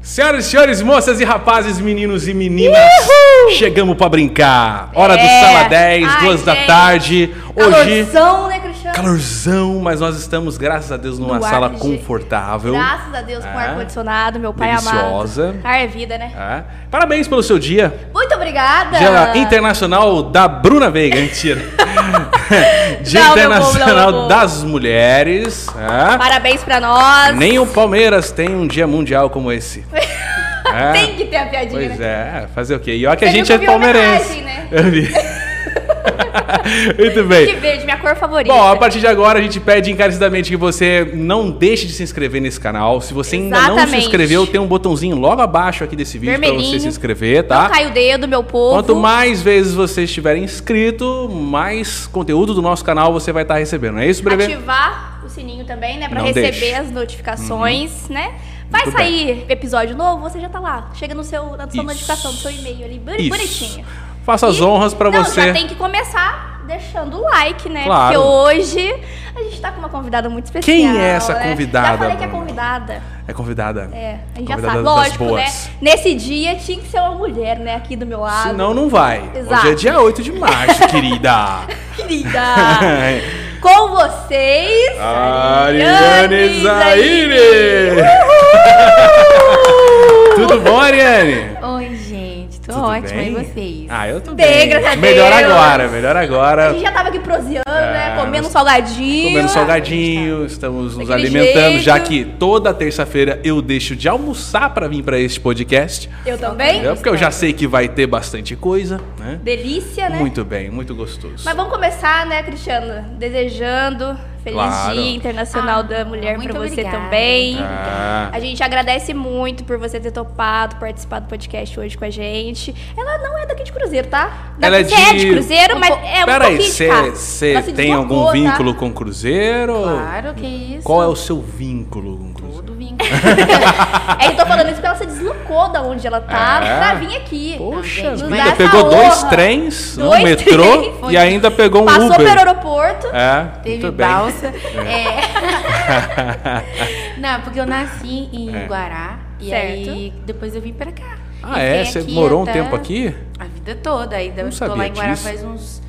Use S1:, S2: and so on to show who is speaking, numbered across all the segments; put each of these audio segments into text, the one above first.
S1: Senhoras e senhores, moças e rapazes, meninos e meninas, chegamos pra brincar. Hora do
S2: É.
S1: Sala 10,
S2: Ai,
S1: duas da
S2: gente.
S1: tarde. Hoje,
S2: Calorzão, né, Cristiano?
S1: calorzão, mas nós estamos, graças a Deus, numa
S2: No ar,
S1: sala
S2: gente.
S1: confortável.
S2: Graças a Deus, com
S1: É.
S2: ar-condicionado, meu pai
S1: Deliciosa.
S2: amado. Ar é vida, né?
S1: É. Parabéns pelo seu dia.
S2: Muito obrigada.
S1: Dia Internacional da Bruna Veiga, mentira. dia
S2: Não, meu povo,
S1: Internacional
S2: não, meu povo.
S1: das Mulheres. é.
S2: Parabéns pra nós.
S1: Nem o Palmeiras tem um dia mundial como esse. É.
S2: Tem que ter a piadinha,
S1: Pois
S2: né?
S1: é, fazer o quê? E olha que a
S2: Você
S1: gente
S2: viu
S1: é
S2: que eu vi
S1: palmeirense.
S2: homenagem, né?
S1: Eu vi. Muito bem.
S2: Que verde, minha cor favorita.
S1: Bom, a partir de agora a gente pede encarecidamente que você não deixe de se inscrever nesse canal. Se você ainda não se
S2: Exatamente.
S1: inscreveu, tem um botãozinho logo abaixo aqui desse vídeo para você
S2: Vermelhinho.
S1: se inscrever,
S2: Não
S1: tá?
S2: cai o dedo, meu povo.
S1: Quanto mais vezes você estiver inscrito, mais conteúdo do nosso canal você vai estar recebendo. Não é isso, Brevê?
S2: Ativar o sininho também, né? Pra
S1: Não
S2: receber
S1: deixe.
S2: as notificações, né? Vai
S1: Muito
S2: sair episódio novo, você já tá lá. Chega no seu, na sua
S1: Isso.
S2: notificação, no seu e-mail ali, bu-
S1: Isso.
S2: bonitinho.
S1: Faça as
S2: E-
S1: honras para
S2: Não,
S1: você.
S2: já tem que começar deixando o like, né?
S1: Claro.
S2: Porque hoje a gente tá com uma convidada muito especial.
S1: Quem é essa
S2: né?
S1: convidada,
S2: Já falei que é
S1: Bruna?
S2: convidada.
S1: É convidada.
S2: É, a gente já
S1: Convidada
S2: sabe.
S1: das
S2: Lógico,
S1: boas.
S2: né? Nesse dia tinha que ser uma mulher, né? Aqui do meu lado.
S1: Senão não vai. Hoje é
S2: Exato.
S1: dia 8 de março, querida.
S2: Querida! Com vocês,
S1: Ariane Zaire! Tudo bom, Ariane?
S3: Oi, gente, tô
S1: Tudo
S3: ótima,
S1: bem?
S3: e vocês?
S1: Ah, eu tô
S2: Bem,
S1: bem.
S2: graças a
S1: melhor
S2: Deus.
S1: agora, melhor
S2: A
S1: agora.
S2: gente já tava aqui proseando, né?
S1: É,
S2: Comendo
S1: nós-
S2: salgadinho.
S1: Comendo salgadinho, estamos nos
S2: Daquele
S1: alimentando,
S2: jeito.
S1: já que toda terça-feira eu deixo de almoçar pra vir pra este podcast.
S2: Eu também.
S1: Entendeu? Porque eu já sei que vai ter bastante coisa, né?
S2: Delícia, né?
S1: Muito bem, muito gostoso.
S2: Mas vamos começar, né, Cristiano? Desejando feliz
S1: Claro.
S2: Dia Internacional
S3: Ah,
S2: da Mulher
S3: muito
S2: pra você
S3: obrigada.
S2: também.
S1: Ah,
S2: A gente agradece muito por você ter topado participar do podcast hoje com a gente. Ela não é daqui de Cruzeiro, tá? Da-
S1: Ela é
S2: você é
S1: de-
S2: de Cruzeiro,
S3: Um
S2: mas
S3: po-
S2: é um
S1: Peraí,
S2: pouquinho de cá. Ela
S1: você
S2: se
S1: tem algum
S2: deslocou, tá?
S1: vínculo com Cruzeiro?
S3: Claro que isso.
S1: Qual é o seu vínculo com Cruzeiro?
S3: Tudo vínculo.
S2: É, eu tô falando isso porque ela se deslocou da onde ela tava
S1: É?
S2: pra vir aqui.
S1: Poxa,
S2: Nos dá
S1: ainda
S2: essa
S1: pegou dois
S2: honra.
S1: trens, um
S2: Dois
S1: metrô
S2: trens,
S1: e
S3: foi.
S1: ainda pegou um
S2: Passou
S1: Uber.
S2: pelo aeroporto.
S1: É,
S3: Teve
S1: muito bem.
S3: balsa. É. Não, porque eu nasci em
S1: É.
S3: Guará e
S2: Certo.
S3: aí depois eu vim pra cá.
S1: Ah,
S3: E
S1: é?
S3: fiquei
S1: Você
S3: aqui
S1: morou um
S3: até
S1: tempo aqui?
S3: A vida toda, ainda
S1: Não
S3: eu tô
S1: sabia
S3: lá em Guará
S1: disso. Uhum.
S3: faz uns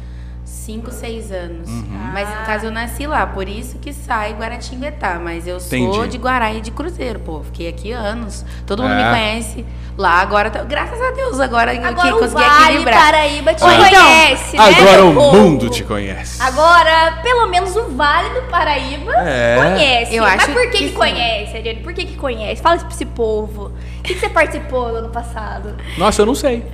S3: 5, 6 anos. Mas
S2: Ah.
S3: no caso eu nasci lá, por isso que sai Guaratinguetá, mas eu sou
S1: Entendi.
S3: de Guará e de Cruzeiro, pô. Fiquei aqui anos. Todo mundo
S1: É.
S3: me conhece lá agora, tá- graças a Deus, agora, eu
S2: Agora
S3: que
S2: o
S3: consegui
S2: Vale tá
S3: equilibrar.
S2: Paraíba te
S1: Ah.
S2: conhece, né?
S1: Agora
S2: meu
S1: o
S2: povo?
S1: mundo te conhece.
S2: Agora, pelo menos o Vale do Paraíba
S1: É.
S2: conhece.
S3: Eu
S2: Mas
S3: acho
S2: por que,
S3: que
S2: que
S3: sim.
S2: conhece, Ariane? Por que, que conhece? Fala isso pra esse povo. O que, que você participou no ano passado?
S1: Nossa, eu não sei.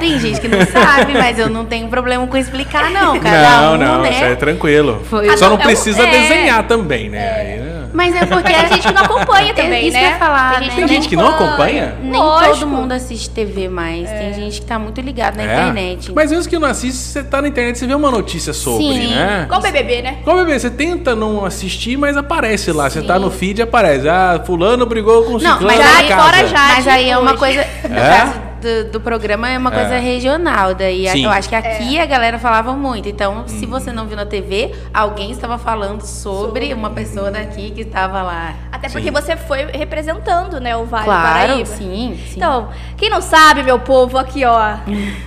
S3: Tem gente que não sabe, mas eu não tenho problema com explicar, não. Cada
S1: não,
S3: um,
S1: não,
S3: né?
S1: isso aí é tranquilo.
S3: Foi-
S1: Só
S2: Ah,
S1: não
S2: não, é um-
S1: precisa
S2: é.
S1: desenhar também, né? Aí, né?
S3: Mas é porque
S2: Tem gente que não acompanha também,
S3: Isso
S2: né?
S3: que eu ia falar,
S2: Tem
S3: né?
S2: gente
S1: Tem gente que não acompanha?
S3: Nem
S2: Lógico.
S3: todo mundo assiste TV mais. Tem gente que tá muito ligado na
S1: É.
S3: internet.
S1: Mas mesmo que não assista, você tá na internet, você vê uma notícia sobre,
S3: Sim.
S1: né?
S2: Igual o BBB, né?
S1: Como bebê, você tenta não assistir, mas aparece lá. Você
S3: Sim.
S1: tá no feed e aparece. Ah, fulano brigou com
S3: Não,
S1: ciclano
S3: mas
S1: na
S3: aí,
S1: casa.
S2: fora já-
S3: Mas aí é uma
S2: hoje.
S3: coisa. No
S1: É?
S3: caso do, do programa é uma coisa
S1: É.
S3: regional. Daí a-
S1: Sim. Uhum.
S3: eu acho que aqui a galera falava muito. Então, se você não viu na TV, alguém estava falando sobre uma pessoa daqui que estava lá.
S2: Até porque
S1: Sim.
S2: você foi representando, né, o Vale do
S3: Claro,
S2: Paraíba.
S3: sim, sim.
S2: Então, quem não sabe, meu povo, aqui ó,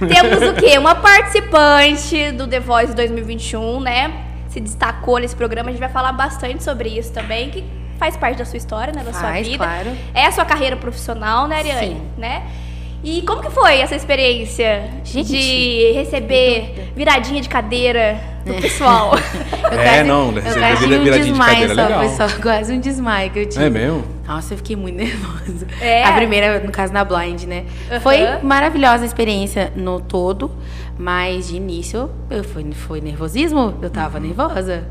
S2: temos o quê? Uma participante do The Voice 2021, né? Se destacou nesse programa, a gente vai falar bastante sobre isso também, que faz parte da sua história, né, da sua
S3: Faz,
S2: vida.
S3: claro.
S2: É a sua carreira profissional, né, Ariane?
S3: Sim.
S2: Né? E como que foi essa experiência
S3: Gente,
S2: de receber viradinha de cadeira do pessoal?
S3: Eu
S1: É, não,
S3: eu
S1: você
S3: quase
S1: devia
S3: um
S1: viradinha de
S3: desmaio
S1: cadeira,
S3: só,
S1: legal.
S3: foi só quase um desmaio que eu tive.
S1: É mesmo?
S3: Nossa, eu fiquei muito nervosa.
S2: É?
S3: A primeira, no caso, na Blind, né?
S2: Aham.
S3: Foi maravilhosa a experiência no todo, mas de início eu fui, foi nervosismo, eu tava nervosa.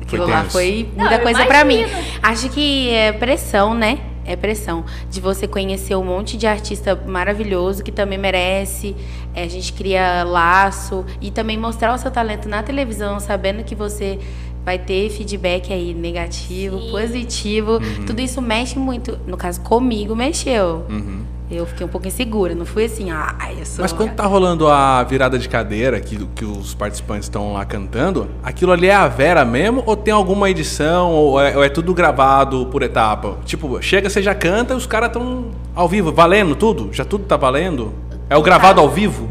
S3: Aquilo lá
S1: Uhum. tenso.
S3: foi
S2: Não,
S3: muita
S2: eu
S3: coisa pra mim.
S2: imagino.
S3: Acho que é pressão, né? É pressão de você conhecer um monte de artista maravilhoso que também merece. É, a gente cria laço e também mostrar o seu talento na televisão, sabendo que você vai ter feedback aí negativo,
S2: Sim.
S1: Uhum.
S3: positivo. Tudo isso mexe muito. No caso, comigo mexeu.
S1: Uhum.
S3: Eu fiquei um pouco insegura, não fui assim, ah, eu sou.
S1: Mas quando tá rolando a virada de cadeira, que, que os participantes estão lá cantando, aquilo ali é a Vera mesmo? Ou tem alguma edição? Ou é, ou é tudo gravado por etapa? Tipo, chega, você já canta e os caras estão ao vivo, valendo tudo? Já tudo tá valendo? É o gravado ao vivo?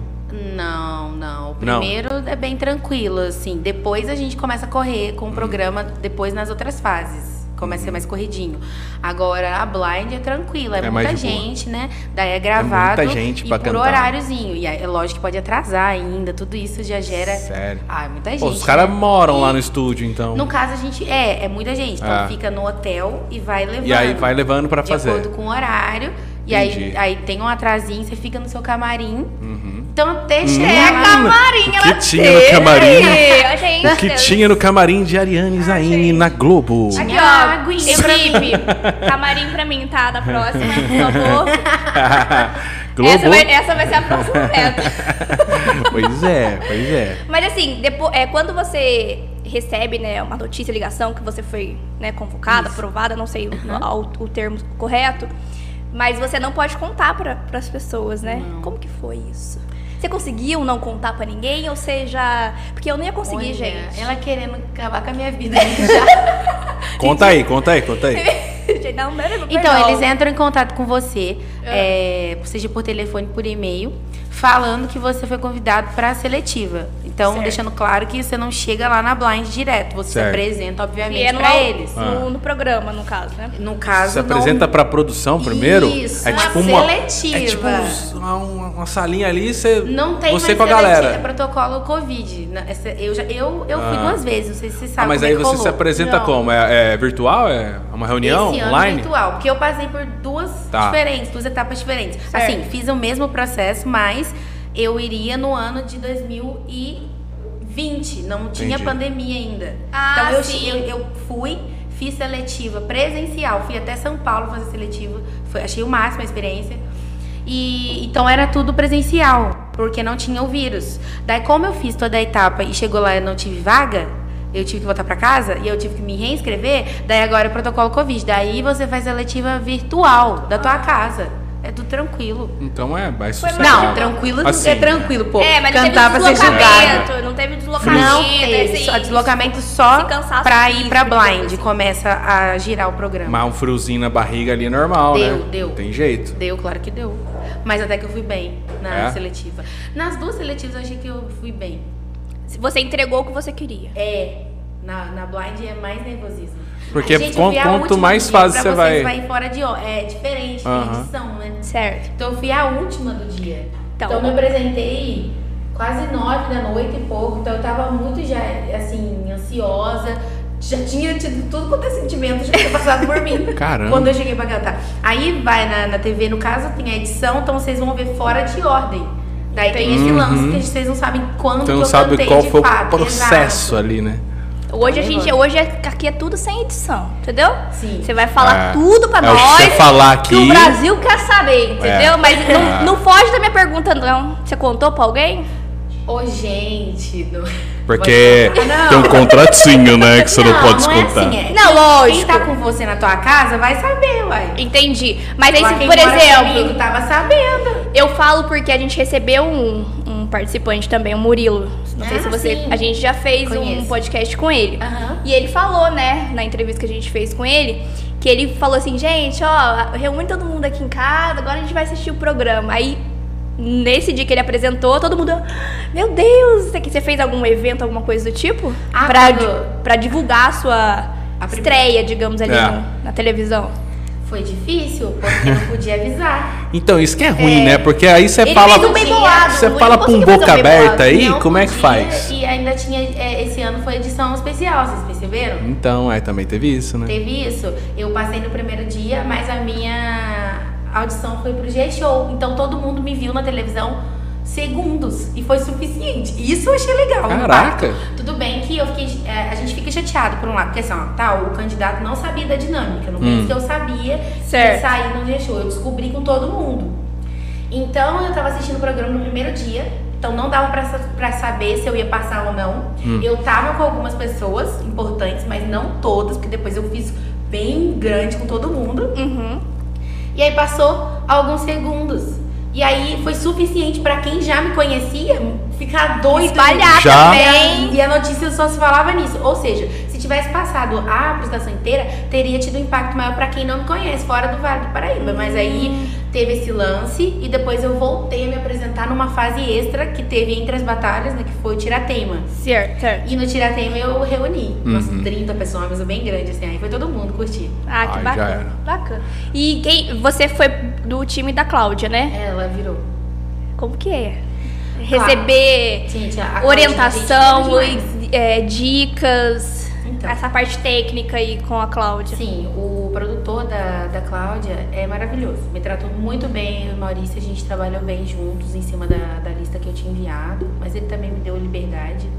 S3: Não, não. O primeiro é bem tranquilo, assim. Depois a gente começa a correr
S1: Uhum.
S3: com o programa, depois nas outras fases. Começa a ser mais corridinho. Agora, a blind é tranquila, é,
S1: É mais
S3: muita
S1: de boa.
S3: gente, né? Daí é gravado
S1: muita gente
S3: e
S1: pra
S3: por
S1: cantar.
S3: horáriozinho. E aí, é lógico que pode atrasar ainda, tudo isso já gera.
S1: Sério.
S3: Ah, é muita gente.
S1: Pô, os caras
S3: né?
S1: moram
S3: E-
S1: lá no estúdio, então.
S3: No caso, a gente. É, é muita gente. Então
S1: Ah.
S3: fica no hotel e vai levando.
S1: E aí vai levando pra
S3: de
S1: fazer.
S3: acordo com o horário. E
S1: Entendi.
S3: aí, aí tem um atrasinho, você fica no seu camarim.
S1: Uhum.
S3: Então até
S2: É
S3: chegar.
S2: a camarim,
S1: o
S2: ela
S1: que tinha no camarim?
S2: É, Gente,
S1: O que tinha no camarim de
S3: Ah,
S1: Ariane Zaini na Globo?
S2: Aqui,
S3: Tinha
S2: ó,
S3: água em
S2: equipe. Camarim pra mim, tá? Da próxima, por favor. Essa
S1: Globo?
S2: vai, essa vai ser a próxima meta.
S1: pois é, pois é.
S2: Mas assim, depois, é, quando você recebe né, uma notícia, ligação, que você foi né, convocada, aprovada, não sei o- o, o termo correto, mas você não pode contar pra, pras pessoas, né? Como que foi isso? Você conseguiu não contar pra ninguém? Ou seja, porque eu não ia conseguir,
S3: Olha,
S2: gente.
S3: Ela querendo acabar com a minha vida já.
S1: Conta aí, conta aí, conta aí.
S2: Gente, não, não, não,
S3: Então,
S2: não.
S3: eles entram em contato com você, é, seja por telefone, por e-mail, falando que você foi convidado para a seletiva. Então,
S2: Certo.
S3: deixando claro que você não chega lá na blind direto, você se
S1: Certo.
S3: apresenta, obviamente,
S2: Vieram
S3: para
S2: lá
S3: é eles.
S2: é No, no programa, no caso, né?
S3: No caso,
S1: Se
S3: não-
S1: apresenta pra produção primeiro?
S3: Isso,
S1: é
S3: uma
S1: tipo uma
S3: seletiva.
S1: É tipo uns- uma, uma- uma salinha ali, você,
S3: Não tem
S1: você
S3: mais
S1: com a
S3: seletivo,
S1: galera.
S3: É protocolo Covid. Na- essa- Eu, já- eu, eu fui
S1: Ah.
S3: duas vezes, não sei se você sabe.
S1: Ah, mas
S3: como
S1: aí
S3: é que
S1: você se
S3: rolou.
S1: apresenta
S3: Não.
S1: como? É, é virtual? É uma reunião
S3: Esse ano
S1: online?
S3: virtual, porque eu passei por duas
S1: Tá.
S3: diferentes, duas etapas diferentes. Assim, fiz o mesmo processo, mas eu iria no ano de 2020, não tinha
S1: Entendi.
S3: pandemia ainda.
S2: Ah,
S3: então eu,
S2: sim.
S3: eu, eu fui, fiz seletiva presencial, fui até São Paulo fazer seletiva, foi- achei o máximo a experiência. E então era tudo presencial, porque não tinha o vírus. Daí como eu fiz toda a etapa e chegou lá e eu não tive vaga, eu tive que voltar pra casa e eu tive que me reinscrever, daí agora é protocolo Covid. Daí você faz seletiva virtual da
S2: Ah.
S3: tua casa. É tudo tranquilo.
S1: Então é, vai
S2: Foi
S1: sucesso.
S2: mais-
S3: Não, tranquilo
S1: Assim,
S3: é tranquilo, pô.
S2: é, mas não teve
S3: Cantar pra ser julgado.
S2: deslocamento, não teve deslocamento.
S3: Não teve,
S2: assim,
S3: só deslocamento só
S2: esse cansaço
S3: pra ir
S2: físico,
S3: pra
S2: digamos
S3: blind.
S2: assim.
S3: Começa a girar o programa.
S1: Mas um friozinho na barriga ali é normal,
S3: Deu,
S1: né?
S3: deu.
S1: Não tem jeito.
S3: Deu, claro que deu. Mas até que eu fui bem na
S1: É?
S3: seletiva. Nas duas seletivas eu achei que eu fui bem.
S2: Se Você entregou o que você queria.
S3: É. Na, na blind é mais nervosismo.
S1: Porque
S3: A gente
S1: quan-
S3: vê a
S1: quanto
S3: última
S1: mais
S3: do dia,
S1: fase
S3: pra
S1: você vai-
S3: vocês vai fora de ó- É diferente, tem
S1: Aham.
S3: edição, né?
S2: Certo.
S3: Então eu fui a última do dia.
S2: Então.
S3: Então, eu me apresentei quase nove da noite e pouco. Então eu tava muito já, assim, ansiosa. Já tinha tido tudo quanto é sentimento, já tinha passado por mim.
S1: Caramba.
S3: Quando eu cheguei pra cantar. Aí vai na, na TV, no caso, tem a edição, então vocês vão ver fora de ordem. Daí tem esse
S1: Uhum.
S3: lance que vocês não sabem quando
S1: Então
S3: que
S1: não
S3: eu
S1: sabe
S3: cantei
S1: qual
S3: de
S1: foi o
S3: fato.
S1: processo ali, né?
S2: Hoje a
S3: Tá
S2: gente,
S3: nervoso.
S2: hoje é- aqui é tudo sem edição, entendeu?
S3: Sim.
S2: Você vai falar
S1: É.
S2: tudo pra
S1: É o que
S2: nós.
S1: você falar
S2: que
S1: aqui.
S2: o Brasil quer saber, entendeu?
S1: É.
S2: Mas não,
S1: É.
S2: não foge da minha pergunta, não. Você contou pra alguém?
S3: Exato. Ô, gente. não-
S1: Porque
S3: Pode contar.
S1: tem um contratinho, né? Que você não, pode
S3: não é
S1: escutar.
S3: assim, é.
S2: Não,
S3: Quem
S2: lógico.
S3: tá com você na tua casa vai saber, uai.
S2: Entendi. Mas aí,
S3: Lá
S2: se,
S3: quem
S2: por
S3: mora
S2: exemplo,
S3: comigo tava sabendo.
S2: Eu falo porque a gente recebeu um, um participante também, o Murilo. Não sei
S3: Ah,
S2: se você.
S3: sim.
S2: A gente já fez um
S3: Conheço.
S2: podcast com ele.
S3: Aham.
S2: E ele falou, né, na entrevista que a gente fez com ele, que ele falou assim: gente, ó, reúne todo mundo aqui em casa, agora a gente vai assistir o programa. Aí, nesse dia que ele apresentou, todo mundo. Meu Deus, isso aqui- você fez algum evento, alguma coisa do tipo?
S3: Ah,
S2: pra,
S3: quando-
S2: di- pra divulgar a sua
S3: A primeira-
S2: estreia, digamos, ali
S1: É.
S2: no- na televisão.
S3: Foi difícil, porque eu não podia avisar.
S1: Então, isso que é ruim,
S3: É.
S1: né? Porque aí você
S2: Ele
S1: fala.
S2: fez um bem bolado,
S1: Você
S2: não
S1: fala pra um
S2: conseguiu fazer
S1: boca
S2: um bem bolado.
S1: aberta aí,
S3: Não
S1: como é que
S3: podia,
S1: faz?
S3: E ainda tinha. é, esse ano foi edição especial, vocês perceberam?
S1: Então, é, também teve isso, né?
S3: Teve isso. Eu passei no primeiro dia, mas a minha audição foi pro G-Show. Então todo mundo me viu na televisão segundos. E foi suficiente. Isso eu achei legal. um
S1: Caraca.
S3: impacto. Tudo bem que eu fiquei. é, a gente fica chateado por um lado, porque assim, ó, tá, o candidato não sabia da dinâmica. Não
S1: Hum.
S3: penso que eu sabia
S2: Certo.
S3: e saí no G-Show. Eu descobri com todo mundo. Então eu tava assistindo o programa no primeiro dia. Então não dava pra, sa- pra saber se eu ia passar ou não.
S2: Hum.
S3: Eu tava com algumas pessoas importantes, mas não todas, porque depois eu fiz bem grande com todo mundo.
S2: Uhum.
S3: E aí passou alguns segundos. E aí foi suficiente pra quem já me conhecia ficar doido.
S2: Espalhar
S1: Já.
S2: também.
S3: E a notícia só se falava nisso. Ou seja, se tivesse passado a apresentação inteira, teria tido um impacto maior pra quem não me conhece, fora do Vale do Paraíba. Mas aí teve esse lance e depois eu voltei a me apresentar numa fase extra que teve entre as batalhas, né? Que foi o Tiratema.
S2: Certo.
S3: E no Tiratema eu reuni umas
S1: Uhum.
S3: 30 pessoas, uma mesa bem grande, assim. Aí foi todo mundo curtir.
S2: Ah, que
S1: Ai, já era.
S2: bacana. Bacana. E quem, você foi do time da Cláudia, né?
S3: Ela virou.
S2: Como que é? Receber
S3: Gente, a, a
S2: orientação,
S3: Cláudia, gente, demais.
S2: é, dicas,
S3: Então.
S2: essa parte técnica aí com a Cláudia.
S3: Sim, o produtor da, da Cláudia é maravilhoso. Me tratou muito bem, eu e o Maurício, a gente trabalhou bem juntos em cima da, da lista que eu tinha enviado, mas ele também me deu liberdade.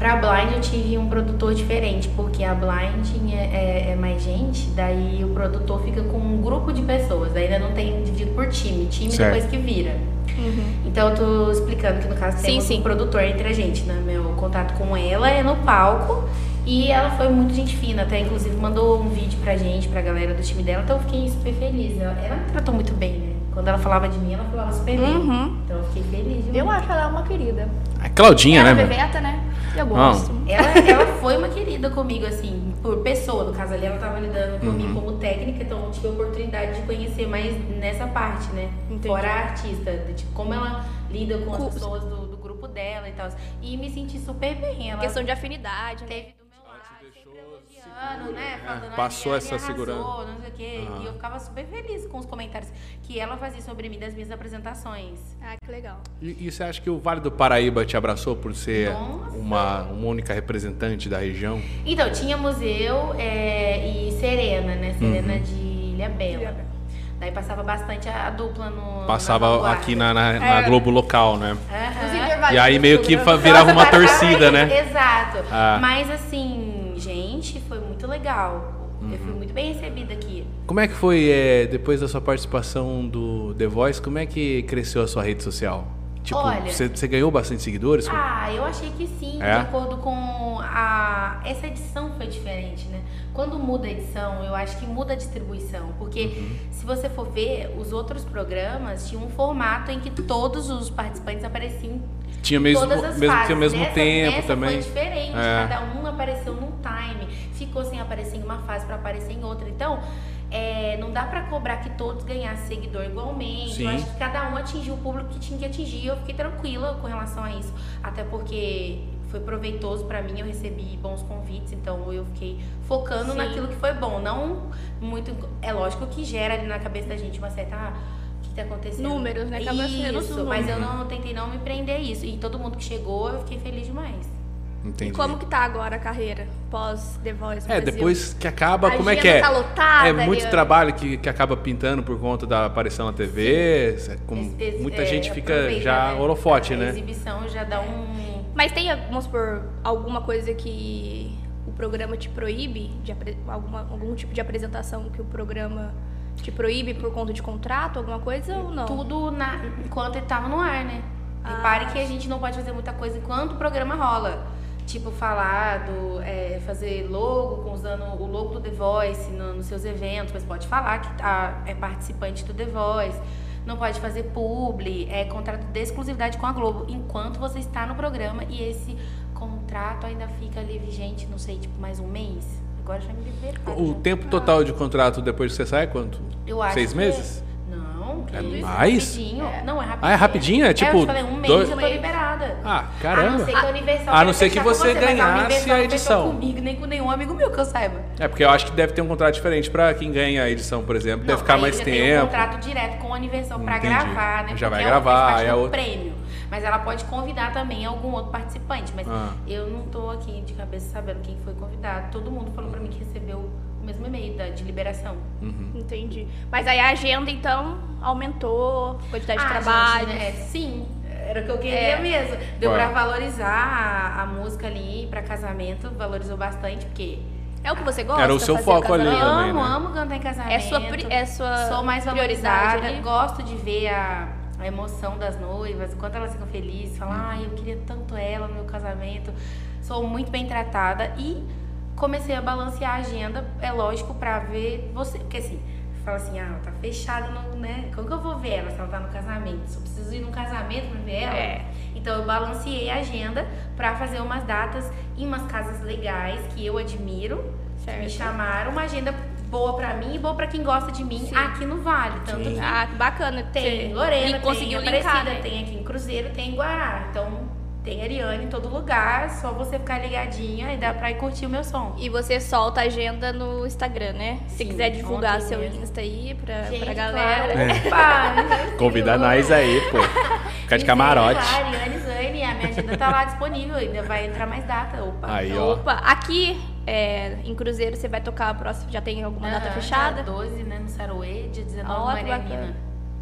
S3: Pra Blind eu tive um produtor diferente, porque a Blind é, é- é mais gente, daí o produtor fica com um grupo de pessoas, ainda não tem dividido por time, time
S1: Certo.
S3: depois que vira.
S2: Uhum.
S3: Então eu tô explicando que no caso
S2: Sim,
S3: temos
S2: sim.
S3: um produtor entre a gente, né? Meu contato com ela é no palco e ela foi muito gente fina, até inclusive mandou um vídeo pra gente, pra galera do time dela, então eu fiquei super feliz. Ela, ela me tratou muito bem, né? Quando ela falava de mim, ela falava super bem.
S2: Uhum.
S3: Então eu fiquei feliz. demais.
S2: Eu acho ela uma querida.
S1: É Claudinha,
S2: ela
S1: né,
S2: é
S1: meu?
S2: bebeta, né? Eu
S1: Não.
S2: gosto.
S3: Ela, ela foi uma querida comigo, assim, por pessoa. No caso ali, ela tava lidando
S1: Uhum.
S3: comigo como técnica, então eu tive a oportunidade de conhecer mais nessa parte, né?
S2: Entendi.
S3: Fora a artista, de, tipo, como ela lida com
S2: Com-
S3: as pessoas do, do grupo dela e tal. E me senti super bem. Ela
S2: É Questão de afinidade, né?
S3: teve do meu lado,
S1: te deixou
S3: sempre
S1: segura,
S3: elogiando, né?
S1: né?
S3: Falando, "Ah,
S1: Passou
S3: Guilherme
S1: essa
S3: arrasou,
S1: segurança.
S3: Não sei o quê.
S1: Aham.
S3: E eu ficava super feliz com os comentários que ela fazia sobre mim das minhas apresentações.
S2: Ah, que legal.
S1: E, e você acha que o Vale do Paraíba te abraçou por ser
S3: Nossa.
S1: uma, uma única representante da região?
S3: Então, tinha museu é, e Serena, né? Serena
S1: Uhum.
S3: de Ilhabela.
S2: Ilhabela.
S3: Daí passava bastante a, a dupla no. na
S1: Passava
S3: vanguarda.
S1: aqui na, na- na
S2: É.
S1: Globo local, né?
S3: Aham.
S1: E aí meio que fa- virava uma
S3: Passava-
S1: torcida, né?
S3: Exato.
S1: Ah.
S3: Mas assim, gente, foi muito legal. Eu
S1: Uhum.
S3: fui muito bem recebida aqui.
S1: Como é que foi, eh, depois da sua participação do The Voice, como é que cresceu a sua rede social? Tipo,
S3: Olha.
S1: você você ganhou bastante seguidores?
S3: Ah, eu achei que sim,
S1: É?
S3: de acordo com a. Essa edição foi diferente, né? Quando muda a edição, eu acho que muda a distribuição. Porque se você for ver, os outros programas tinham um formato em que todos os participantes apareciam
S1: tinha mesmo,
S3: todas as
S1: mesmo,
S3: fases.
S1: tinha mesmo
S3: Nessa-
S1: tempo
S3: nessa
S1: também.
S3: Foi diferente,
S1: É.
S3: cada um apareceu num time, ficou sem aparecer em uma fase pra aparecer em outra. Então, é, não dá pra cobrar que todos ganhassem seguidor igualmente.
S1: Sim.
S3: Eu acho que cada um atingiu o público que tinha que atingir. Eu fiquei tranquila com relação a isso, até porque foi proveitoso pra mim, eu recebi bons convites, então eu fiquei focando
S2: Sim.
S3: naquilo que foi bom, não muito é lógico que gera ali na cabeça da gente uma certa ah, o que que tá acontecendo?
S2: Números, né? Acaba sendo
S3: Isso,
S2: tudo
S3: mas
S2: número.
S3: eu não tentei não me prender a isso. E todo mundo que chegou, eu fiquei feliz demais.
S1: Entendi.
S2: E como que tá agora a carreira pós The Voice
S1: É,
S2: Brasil?
S1: depois que acaba,
S2: A
S1: como é
S2: agenda
S1: que é?
S2: tá lotada,
S1: é muito
S2: Eliane?
S1: trabalho que, que acaba pintando por conta da aparição na TV. é como
S3: Esse- esse-
S1: muita
S3: é,
S1: gente fica
S3: aproveita,
S1: já
S3: né?
S1: holofote,
S3: a
S1: né?
S3: exibição já dá um...
S2: Mas tem, vamos supor, alguma coisa que o programa te proíbe? De apre- alguma, algum tipo de apresentação que o programa te proíbe por conta de contrato, alguma coisa ou não?
S3: Tudo na- enquanto ele tava no ar, né?
S2: Ah.
S3: Repare que a gente não pode fazer muita coisa enquanto o programa rola. Tipo, falar do... é, fazer logo, usando o logo do The Voice no- nos seus eventos. Mas pode falar que tá, é participante do The Voice. Não pode fazer publi. É contrato de exclusividade com a Globo. Enquanto você está no programa. E esse contrato ainda fica ali vigente, não sei, tipo, mais um mês. Agora já me libertaram.
S1: O
S3: né?
S1: tempo total de contrato depois que você sai é quanto?
S3: Eu acho
S1: Seis
S3: que- é.
S1: meses?
S3: Não, que
S1: É
S3: isso,
S1: mais?
S3: Rapidinho. Não, é rapidinho.
S1: Ah, é rapidinho? É tipo
S3: eu te falei, um mês
S1: dois-
S3: eu tô liberada.
S1: Ah,
S3: A não
S1: caramba.
S3: ser que a Universal.
S1: A não
S3: queira
S1: ser que
S3: fechar com
S1: você
S3: mas a
S1: ganhasse
S3: Universal
S1: a
S3: não fechou
S1: edição.
S3: comigo, nem com nenhum amigo meu que eu saiba.
S1: É porque eu acho que deve ter um contrato diferente pra quem ganha a edição, por exemplo,
S3: Não,
S1: deve ficar
S3: aí
S1: mais
S3: já Tem um
S1: tempo.
S3: contrato direto com a Universal pra
S1: Entendi.
S3: gravar, né?
S1: Já vai
S3: Porque
S1: gravar,
S3: é uma faz
S1: aí a
S3: parte do
S1: outra-
S3: prêmio. Mas ela pode convidar também algum outro participante. Mas
S1: Ah.
S3: eu não tô aqui de cabeça sabendo quem foi convidado. Todo mundo falou pra mim que recebeu o mesmo e-mail da, de liberação.
S1: uhum.
S2: Entendi. Mas aí a agenda, então, aumentou, quantidade de
S3: Ah,
S2: trabalho.
S3: gente, né? Sim, era o que eu queria
S2: É.
S3: mesmo. Deu
S1: Ué.
S3: pra valorizar a, a música ali pra casamento, valorizou bastante, porque
S2: É o que você gosta?
S1: Era o seu
S2: fazer
S1: foco ali,
S2: casamento?
S1: né? também,
S3: amo, amo cantar em casamento.
S2: É sua, pri- é sua
S3: Sou mais
S2: prioridade né?
S3: valorizada,
S2: ali?
S3: gosto de ver a, a emoção das noivas, o quanto elas ficam felizes,
S2: Hum.
S3: falam, ai, eu queria tanto ela no meu casamento. Sou muito bem tratada e comecei a balancear a agenda, é lógico, pra ver você. Porque assim, fala assim, ah, ela tá fechada, no, né? Como que eu vou ver ela se ela tá no casamento? Só preciso ir num casamento pra ver ela?
S2: É.
S3: Então eu balanceei a agenda pra fazer umas datas em umas casas legais que eu admiro, que me
S2: Certo.
S3: chamaram, uma agenda boa pra mim e boa pra quem gosta de mim
S2: Sim.
S3: aqui no Vale, tanto
S1: Sim.
S3: que
S2: Ah, que bacana. Tem.
S3: tem em Lorena,
S2: e conseguiu
S3: tem em Aparecida,
S2: linkar, né?
S3: tem aqui em Cruzeiro, tem em Guará. Então tem Ariane em todo lugar, só você ficar ligadinha e dá pra ir curtir o meu som.
S2: E você solta a agenda no Instagram, né? Se
S3: Sim,
S2: quiser divulgar
S3: ontem
S2: seu
S3: mesmo.
S2: Insta aí pra,
S3: Gente,
S2: pra galera.
S1: É.
S2: É.
S3: claro, opa,
S4: Convida nós aí, pô. Ficar
S3: é
S4: de camarote.
S3: Claro, Ariane, Zane, a minha agenda tá lá disponível, ainda vai entrar mais data, opa.
S4: Aí, ó.
S2: Opa, aqui é, em Cruzeiro você vai tocar a próxima. Já tem alguma data
S3: Aham,
S2: fechada?
S3: dia 12, Ah, tá né, no Saruê, dia 19
S2: Ó, que
S3: Marianina.
S2: bacana.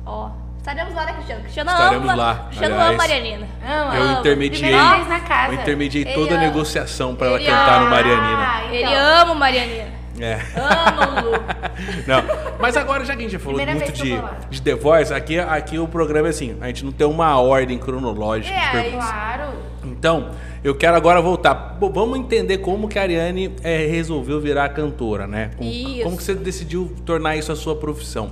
S2: Ó. Estaremos lá, né, Cristiano? Cristiano
S1: Estaremos
S2: ama.
S1: lá,
S2: Cristiano
S1: aliás.
S2: ama Marianina.
S3: Não,
S2: Eu
S3: amo.
S1: intermediei.
S3: Primeira vez na casa.
S1: Eu intermediei toda a
S2: Ele-
S1: negociação pra ela
S2: ele-
S1: cantar no Marianina.
S3: Ah, então.
S2: Ele ama Marianina.
S1: É.
S2: Ama o Lu.
S1: Não. Mas agora, já que a gente já falou
S3: Primeira
S1: muito
S3: vez que eu
S1: de,
S3: vou lá.
S1: de The Voice, aqui, aqui o programa é assim, a gente não tem uma ordem cronológica de
S3: É,
S1: perguntas.
S3: claro.
S1: Então, eu quero agora voltar. Bom, vamos entender como que a Ariane eh, resolveu virar cantora, né? Como,
S2: Isso.
S1: como que você decidiu tornar isso a sua profissão?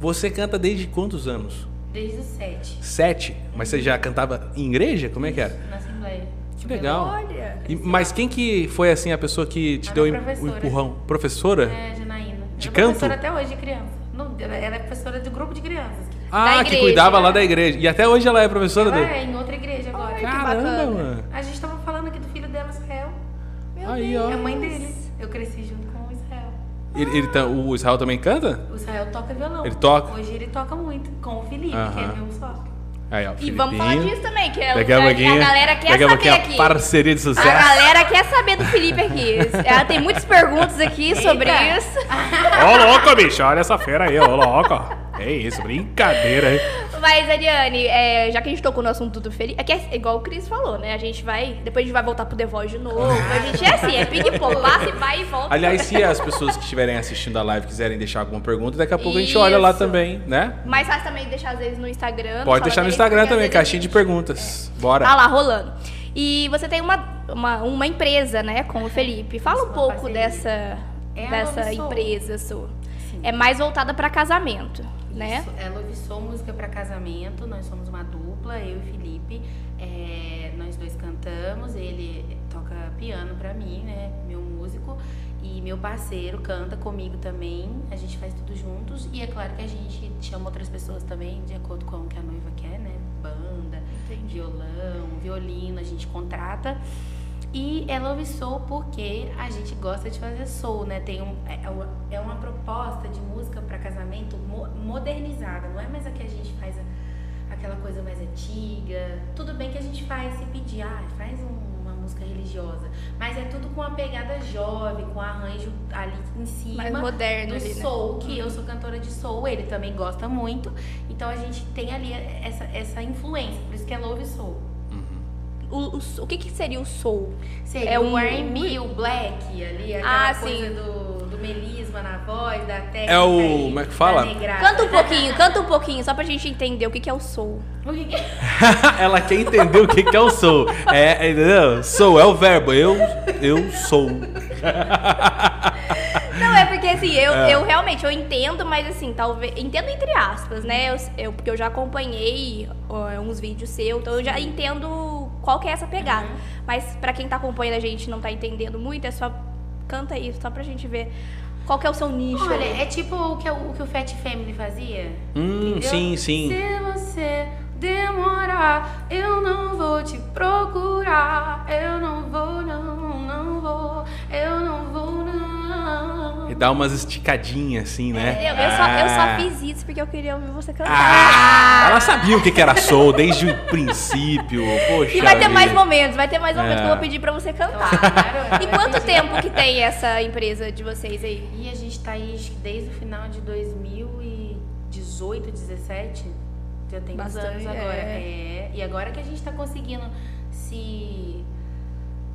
S1: Você canta desde quantos anos?
S3: Desde os 7,
S1: Sete? Mas você já cantava em igreja? Como é que era?
S3: na Assembleia.
S1: Que legal.
S2: Olha.
S1: E- mas quem que foi assim a pessoa que te
S3: A
S1: deu
S3: minha
S1: em- o
S3: professora.
S1: empurrão? Professora?
S3: É, Janaína.
S1: De
S3: Ela é
S1: canto?
S3: professora até hoje de criança. Não, ela ela é professora de grupo de crianças.
S1: Ah,
S2: Da
S1: que
S2: igreja,
S1: cuidava lá
S2: né?
S1: da igreja. E até hoje ela é professora
S3: Ela
S1: dele.
S3: é em outra igreja agora.
S2: Ai, que
S1: Caramba,
S2: bacana.
S1: mano.
S3: A gente tava falando aqui do filho dela, Israel.
S2: Meu
S1: Aí,
S2: Deus.
S1: ó.
S3: É a mãe dele. Eu cresci junto com o Israel.
S1: Ele, ele tá- o Israel também canta?
S3: O Israel toca violão.
S1: Ele toca?
S3: Hoje ele toca muito, com o Felipe, que é
S1: Aham.
S3: meu sócio.
S1: Aí, ó,
S2: E vamos falar
S1: Filipinho.
S2: disso também, que é o-
S1: Daqui a
S2: a,
S1: pouquinho.
S2: galera quer
S1: daqui a
S2: saber
S1: pouquinho
S2: aqui.
S1: a parceria de
S2: A
S1: sucesso.
S2: galera quer saber do Felipe aqui. Ela tem muitas perguntas aqui sobre
S3: Eita.
S2: isso.
S4: Ô, louco, bicho, olha essa fera aí, ô, louco. É isso, brincadeira, hein?
S2: Mas, Ariane, é, já que a gente tocou no assunto do Felipe, é que é igual o Cris falou, né? A gente vai. Depois a gente vai voltar pro The Voice de novo. A gente é assim, é ping-pong, passa e vai e volta.
S1: Ah. Aliás, se as pessoas que estiverem assistindo a live quiserem deixar alguma pergunta, daqui a pouco a gente olha lá
S2: Isso.
S1: também, né?
S2: Mas faz também deixar às vezes no
S1: Pode
S2: Instagram. fala
S1: deixar no
S2: deles,
S1: Instagram
S2: porque, às
S1: também,
S2: vezes, a
S1: caixinha de
S2: gente-
S1: perguntas. Bora.
S2: Tá lá rolando. E você tem uma, uma, uma empresa, né, com o Felipe. Fala um
S3: Uma
S2: pouco
S3: parceria.
S2: dessa,
S3: É a
S2: dessa
S3: Love Soul.
S2: empresa sua.
S3: Sim.
S2: É mais voltada pra casamento, né?
S3: Isso, É Lovisou Música pra Casamento, nós somos uma dupla, eu e Felipe. É, nós dois cantamos, ele toca piano pra mim, né? Meu músico. E meu parceiro canta comigo também. A gente faz tudo juntos. E é claro que a gente chama outras pessoas também, de acordo com o que a noiva quer, né? Banda, violão, violino, a gente contrata. E é Love Soul porque a gente gosta de fazer soul, né? Tem um, é, uma- é uma proposta de música para casamento mo- modernizada, não é mais a que a gente faz a- aquela coisa mais antiga. Tudo bem que a gente faz se pedir, ah, faz um- uma música religiosa, mas é tudo com a pegada jovem, com arranjo ali em cima
S2: Mais moderno
S3: É do
S2: ali, né?
S3: soul, que eu sou cantora de soul, ele também gosta muito. Então a gente tem ali essa, essa influência, por isso que é Love Soul.
S2: O, o, o que, que seria o soul?
S3: Seria
S2: É
S3: é
S2: um-
S3: um R&B, o black ali, aquela
S2: Ah,
S3: coisa
S2: sim.
S3: do, do melisma na voz, da técnica.
S1: É o-
S3: aí,
S1: como é que fala?
S3: da negrada.
S2: Canta um pouquinho, canta um pouquinho, só pra gente entender o que, que é o soul.
S3: O que é? que-
S1: Ela quer entender o que, que eu sou. É, é, entendeu? sou, é o verbo. Eu, eu sou.
S2: Não, é porque assim, eu, eu realmente, eu entendo, mas assim, talvez. Entendo entre aspas, né? Eu, eu- porque eu já acompanhei ó, uns vídeos seus, então eu já entendo qual que é essa pegada. Mas pra quem tá acompanhando a gente e não tá entendendo muito, é só. Canta isso, só pra gente ver qual que é o seu nicho.
S3: Olha,
S2: ali.
S3: é tipo o que, o que o Fat Family fazia.
S1: Hum,
S3: entendeu?
S1: sim, sim.
S3: Se você demorar, eu não vou te procurar. Eu não vou, não, não vou. Eu não vou, não.
S1: E dá umas esticadinhas assim, né?
S2: Entendeu? Eu, só, eu só
S1: Ah.
S2: fiz isso porque eu queria ouvir você cantar.
S1: Ah, ela sabia o que, que era soul desde o princípio. Poxa.
S2: e vai ter mais
S1: vida.
S2: momentos, vai ter mais momentos que eu vou pedir pra você cantar.
S3: Claro,
S2: E
S3: eu
S2: quanto
S3: acredito.
S2: tempo que tem essa empresa de vocês aí?
S3: E a gente tá aí acho que desde o final de 2018, 17. Já tem uns
S2: Bastante,
S3: anos agora. É.
S2: é.
S3: E agora que a gente tá conseguindo se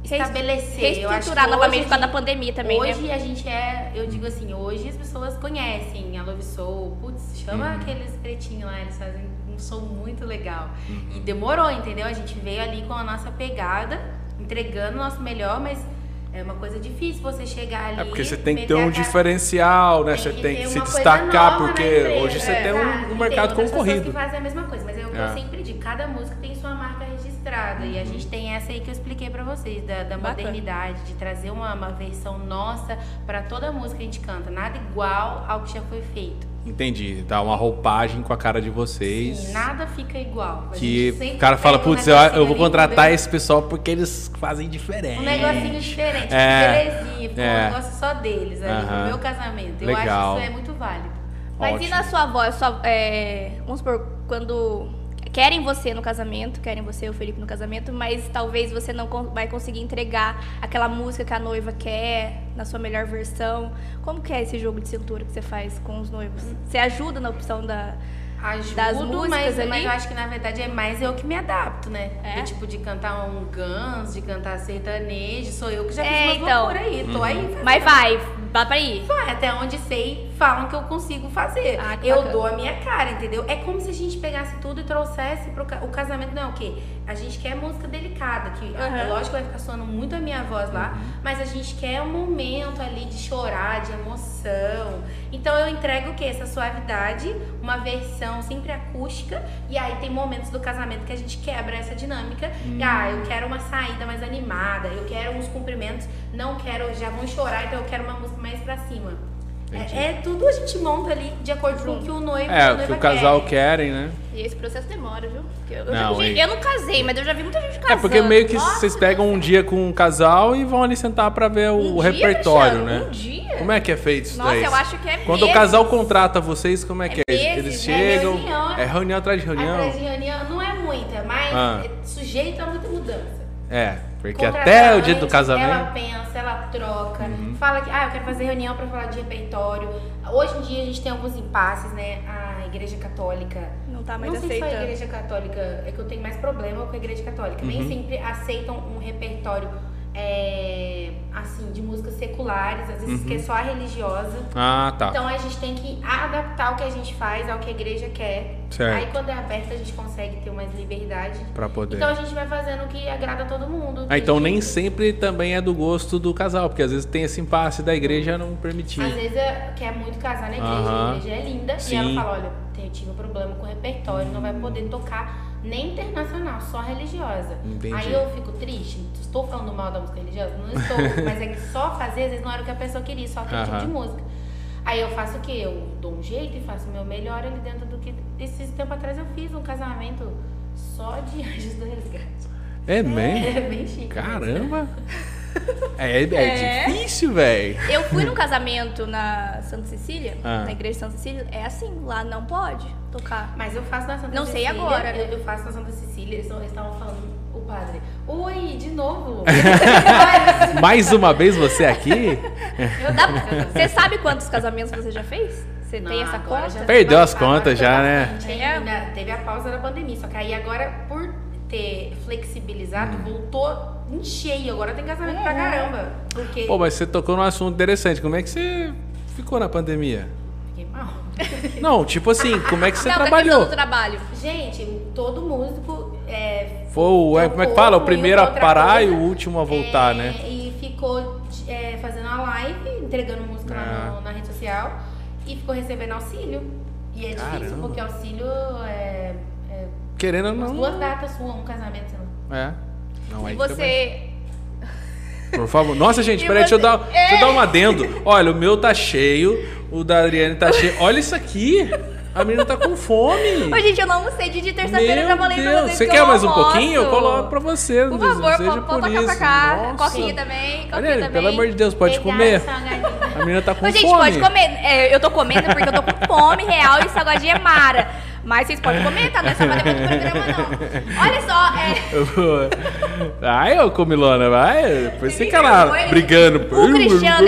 S2: Reestru-
S3: estabelecer. Eu acho que
S2: Reestruturar novamente
S3: hoje
S2: por causa da pandemia também, né?
S3: hoje a gente é, eu digo assim, hoje as pessoas conhecem a Love Soul, putz, chama
S1: Uhum.
S3: aqueles pretinhos lá, eles fazem um som muito legal.
S1: Uhum.
S3: E demorou, entendeu? A gente veio ali com a nossa pegada, entregando o nosso melhor, mas É uma coisa difícil você chegar ali.
S1: É porque você tem que ter
S3: meter a
S1: um
S3: cara-
S1: diferencial, né?
S3: Tem
S1: Você
S3: que
S1: tem
S3: ter
S1: que se
S3: uma coisa
S1: destacar,
S3: nova na
S1: porque
S3: empresa,
S1: hoje você
S3: é.
S1: tem
S3: Exato.
S1: um, um
S3: E
S1: mercado
S3: tem outras pessoas
S1: concorrido.
S3: que fazem a mesma coisa, mas é o que
S1: É. Uhum.
S3: eu sempre digo, cada música tem sua marca registrada. E a gente tem essa aí que eu expliquei pra vocês, da, da
S2: Bacana.
S3: modernidade, de trazer uma, uma versão nossa pra toda a música que a gente canta. Nada igual ao que já foi feito.
S1: Entendi. Dá uma roupagem com a cara de vocês.
S3: E nada fica igual. A
S1: que
S3: gente sempre
S1: o cara fala,
S3: pega um
S1: putz, eu, eu vou
S3: negocinho ali,
S1: contratar
S3: entendeu?
S1: esse pessoal porque eles fazem diferente.
S3: Um negocinho diferente,
S1: É.
S3: belezinha, ficou
S1: É.
S3: um negócio só deles ali,
S1: Aham.
S3: no meu casamento. Eu
S1: Legal.
S3: acho que isso é muito válido.
S2: Mas
S1: Ótimo.
S2: e na sua voz? Sua, é, vamos supor, quando querem você no casamento, querem você e o Felipe no casamento, mas talvez você não con- vai conseguir entregar aquela música que a noiva quer, na sua melhor versão. Como que é esse jogo de cintura que você faz com os noivos? Você ajuda na opção da...
S3: ajudo,
S2: das músicas
S3: mas,
S2: ali?
S3: mas eu acho que na verdade é mais eu que me adapto, né?
S2: É?
S3: Do tipo de cantar um Guns, de cantar sertanejo, sou eu que já fiz
S2: É,
S3: umas
S2: então. Uhum.
S3: loucuras aí, tô aí fazendo.
S2: Mas vai, dá pra ir.
S3: Vai, até onde sei, falam que eu consigo fazer.
S2: Ah, que
S3: eu
S2: bacana.
S3: dou a minha cara, entendeu? É como se a gente pegasse tudo e trouxesse pro ca- o casamento. Não, o quê? A gente quer música delicada, que
S2: Aham.
S3: é lógico que vai ficar soando muito a minha voz lá, mas a gente quer um momento ali de chorar, de emoção. Então eu entrego o quê? Essa suavidade, uma versão sempre acústica, e aí tem momentos do casamento que a gente quebra essa dinâmica. E, ah, eu quero uma saída mais animada, eu quero uns cumprimentos, não quero, já vão chorar, então eu quero uma música mais pra cima.
S1: Entendi.
S3: É, é tudo a gente monta ali de acordo com o que o noivo
S1: É,
S3: a
S1: o que
S3: noiva
S1: o casal
S3: quer.
S1: querem, né?
S2: E esse processo demora, viu? Porque eu,
S1: Não,
S2: já, vi-
S1: é-
S2: eu não casei, mas eu já vi muita gente
S1: É
S2: casando.
S1: porque meio que
S2: Nossa,
S1: vocês pegam um dia com um casal e vão ali sentar pra ver o,
S2: um
S1: tipo, o
S2: dia,
S1: repertório,
S2: Alexandre,
S1: né?
S2: Um dia.
S1: Como é que é feito isso
S2: Nossa,
S1: daí?
S2: eu acho que é
S1: Quando o
S2: meses.
S1: casal contrata vocês, como é, que é?
S2: meses,
S1: Eles
S2: né?
S1: chegam.
S3: Reunião. né?
S1: É reunião atrás de
S3: A
S1: reunião.
S3: frase de reunião não é muita, mas
S1: Ah.
S3: é sujeito a muita mudança.
S1: É, porque
S3: Contratar
S1: até o dia do
S3: antes, Ela
S1: casamento. Uhum.
S3: pensa, ela troca, fala que, ah, eu quero fazer reunião pra falar de repertório. Hoje em dia a gente tem alguns impasses, né? A igreja católica
S2: Não tá mais
S3: não sei se só a
S2: aceitando.
S3: igreja católica é que eu tenho mais problema com a igreja católica.
S1: Uhum.
S3: Nem sempre aceitam um repertório é, assim de músicas seculares, às
S1: Uhum.
S3: vezes que é só a religiosa.
S1: Ah, tá.
S3: Então a gente tem que adaptar o que a gente faz ao que a igreja quer.
S1: Certo.
S3: Aí quando é aberto a gente consegue ter mais liberdade.
S1: Pra poder.
S3: Então a gente vai fazendo o que agrada a todo mundo.
S1: Ah, então
S3: Que-
S1: nem sempre também é do gosto do casal, porque às vezes tem esse impasse da igreja não permitir.
S3: Às vezes eu- quer muito casar na igreja,
S1: Aham.
S3: a igreja é linda.
S1: Sim.
S3: E ela fala, olha, eu tive um problema com o repertório, não vai poder tocar nem internacional, só religiosa.
S1: Entendi.
S3: Aí eu fico triste, estou falando mal da música religiosa? Não estou, mas é que só fazer, às vezes não era o que a pessoa queria, só aquele tipo
S1: Aham.
S3: de música. Aí eu faço o quê? Eu dou um jeito e faço o meu melhor ali dentro do que... Esse tempo atrás eu fiz um casamento só de anjos do resgate.
S1: É mesmo?
S3: É bem chique.
S1: Caramba! É, é difícil, velho.
S2: Eu fui num casamento na Santa Cecília,
S1: Ah.
S2: na igreja de Santa Cecília. É assim, lá não pode tocar.
S3: Mas eu faço na Santa
S2: Não sei
S3: Cecília.
S2: agora, né?
S3: Eu, eu faço na Santa Cecília. Eles eles estavam falando, o padre. Oi, de novo. Mas-
S1: Mais uma vez você aqui?
S2: Dá- Você sabe quantos casamentos você já fez? Você
S3: Não,
S2: tem essa
S3: agora
S2: conta?
S3: já- tá
S1: Perdeu as
S3: agora
S1: contas
S3: foi
S1: já, né?
S3: bastante, hein?
S2: É.
S3: Ainda teve a pausa da pandemia. Só que aí agora, por ter flexibilizado,
S1: Hum.
S3: voltou em cheio. Agora tem casamento
S2: Uhum.
S3: pra caramba. Porque
S1: Pô, mas você tocou num assunto interessante. Como é que você ficou na pandemia?
S3: fiquei mal.
S1: Não, tipo assim, como é que você
S2: Não, da questão
S1: trabalhou?
S2: do trabalho.
S3: Gente, todo músico é,
S1: Foi o, é, como é que fala? O
S3: Trocou,
S1: primeiro a
S3: outra
S1: parar e
S3: coisa.
S1: o último a voltar,
S3: É,
S1: né?
S3: E ficou é, fazendo a live, entregando música lá
S1: Ah.
S3: no- na rede social e ficou recebendo auxílio. E é difícil,
S1: Caramba.
S3: porque auxílio é, é
S1: Querendo ou
S3: umas
S1: não.
S3: duas datas sua, um casamento. sei lá.
S1: É. Não,
S2: E
S1: aí também.
S2: você.
S1: Por favor. Nossa, gente,
S2: E
S1: peraí, deixa eu,
S2: você- É.
S1: dar, deixa eu dar um adendo. Olha, o meu tá cheio, o da Adriane tá cheio. Olha isso aqui! A menina tá com fome.
S2: Ô, gente, eu não almocei de dia, terça-feira, eu já
S1: Meu
S2: falei pra
S1: Deus.
S2: vocês.
S1: Você
S2: que
S1: quer
S2: eu
S1: mais um
S2: almoço.
S1: pouquinho? Eu coloco pra você.
S2: Por favor,
S1: seja
S2: pode pode
S1: por
S2: tocar
S1: isso.
S2: pra cá.
S1: Nossa.
S2: Coquinha também. Coquinha
S1: Adriane,
S2: também.
S1: pelo amor de Deus, pode
S3: Pegar
S1: comer.
S3: essa galinha.
S1: A menina tá com
S2: Mas, gente,
S1: fome.
S2: pode comer. É, eu tô comendo porque eu tô com fome real e o salgadinho é mara. Mas vocês podem comer, tá? Não é só pra levar do programa, não. Olha só, é,
S1: Ai, ô Comilona, vai. Depois
S2: Ele me
S1: fica lá
S2: envergonha,
S1: né? brigando.
S3: Uh,
S2: o Cristiano,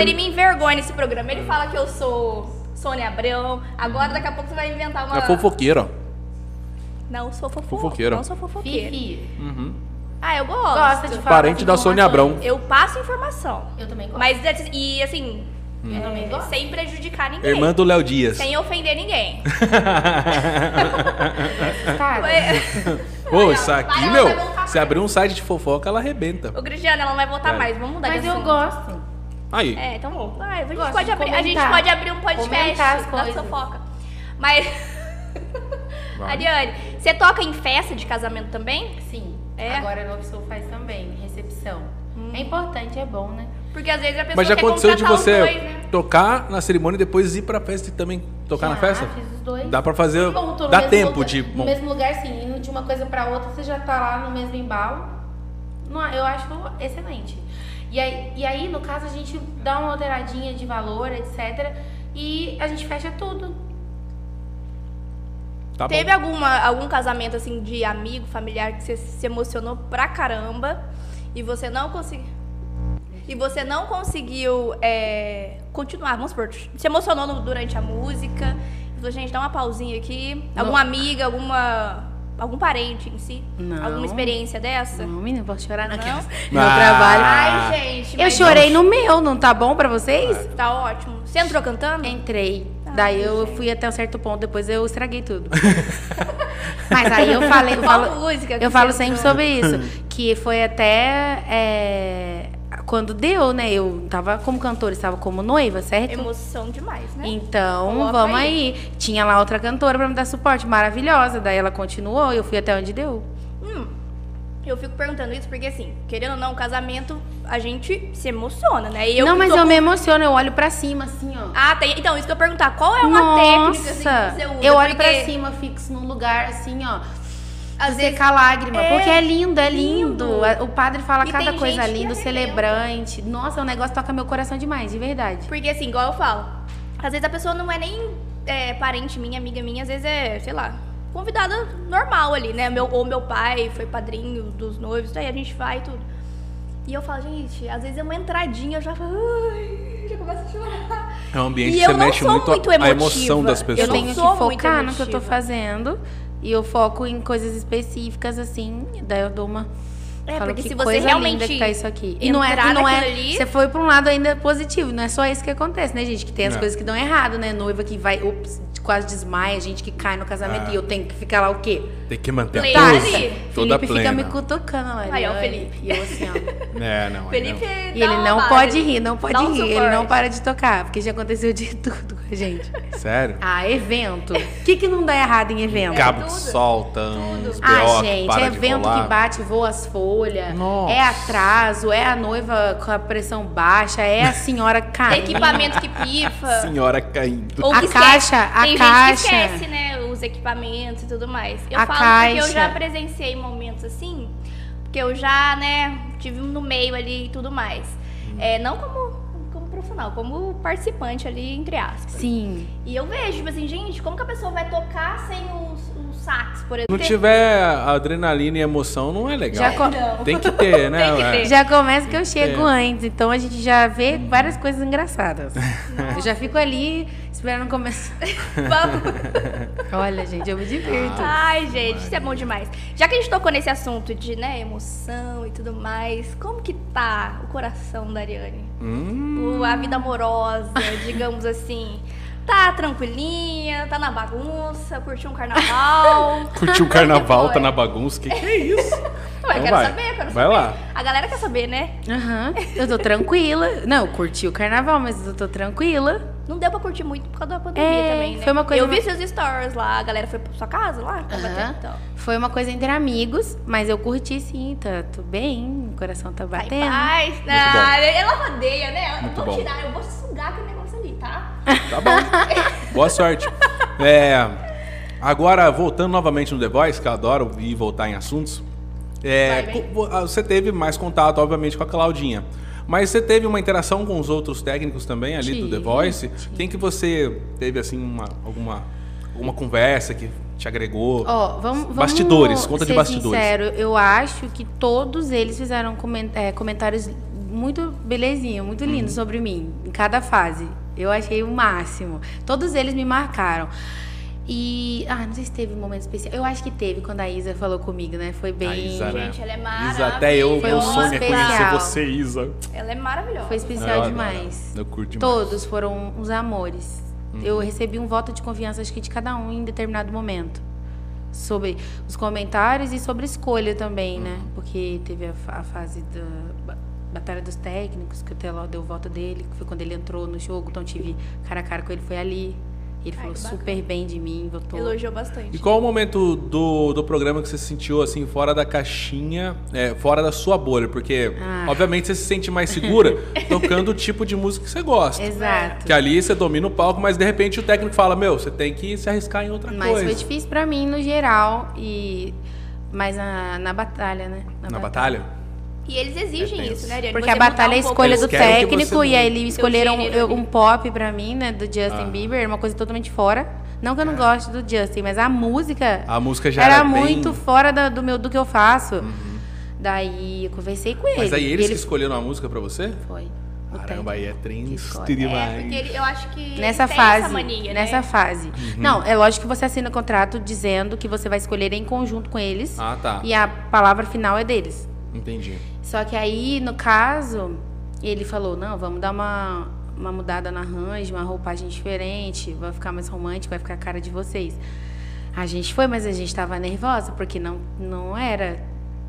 S2: ele me envergonha nesse programa. Ele fala que eu sou Sônia Abrão. Agora, daqui a pouco, você vai inventar uma...
S1: É fofoqueiro.
S2: Não, sou fofoqueira.
S1: Fofoqueira.
S2: Não sou fofoqueira.
S3: Fifi,
S2: Ah, eu gosto.
S3: gosta de falar.
S1: Parente
S3: das
S1: da Sônia
S3: informações.
S1: Abrão.
S2: Eu passo informação.
S3: Eu também gosto.
S2: Mas, e assim,
S3: eu também gosto.
S2: sem prejudicar ninguém.
S1: Hum. Irmã do Léo Dias.
S2: Sem ofender ninguém.
S3: Sabe?
S1: É. Pô, isso aqui, meu.
S2: Vai lá, vai voltar
S1: Se abrir um site de fofoca, ela arrebenta.
S2: Ô, Cristiano, ela não vai voltar
S1: É.
S2: mais. Vamos mudar
S3: Mas assim.
S2: de
S3: eu
S2: assunto.
S3: gosto.
S1: Aí.
S2: É, então vai, a, gente
S3: Gosto
S2: pode
S3: de
S2: abrir, a gente
S3: comentar.
S2: pode abrir um podcast
S3: Comentar as
S2: da
S3: coisas.
S2: fofoca. Mas,
S1: vai.
S2: Ariane, você toca em festa de casamento também?
S3: Sim.
S2: É?
S3: Agora a Novo Sul faz também, recepção. É importante, é bom, né?
S2: Porque às vezes a pessoa
S1: Mas já
S2: quer
S1: aconteceu de
S2: contratar os
S1: você
S2: dois, né?
S1: tocar na cerimônia e depois ir pra festa e também tocar na
S3: Já,
S1: festa?
S3: Ah, Fiz os dois.
S1: Dá pra fazer.
S3: Bom, eu tô no
S1: Dá
S3: mesmo
S1: tempo
S3: lugar-
S1: de.
S3: No mesmo lugar, sim. Indo de uma coisa pra outra, você já tá lá no mesmo embalo. Não, eu acho excelente. E aí, e aí, no caso, a gente dá uma alteradinha de valor, etc. E a gente fecha tudo.
S1: Tá bom.
S2: Teve alguma, algum casamento assim de amigo, familiar que você se emocionou pra caramba e você não conseguiu. E você não conseguiu é, continuar, vamos supor, se emocionou no- durante a música. e Falou, gente, dá uma pausinha aqui. Alguma amiga, alguma. algum parente em si?
S3: Não.
S2: Alguma experiência dessa?
S3: Não, menina, posso chorar
S2: Não?
S3: naquelas.
S1: Meu
S3: Meu
S1: Ah. trabalho.
S3: trabalho.
S1: Ah.
S2: Ai, gente.
S3: Eu
S2: mas
S3: chorei no meu, não tá bom pra vocês?
S2: Tá ótimo. Você entrou
S1: Ah.
S2: cantando?
S3: Entrei.
S2: Ai,
S3: Daí eu
S2: gente.
S3: fui até um certo ponto, depois eu estraguei tudo. Mas aí eu falei, eu falo,
S2: Qual música? que
S3: eu falo
S2: você
S3: sempre
S2: entrou?
S3: sobre isso. Que foi até é, quando deu, né? Eu tava como cantora, estava como noiva, certo?
S2: Emoção demais, né?
S3: Então,
S2: Coloca
S3: vamos
S2: aí.
S3: aí. Tinha lá outra cantora pra me dar suporte, maravilhosa. Daí ela continuou e eu fui até onde deu.
S2: Eu fico perguntando isso porque, assim, querendo ou não, casamento, a gente se emociona, né? E eu
S3: não,
S2: que
S3: mas
S2: sou
S3: eu me emociono, eu olho pra cima, assim, ó.
S2: Ah, tem. Então, isso que eu ia perguntar, qual é uma técnica assim, que você usa?
S3: eu olho
S2: Porque
S3: pra cima, fixo num lugar assim, ó.
S2: Às
S3: Às a lágrima,
S2: É,
S3: porque é lindo, é lindo. A- O padre fala
S2: E
S3: cada
S2: tem
S3: coisa
S2: gente que
S3: linda, o
S2: arrebenta.
S3: celebrante. Nossa, o negócio toca meu coração demais, de verdade.
S2: Porque assim, igual eu falo, às vezes a pessoa não é nem é, parente minha, amiga minha, às vezes é, sei lá, convidada normal ali, né? Meu, ou meu pai foi padrinho dos noivos, daí a gente vai e tudo. E eu falo, gente, às vezes é uma entradinha, eu já falo, ai, já começo a chorar.
S1: É um ambiente que
S2: E
S1: você
S2: eu não
S1: mexe
S2: sou
S1: muito,
S2: muito
S1: a- a emoção
S2: emotiva.
S1: das
S2: Eu
S1: pessoas.
S3: eu tenho que
S2: sou muito
S3: focar no que eu tô
S2: emotiva.
S3: fazendo. E eu foco em coisas específicas, assim. Daí eu dou uma.
S2: É,
S3: falo
S2: porque
S3: que
S2: se você
S3: coisa linda
S2: realmente
S3: que tá isso aqui. E não é,
S2: entrar
S3: e não é.
S2: naquilo ali-
S3: Você foi pra um lado ainda positivo. Não é só isso que acontece, né, gente? Que tem as
S1: É.
S3: coisas que dão errado, né? Noiva que vai, ups, quase desmaia, gente que cai no casamento
S1: Ah.
S3: e eu tenho que ficar lá o quê? Tá,
S1: Tem que manter
S2: Play
S1: a
S2: ali.
S1: pose
S2: Felipe
S1: toda
S3: Felipe
S1: plena.
S3: fica me cutucando lá.
S2: Aí, ó,
S3: olha,
S2: Felipe.
S3: E eu assim, ó.
S1: É, não. é não.
S2: Felipe.
S3: E
S2: dá
S3: ele
S2: uma
S3: não
S2: base.
S3: pode rir, não pode
S2: Dá um
S3: rir. Ele não
S2: suporte.
S3: para de tocar, porque já aconteceu de tudo com a gente.
S1: Sério?
S3: Ah, evento. O que, que não dá errado em evento?
S1: Cabo que
S2: tudo.
S1: solta, um uns BO
S3: Ah,
S1: que
S3: gente,
S1: para
S3: é
S1: de
S3: vento
S1: rolar.
S3: que bate, voa as folhas.
S1: Nossa.
S3: É atraso, é a noiva com a pressão baixa, é a senhora caindo.
S2: Equipamento que pifa.
S1: Senhora caindo.
S2: Ou
S3: A
S2: que
S3: caixa, a
S2: Tem
S3: caixa.
S2: gente que esquece, né, os equipamentos e tudo mais. Eu
S3: A
S2: falo porque eu
S3: caixa.
S2: já presenciei momentos assim, porque eu já, né, tive no meio ali e tudo mais.
S3: Uhum.
S2: É, não como como profissional, como participante ali, entre aspas.
S3: Sim.
S2: E eu vejo, tipo assim, gente, como que a pessoa vai tocar sem os, os sax, por
S1: Não
S2: exemplo?
S1: tiver adrenalina e emoção, não é legal.
S3: Já co-
S1: Tem que ter, né?
S2: Tem que ter.
S3: Já começa que eu chego
S1: É.
S3: antes, então a gente já vê várias coisas engraçadas. Eu já fico ali esperando começar.
S2: Tipo, Vamos.
S3: Olha, gente, eu me divirto.
S2: Ai, gente, isso é bom demais. Já que a gente tocou nesse assunto de, né, emoção e tudo mais, como que tá o coração da Ariane?
S1: Hum,
S2: O- Tipo, a vida amorosa, digamos assim. Tá tranquilinha, tá na bagunça, curtiu um carnaval.
S1: curtiu o carnaval,
S2: Foi.
S1: tá na bagunça. Que que é isso?
S2: Ué,
S1: Então
S2: quero
S1: vai.
S2: saber, quero
S1: Vai
S2: saber.
S1: lá.
S2: A galera quer saber, né?
S3: Aham. Eu tô tranquila. Não, eu curti o carnaval, mas eu tô tranquila.
S2: Não deu pra curtir muito por causa da pandemia
S3: É,
S2: também, né?
S3: foi uma coisa-
S2: Eu vi seus stories lá, a galera foi pra sua casa lá, tava
S3: Aham.
S2: até então.
S3: Foi uma coisa entre amigos, mas eu curti sim, tá tô bem, o coração tá
S2: Vai,
S3: batendo.
S2: paz.
S1: bom.
S2: Ah, ela rodeia, né? Eu
S1: Muito
S2: vou
S1: bom.
S2: tirar, eu vou sugar aquele negócio ali, tá?
S1: Tá bom. Boa sorte. É, agora, voltando novamente no The Voice, que eu adoro ir voltar em assuntos. é,
S2: Vai, vem.
S1: co- você teve mais contato, obviamente, com a Claudinha. Mas você teve uma interação com os outros técnicos também ali do The
S3: Tive,
S1: Voice?
S3: tive.
S1: Quem que você teve, assim, uma, alguma, alguma conversa que te agregou?
S3: Ó, vamos, vamos
S1: Bastidores, conta de
S3: ser
S1: bastidores.
S3: Sincero, eu acho que todos eles fizeram comen- eh, comentários muito belezinho,
S1: Uhum.
S3: muito lindos sobre mim, em cada fase. Eu achei o máximo. Todos eles me marcaram. E, ah, não sei se teve um momento especial. Eu acho que teve quando a Isa falou comigo, né? Foi bem.
S1: A Isa, né?
S2: Gente, ela é
S1: Isa,
S2: maravilhosa.
S1: até eu,
S3: Foi
S1: meu
S3: um
S1: sonho é conhecer
S3: especial.
S1: você, Isa.
S2: Ela é maravilhosa.
S3: Foi
S1: Eu
S3: especial
S1: adoro.
S3: demais.
S1: Eu curto demais. Uhum.
S3: Todos foram uns amores. Eu recebi um voto de confiança, acho que de cada um em determinado momento. sobre os comentários e sobre escolha também, né?
S1: Uhum.
S3: Porque teve a, fa- a fase da ba- Batalha dos Técnicos, que o Teló deu volta dele, que foi quando ele entrou no jogo, então tive cara a cara com ele, foi ali. Ele
S2: Ai,
S3: falou
S2: que bacana.
S3: super bem de mim, votou.
S2: Elogiou bastante.
S1: E qual o momento do, do programa que você se sentiu assim fora da caixinha, é, fora da sua bolha? Porque,
S3: Ah.
S1: obviamente, você se sente mais segura tocando o tipo de música que você gosta.
S3: Exato.
S1: Que ali você domina o palco, mas de repente o técnico fala: Meu, você tem que se arriscar em outra
S3: Mas
S1: coisa.
S3: foi difícil pra mim no geral e mas na, na batalha, né?
S1: Na batalha?
S2: E eles exigem
S1: É tenso.
S2: isso, né, Ariane?
S3: Porque
S2: Você
S3: a batalha é a
S2: mudar um pouco-
S3: escolha
S1: Eles
S3: do
S1: querem que
S3: técnico
S1: você
S3: e aí
S1: mude.
S3: eles escolheram
S2: gênero
S3: eu-
S2: ali.
S3: um pop pra mim, né, do Justin
S1: Ah. É.
S3: Bieber, era uma coisa totalmente fora. Não que eu não goste do Justin, mas a música
S1: A música já
S3: era,
S1: era bem- Uhum.
S3: muito fora da- do meu do que eu faço. Daí eu conversei com ele.
S1: Mas aí eles
S3: ele
S1: que escolheram a música pra você?
S3: foi. o técnico.
S1: Caramba, aí é triste
S3: escolhe.
S1: demais.
S2: É, porque ele- eu acho que
S3: Nessa
S2: tem
S3: fase,
S2: essa mania, né?
S3: nessa fase.
S1: Uhum.
S3: Não, é lógico que você assina o contrato dizendo que você vai escolher em conjunto com eles
S1: Ah, tá.
S3: e a palavra final é deles.
S1: Entendi.
S3: Só que aí, no caso, ele falou: não, vamos dar uma, uma mudada no arranjo, uma roupagem diferente, vai ficar mais romântico, vai ficar a cara de vocês. A gente foi, mas a gente tava nervosa, porque não, não era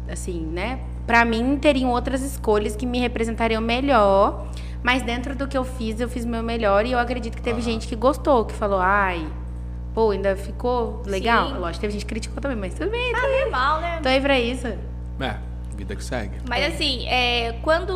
S3: assim, né? Pra mim, teriam outras escolhas que me representariam melhor. Mas dentro do que eu fiz, eu fiz o meu melhor. E eu acredito que teve gente que gostou, que falou, ai, pô, ainda ficou legal.
S2: Sim.
S3: Lógico, teve gente que criticou também, mas tudo bem.
S2: Ah, normal, né?
S3: Tô aí pra isso.
S1: É, vida que segue.
S2: Mas assim, é, quando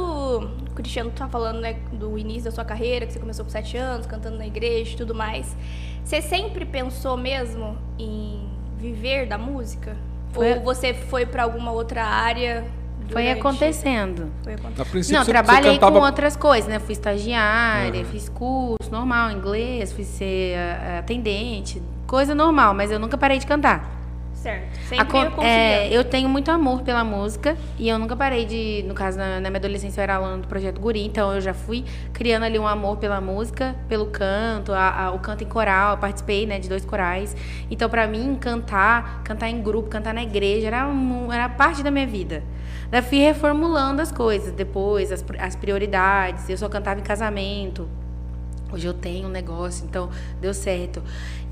S2: o Cristiano tá falando né, do início da sua carreira, que você começou com 7 anos, cantando na igreja e tudo mais, você sempre pensou mesmo em viver da música?
S3: Foi-
S2: Ou você foi pra alguma outra área?
S3: Foi
S2: durante-
S3: acontecendo.
S2: Foi aconte-
S1: A princípio,
S3: Não,
S1: você- você
S3: trabalhei
S1: cantava-
S3: com outras coisas, né? Fui estagiária,
S1: Aham.
S3: fiz curso normal, inglês, fui ser ah, atendente, coisa normal, mas eu nunca parei de cantar.
S2: Certo. Sempre
S3: Acon-
S2: eu
S3: é,
S2: conciliando.
S3: eu tenho muito amor pela música e eu nunca parei de, no caso, na, na minha adolescência eu era aluna do Projeto Guri, então eu já fui criando ali um amor pela música, pelo canto, a- a- o canto em coral, eu participei, né, de dois corais. Então pra mim cantar, cantar em grupo, cantar na igreja era, um- era parte da minha vida. Daí fui reformulando as coisas depois, as, pri- as prioridades. Eu só cantava em casamento. Hoje eu tenho um negócio, então deu certo.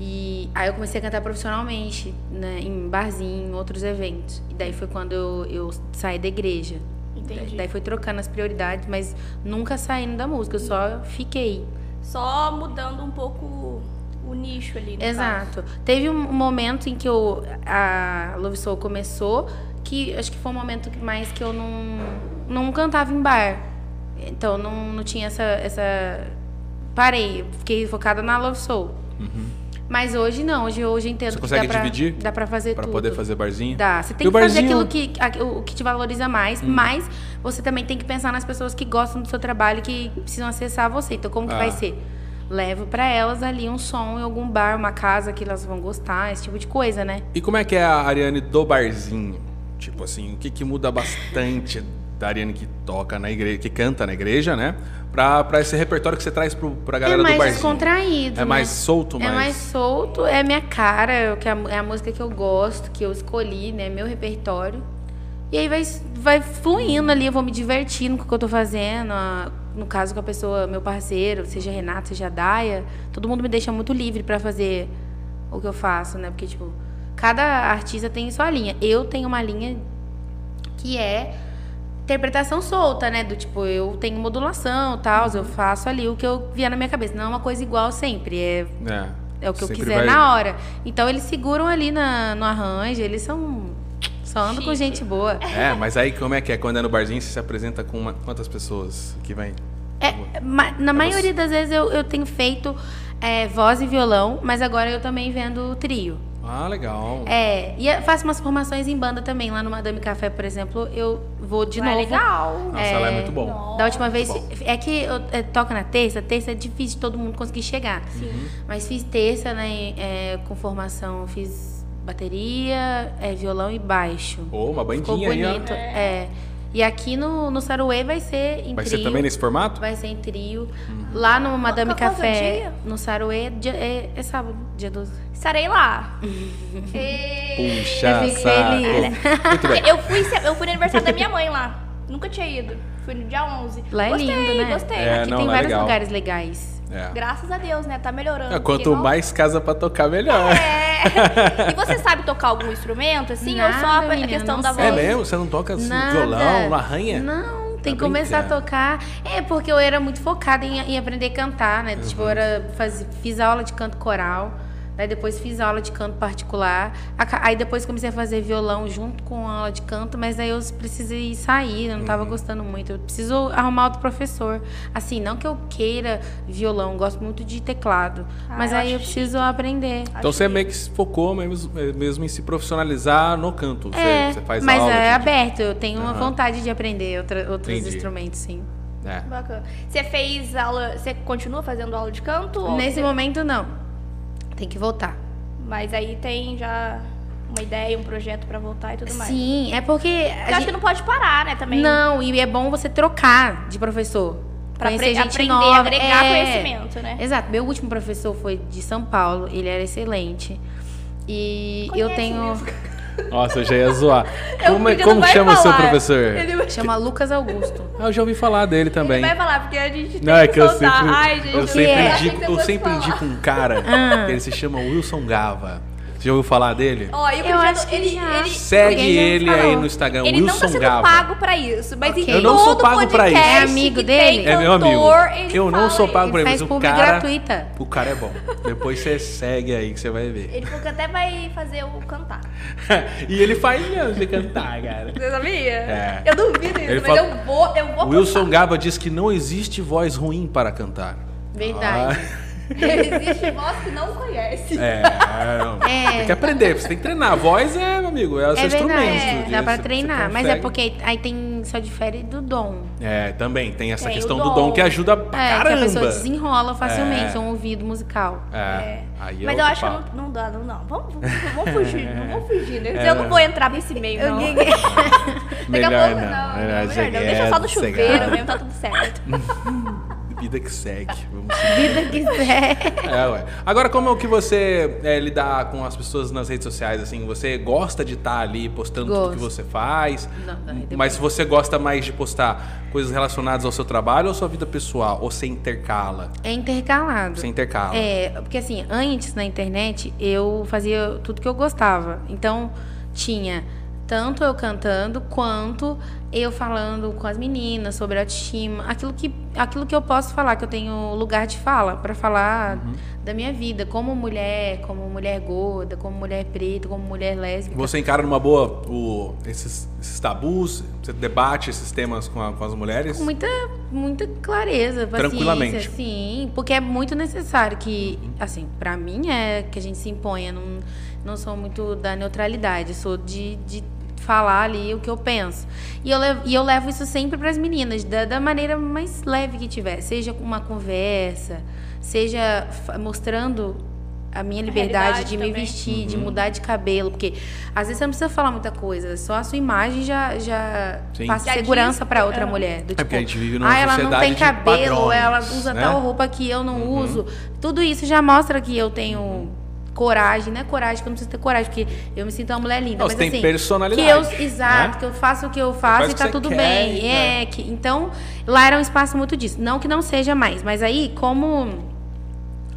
S3: E aí eu comecei a cantar profissionalmente, né, em barzinho, em outros eventos. E daí foi quando eu, eu saí da igreja.
S2: Entendi.
S3: Daí foi trocando as prioridades, mas nunca saindo da música, eu só fiquei.
S2: Só mudando um pouco o nicho ali. no caso.
S3: Exato. Teve um momento em que eu, a Love Soul começou, que acho que foi um momento que mais que eu não, não cantava em bar. Então não, não tinha essa, essa. Parei, fiquei focada na Love Soul. Mas hoje não, hoje, hoje eu entendo
S1: Uhum. Você
S3: que
S1: consegue
S3: dá pra,
S1: dividir?
S3: Dá pra fazer
S1: Pra
S3: tudo.
S1: poder fazer barzinho?
S3: Dá. Você tem
S1: E o
S3: que fazer
S1: barzinho- Hum.
S3: aquilo que, a- o que te valoriza mais, mas você também tem que pensar nas pessoas que gostam do seu trabalho e que precisam acessar você. Então, como que
S1: Ah.
S3: vai ser? Levo pra elas ali um som em algum bar, uma casa que elas vão gostar, esse tipo de coisa, né?
S1: E como é que é a Ariane do barzinho? Tipo assim, o que, que muda bastante da Ariane que toca na igreja, que canta na igreja, né? Pra, pra esse repertório que você traz pro, pra galera
S3: é mais
S1: do barzinho.
S3: descontraído.
S1: É
S3: né?
S1: mais solto,
S3: É
S1: mais.
S3: mais solto, é minha cara, é o que a- é a música que eu gosto, que eu escolhi, né? Meu repertório. E aí vai, vai fluindo ali, eu vou me divertindo com o que eu tô fazendo. a- no caso com a pessoa, meu parceiro, seja Renato, seja Daia, todo mundo me deixa muito livre pra fazer o que eu faço, né? Porque, tipo, cada artista tem sua linha. Eu tenho uma linha que é interpretação solta, né? Do tipo, eu tenho modulação e tal, eu faço ali o que eu vier na minha cabeça. Não é uma coisa igual sempre, é
S1: É,
S3: é o que
S1: Sempre
S3: eu quiser
S1: vai-
S3: na hora. Então eles seguram ali na- no arranjo, eles são. Só andam com
S2: Chique.
S3: gente boa.
S1: É, mas aí como é que é? Quando é no barzinho, você se apresenta com uma- quantas pessoas que vem?
S3: É, ma- na maioria das vezes eu, eu tenho feito é, voz e violão, mas agora eu também vendo trio.
S1: Ah, legal.
S3: É, e eu faço umas formações em banda também. Lá no Madame Café, por exemplo, eu vou de
S2: Ah,
S3: novo.
S2: legal.
S1: Nossa, ela é muito bom.
S3: Da última vez,
S1: bom.
S3: é que eu é, toco na terça, terça é difícil todo mundo conseguir chegar.
S1: Uhum.
S3: Mas fiz terça, né, é, com formação, fiz bateria, é, violão e baixo.
S1: Ô, uma
S3: Ficou
S1: bandinha aí, ó.
S3: bonito. É. E aqui no, no Saruê vai ser em
S1: Vai
S3: trio.
S1: ser também nesse Uhum. formato?
S3: Vai ser em trio. Lá no Madame
S2: qual que é o
S3: Café,
S2: dia?
S3: no Saruê, dia- é, é sábado, dia 12.
S2: Estarei lá. E-
S1: Puxa,
S3: Eu fico
S1: saco.
S3: feliz.
S1: Muito bem.
S2: Eu fui, se- eu fui no aniversário da minha mãe lá. Nunca tinha ido. Fui no dia 11.
S3: Lá é
S2: gostei,
S3: lindo, né?
S2: Gostei,
S1: É,
S3: aqui
S1: não,
S3: tem
S1: lá é
S3: vários
S1: legal.
S3: lugares legais.
S1: É.
S2: Graças a Deus, né? Tá melhorando.
S1: É,
S2: porque,
S1: Quanto
S2: nossa,
S1: mais casa pra tocar, melhor.
S2: É, É. E você sabe tocar algum instrumento, assim? ou só a
S3: Nada, menina,
S2: questão
S3: não
S2: da
S3: sei.
S2: voz?
S1: É mesmo? Você não toca assim,
S3: Nada.
S1: violão, não arranha?
S3: Não, tem que
S1: Tá
S3: começar a
S1: brincando.
S3: tocar. É, porque eu era muito focada em, em aprender a cantar, né? Tipo,
S1: Uhum.
S3: eu era, faz, fiz aula de canto coral, daí depois fiz aula de canto particular. aca- Aí depois comecei a fazer violão junto com a aula de canto, mas aí eu precisei sair, eu não
S1: Uhum.
S3: tava gostando muito. Eu preciso arrumar outro professor. Assim, não que eu queira violão, eu gosto muito de teclado.
S2: Ah,
S3: mas
S2: eu
S3: aí
S2: acho
S3: eu preciso aprender.
S1: Então
S2: Acho
S1: você
S2: que-
S1: meio que se focou mesmo, eh, mesmo em se profissionalizar no canto. Você-
S3: É,
S1: você, faz
S3: mas
S1: aula.
S3: é
S1: de-
S3: aberto, eu tenho uma
S1: Aham.
S3: vontade de aprender outra- outros
S1: Entendi.
S3: instrumentos, sim.
S1: É.
S2: Bacana. Você fez aula. Você continua fazendo aula de canto? ou
S3: Nesse
S2: você-
S3: momento, não. Tem que voltar.
S2: Mas aí tem já uma ideia, um projeto pra voltar e tudo mais.
S3: Sim, é porque. a
S2: Eu acho
S3: gente-
S2: que não pode parar, né, também.
S3: Não, e é bom você trocar de professor.
S2: Pra
S3: conhecer
S2: apre-
S3: gente
S2: aprender,
S3: nova.
S2: agregar
S3: É.
S2: conhecimento, né?
S3: Exato. Meu último professor foi de São Paulo, ele era excelente. E eu
S2: Conhece
S3: tenho.
S1: Nossa, eu já ia zoar.
S2: Eu-
S1: como é-
S2: porque não
S1: como
S2: vai
S1: chama o seu
S2: falar.
S1: professor?
S2: Ele vai,
S3: Chama Lucas Augusto.
S1: Ah, eu já ouvi falar dele também.
S2: ele vai falar, porque a gente tem
S1: Não, é que eu
S2: soltar.
S1: sempre,
S2: Ai, gente,
S1: eu
S2: achei que é,
S1: sempre
S2: você
S1: indico, eu
S2: fosse
S1: sempre
S2: falar. Ah.
S1: indico um cara, que ele se chama Wilson Gava. Você já ouviu falar dele?
S2: Ó, e o
S3: Eu
S2: Cristiano,
S3: acho que
S2: ele,
S3: já.
S2: ele,
S1: Segue
S3: alguém já me
S1: ele
S3: falou.
S1: aí no Instagram,
S2: ele não
S1: Wilson
S2: tá sendo
S1: Gava.
S2: pago pra isso, mas em
S1: Eu não sou
S2: todo
S1: pago pra
S2: podcast
S1: isso.
S3: É amigo
S2: que
S3: dele?
S2: tem
S1: É meu
S2: cantor,
S1: amigo.
S2: ele
S1: Eu não
S2: fala
S1: sou
S2: isso.
S1: pago pra
S3: Ele
S1: Mas
S3: faz
S1: Ah, o
S3: publi
S1: cara-
S3: gratuita.
S1: O cara é bom. Depois você segue aí que você vai ver.
S2: Ele falou que até vai fazer o cantar.
S1: e ele faz mesmo de cantar, cara.
S2: Você sabia?
S1: É.
S2: Eu duvido isso,
S1: Ele
S2: mas
S1: fala-
S2: eu vou, eu vou
S1: Wilson Gava diz que não existe voz ruim para cantar.
S3: Verdade.
S1: Ah,
S2: cantar. Existe voz que não conhece.
S1: É, é, tem que aprender, você tem que treinar. A voz é, meu amigo, é o seu
S3: é
S1: instrumento.
S3: verdade.
S1: né?
S3: Dá pra
S1: Você-
S3: treinar.
S1: você
S3: Mas é
S1: consegue.
S3: porque aí tem só difere do dom.
S1: É, também tem essa
S2: Tem
S1: questão
S2: o
S1: do
S2: dom.
S1: dom que ajuda pra
S3: É, que a
S1: caramba.
S3: pessoa desenrola facilmente,
S1: É.
S3: um ouvido musical.
S1: É,
S2: É.
S1: aí é
S2: Mas
S1: outro
S2: eu acho
S1: papo. É.
S2: que não, não dá, não, não. Vamos, vamos, vamos fugir, não vamos fugir, né? Eu não vou entrar nesse meio, não. Daqui a
S1: Melhor
S2: pouco, não, não, melhor não.
S1: chegar,
S2: Deixa só no
S1: sossegar.
S2: chuveiro mesmo, tá tudo certo.
S1: Vida que segue. Vamos seguir.
S3: Vida quiser.
S1: É, ué. Agora, como é que você é, lidar com as pessoas nas redes sociais? Assim, você gosta de estar ali postando tudo que
S3: Gosto.
S1: você faz?
S3: Não, não,
S1: M-
S3: depois.
S1: mas você gosta mais de postar coisas relacionadas ao seu trabalho ou sua vida pessoal? Ou você intercala?
S3: É intercalado.
S1: Você intercala.
S3: É, porque assim, antes na internet eu fazia tudo que eu gostava. Então tinha tanto eu cantando quanto eu falando com as meninas sobre autoestima, aquilo que aquilo que eu posso falar, que eu tenho lugar de fala para falar da minha vida como mulher, como mulher gorda, como mulher preta, como mulher lésbica.
S1: Você encara numa boa o- esses, esses tabus? Você debate esses temas com, a- com as mulheres?
S3: Com muita, muita clareza, paciência,
S1: Tranquilamente.
S3: sim, porque é muito necessário que, assim, pra mim é que a gente se imponha, não, não sou muito da neutralidade, sou de, de falar ali o que eu penso. E eu levo, e eu levo isso sempre pras meninas, da, da maneira mais leve que tiver, seja com uma conversa, seja fa- mostrando a minha liberdade
S2: realidade
S3: de me
S2: também.
S3: vestir,
S1: Uhum.
S3: de mudar de cabelo, porque às vezes você não precisa falar muita coisa, só a sua imagem já, já
S1: Sim.
S3: passa
S2: Já diz-
S3: segurança pra outra
S2: Aham.
S3: mulher. Do
S1: É porque a gente vive numa
S3: ah, ela não
S1: sociedade
S3: tem
S1: de
S3: cabelo,
S1: padrões,
S3: ela usa
S1: né? Uhum.
S3: tal roupa que eu não uso. Tudo isso já mostra que eu tenho coragem, né? Coragem, que eu não preciso ter coragem, porque eu me sinto uma mulher linda.
S1: Não,
S3: mas
S1: você tem
S3: assim, que eu,
S1: personalidade.
S3: exato,
S1: né?
S3: que eu faço o que eu faço
S1: faz o
S3: e
S1: que
S3: tá
S1: você
S3: tudo
S1: quer,
S3: bem.
S1: né?
S3: É, que, então lá era um espaço muito disso. Não que não seja mais, mas aí como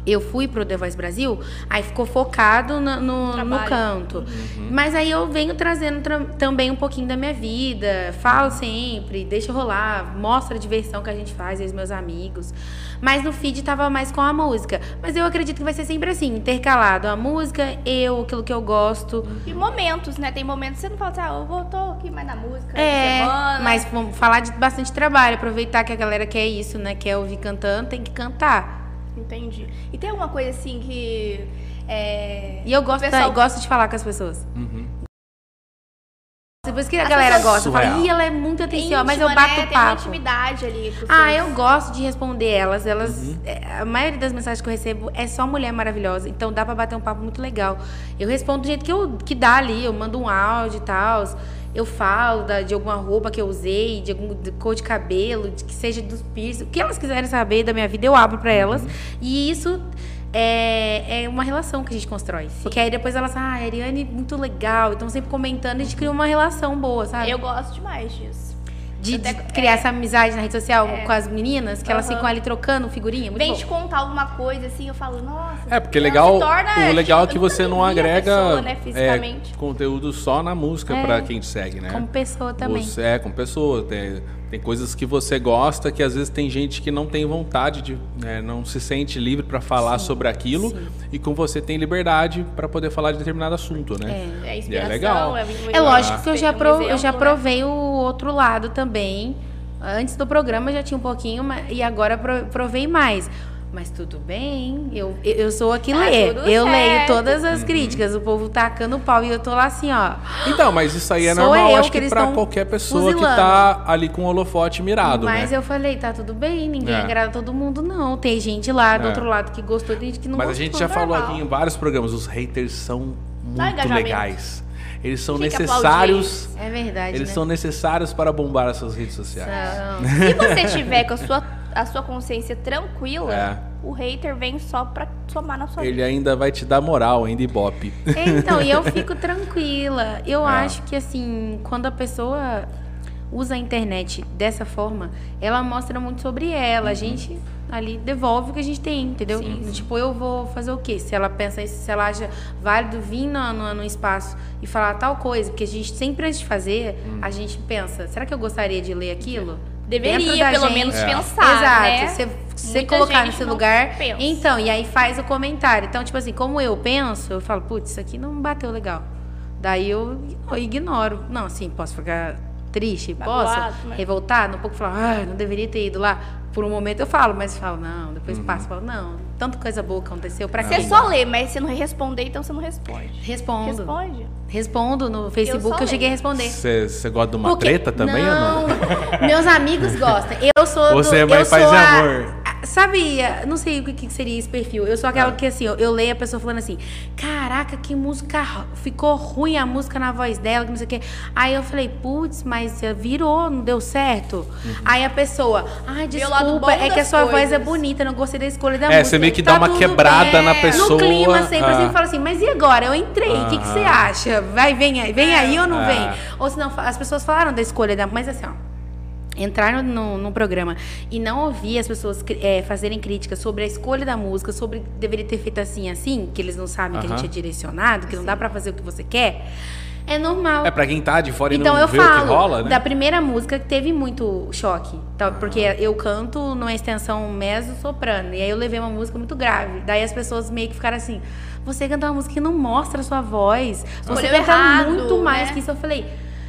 S3: eu fui pro The Voice Brasil, aí ficou focado na- no, no,
S2: Trabalho.
S3: canto.
S1: Uhum.
S3: Mas aí eu venho trazendo tra- também um pouquinho da minha vida, falo sempre, deixa rolar, mostra a diversão que a gente faz, eu e os meus amigos. Mas no feed tava mais com a música. Mas eu acredito que vai ser sempre assim, intercalado. A música, eu, aquilo que eu gosto.
S2: E momentos, né? Tem momentos que você não fala assim, ah, eu vou, tô aqui mais na música,
S3: É,
S2: semana.
S3: mas vamos falar de bastante trabalho, aproveitar que a galera quer isso, né? Quer ouvir cantando, tem que cantar.
S2: Entendi. E tem alguma coisa assim que. É...
S3: E eu gosto, da-
S2: Pessoal-
S3: eu gosto de falar com as pessoas.
S1: Uhum.
S3: Depois que a
S2: As
S3: galera
S2: pessoas-
S3: gosta, fala,
S1: Surreal.
S3: ih, ela é muito atenciosa, mas eu
S2: íntima,
S3: bato
S2: né? Tem uma
S3: papo.
S2: intimidade ali. com os
S3: Ah,
S2: seus-
S3: eu gosto de responder elas. Elas, é, a maioria das mensagens que eu recebo é só mulher maravilhosa, então dá pra bater um papo muito legal. Eu respondo do jeito que eu que dá ali, eu mando um áudio e tal. Eu falo da- de alguma roupa que eu usei, de alguma cor de cabelo, de que seja dos piercing, o que elas quiserem saber da minha vida, eu abro pra elas. E isso é, é uma relação que a gente constrói. Porque aí depois elas, ah, Ariane, muito legal. Então sempre comentando, a gente cria uma relação boa, sabe?
S2: Eu gosto demais disso.
S3: De, de
S2: Até- é.
S3: criar essa amizade na rede social com as meninas, que elas
S2: Aham.
S3: ficam ali trocando figurinha. Muito
S2: Vem
S3: bom.
S2: te contar alguma coisa assim, eu falo, nossa.
S1: É, porque
S2: não,
S1: legal,
S2: se torna,
S1: o legal é que
S2: tipo, eu
S1: você
S2: nunca
S1: não
S2: vi a
S1: agrega
S2: pessoa, né,
S1: é,
S2: fisicamente.
S1: conteúdo só na música
S3: É.
S1: pra quem te segue, né?
S3: Como pessoa também.
S1: Você, é, com pessoa. Tem, tem coisas que você gosta que às vezes tem gente que não tem vontade de. né, não se sente livre pra falar sobre aquilo.
S3: sim.
S1: E com você tem liberdade pra poder falar de determinado assunto, né?
S3: É.
S2: É inspiração,
S1: É legal.
S2: muito
S3: É
S2: legal.
S3: lógico que eu já,
S2: Tem um
S3: pro- eu
S2: exemplo,
S3: já
S2: né?
S3: provei o outro lado também. Antes do programa eu já tinha um pouquinho, mas- e agora pro- provei mais. Mas tudo bem, eu, eu- eu sou aqui
S2: Tá
S3: ler.
S2: tudo
S3: Eu leio
S2: certo.
S3: todas
S1: Uhum.
S3: as críticas, o povo tacando o pau e eu tô lá assim, ó.
S1: Então, mas isso aí é
S3: Sou
S1: normal,
S3: eu
S1: acho
S3: que
S1: que,
S3: eles
S1: pra
S3: tão
S1: qualquer pessoa que
S3: fuzilando.
S1: tá ali com o holofote mirado.
S3: Mas
S1: né?
S3: eu falei, tá tudo bem, ninguém
S1: É.
S3: agrada todo mundo, não. Tem gente lá do
S1: É.
S3: outro lado que gostou, tem gente que não
S1: Mas a
S3: gostou.
S1: gente já falou
S2: normal.
S1: aqui em vários programas, os haters são muito
S2: engajamento.
S1: legais. Eles são
S2: Tem que
S1: necessários.
S3: É verdade,
S1: Eles
S3: né?
S1: são necessários para bombar as suas redes sociais.
S3: São.
S2: Se você tiver com a sua, a sua consciência tranquila,
S1: É.
S2: o hater vem só pra somar na sua vida.
S1: Ele ainda vai te dar moral, ainda ibope.
S3: É, então, e eu fico tranquila. Eu
S1: É.
S3: acho que, assim, quando a pessoa usa a internet dessa forma, ela mostra muito sobre ela. A gente ali devolve o que a gente tem, entendeu? Tipo, eu vou fazer o quê? Se ela pensa isso, se ela acha válido vir no, no, no espaço e falar tal coisa, porque a gente sempre antes de fazer, a gente pensa, será que eu gostaria de ler aquilo? Dentro
S2: Deveria,
S3: da
S2: pelo
S3: gente.
S2: menos,
S1: É.
S2: pensar,
S3: Exato.
S2: né?
S3: Você, você
S2: Muita
S3: colocar
S2: gente
S3: nesse
S2: não
S3: lugar.
S2: pensa.
S3: Então, e aí faz o comentário. Então, tipo assim, como eu penso, eu falo, putz, isso aqui não bateu legal. Daí eu igno- ignoro. Não, assim, posso ficar triste, posso
S2: Magoado, né?
S3: revoltar, um pouco falar, ah, não deveria ter ido lá. Por um momento eu falo, mas falo, não, depois passo, falo, não, tanta coisa boa aconteceu, pra
S2: Você
S3: quê?
S2: só lê, mas você não responder, então você não responde.
S3: Respondo. Respondo.
S2: Responde.
S3: no
S2: Eu
S3: Facebook,
S2: só
S3: eu, cheguei
S2: leio.
S3: a responder.
S1: Você gosta de uma
S3: Porque-
S1: treta também ou não?
S3: Meus amigos gostam. Eu sou
S1: Você
S3: do,
S1: é mãe,
S3: eu
S1: paz
S3: sou
S1: e
S3: a-
S1: amor. Ah.
S3: a- Sabe, a- não sei o que, que seria esse perfil. Eu sou aquela que assim, eu, eu leio a pessoa falando assim: "Caraca, que música ru- ficou ruim a música na voz dela, que não sei o quê". Aí eu falei: "Putz, mas virou, não deu certo".
S1: Uhum.
S3: Aí a pessoa: "Ai,
S2: Vê o lado
S3: desculpa,
S2: bom
S3: é que a
S2: das
S3: sua voz é
S2: coisas."
S3: bonita, não gostei da escolha da
S1: É,
S3: música".
S1: você meio que
S3: Tá
S1: dá uma
S3: tudo
S1: quebrada
S3: bem.
S1: na pessoa,
S3: É, No clima sempre,
S1: ah.
S3: eu sempre falo assim: "Mas e agora? Eu entrei, o que que você
S1: Aham.
S3: acha? Vai vem aí, vem aí ou não
S1: Ah.
S3: vem?" Ou senão, fa- as pessoas falaram da escolha da. Mas assim, ó. Entrar no, no, no programa e não ouvir as pessoas cri- eh, fazerem críticas sobre a escolha da música, sobre que deveria ter feito assim, assim, que eles não sabem que a
S1: Aham.
S3: gente é direcionado, que não dá pra fazer o que você quer, é normal.
S1: É pra quem tá de fora e
S3: então
S1: não
S3: eu
S1: vê
S3: falo
S1: o que rola, né?
S3: da primeira música que teve muito choque, tá? porque eu canto numa extensão meso soprano e aí eu levei uma música muito grave. Daí as pessoas meio que ficaram assim: você canta uma música que não mostra a sua voz, você
S2: Escolheu
S3: canta
S2: errado,
S3: muito mais
S2: né?
S3: que isso. Eu falei.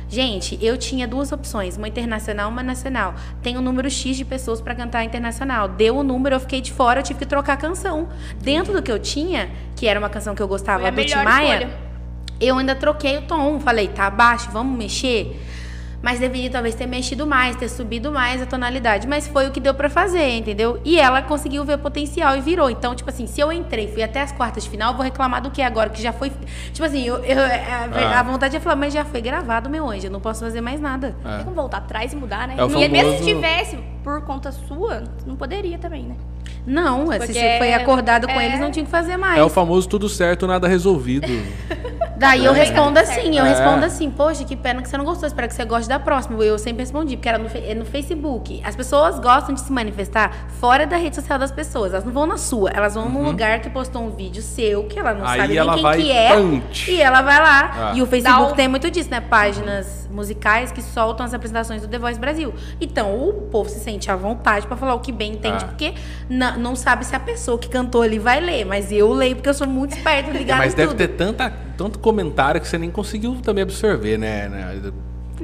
S3: Gente, eu tinha duas opções, uma internacional, uma nacional. Tem um número X de pessoas pra cantar a internacional. Deu o número, eu fiquei de fora, eu tive que trocar a canção. Dentro do que eu tinha, que era uma canção que eu gostava
S2: Foi a
S3: do Tim
S2: melhor
S3: Maia,
S2: escolha.
S3: eu ainda troquei o tom, falei, tá baixo, vamos mexer. Mas deveria talvez ter mexido mais, ter subido mais a tonalidade. Mas foi o que deu pra fazer, entendeu? E ela conseguiu ver o potencial e virou. Então, tipo assim, se eu entrei, fui até as quartas de final, eu vou reclamar do que agora? Que já foi. Tipo assim, eu, eu- a,
S1: Ah.
S3: a vontade é falar, mas já foi gravado, meu anjo, eu não posso fazer mais nada.
S2: Tem como voltar atrás e mudar, né?
S1: É o
S2: e mesmo se
S1: famoso-
S2: tivesse por conta sua, não poderia também, né?
S3: Não, se
S2: Porque
S3: você foi acordado com
S2: é-
S3: eles, não tinha o que fazer mais.
S1: É o famoso tudo certo, nada resolvido.
S3: Daí eu
S1: É.
S3: respondo assim, eu
S1: É.
S3: respondo assim, poxa, que pena que você não gostou, espero que você goste da próxima. Eu sempre respondi, porque era no, fe- é no Facebook. As pessoas gostam de se manifestar fora da rede social das pessoas. Elas não vão na sua, elas vão num lugar que postou um vídeo seu, que ela não
S1: Uhum. Aí
S3: sabe
S1: ela
S3: nem quem
S1: vai
S3: que é.
S1: punch.
S3: E ela vai lá.
S1: Ah.
S3: E o Facebook
S2: Dá o-
S3: tem muito disso, né? Páginas musicais que soltam as apresentações do The Voice Brasil. Então, o povo se sente à vontade pra falar o que bem entende,
S1: Ah.
S3: porque na- não sabe se a pessoa que cantou ali vai ler. Mas eu leio, porque eu sou muito esperta, ligada
S1: É, Mas
S3: em
S1: deve
S3: tudo.
S1: ter tanta, tanto comentário que você nem conseguiu também absorver, né? né?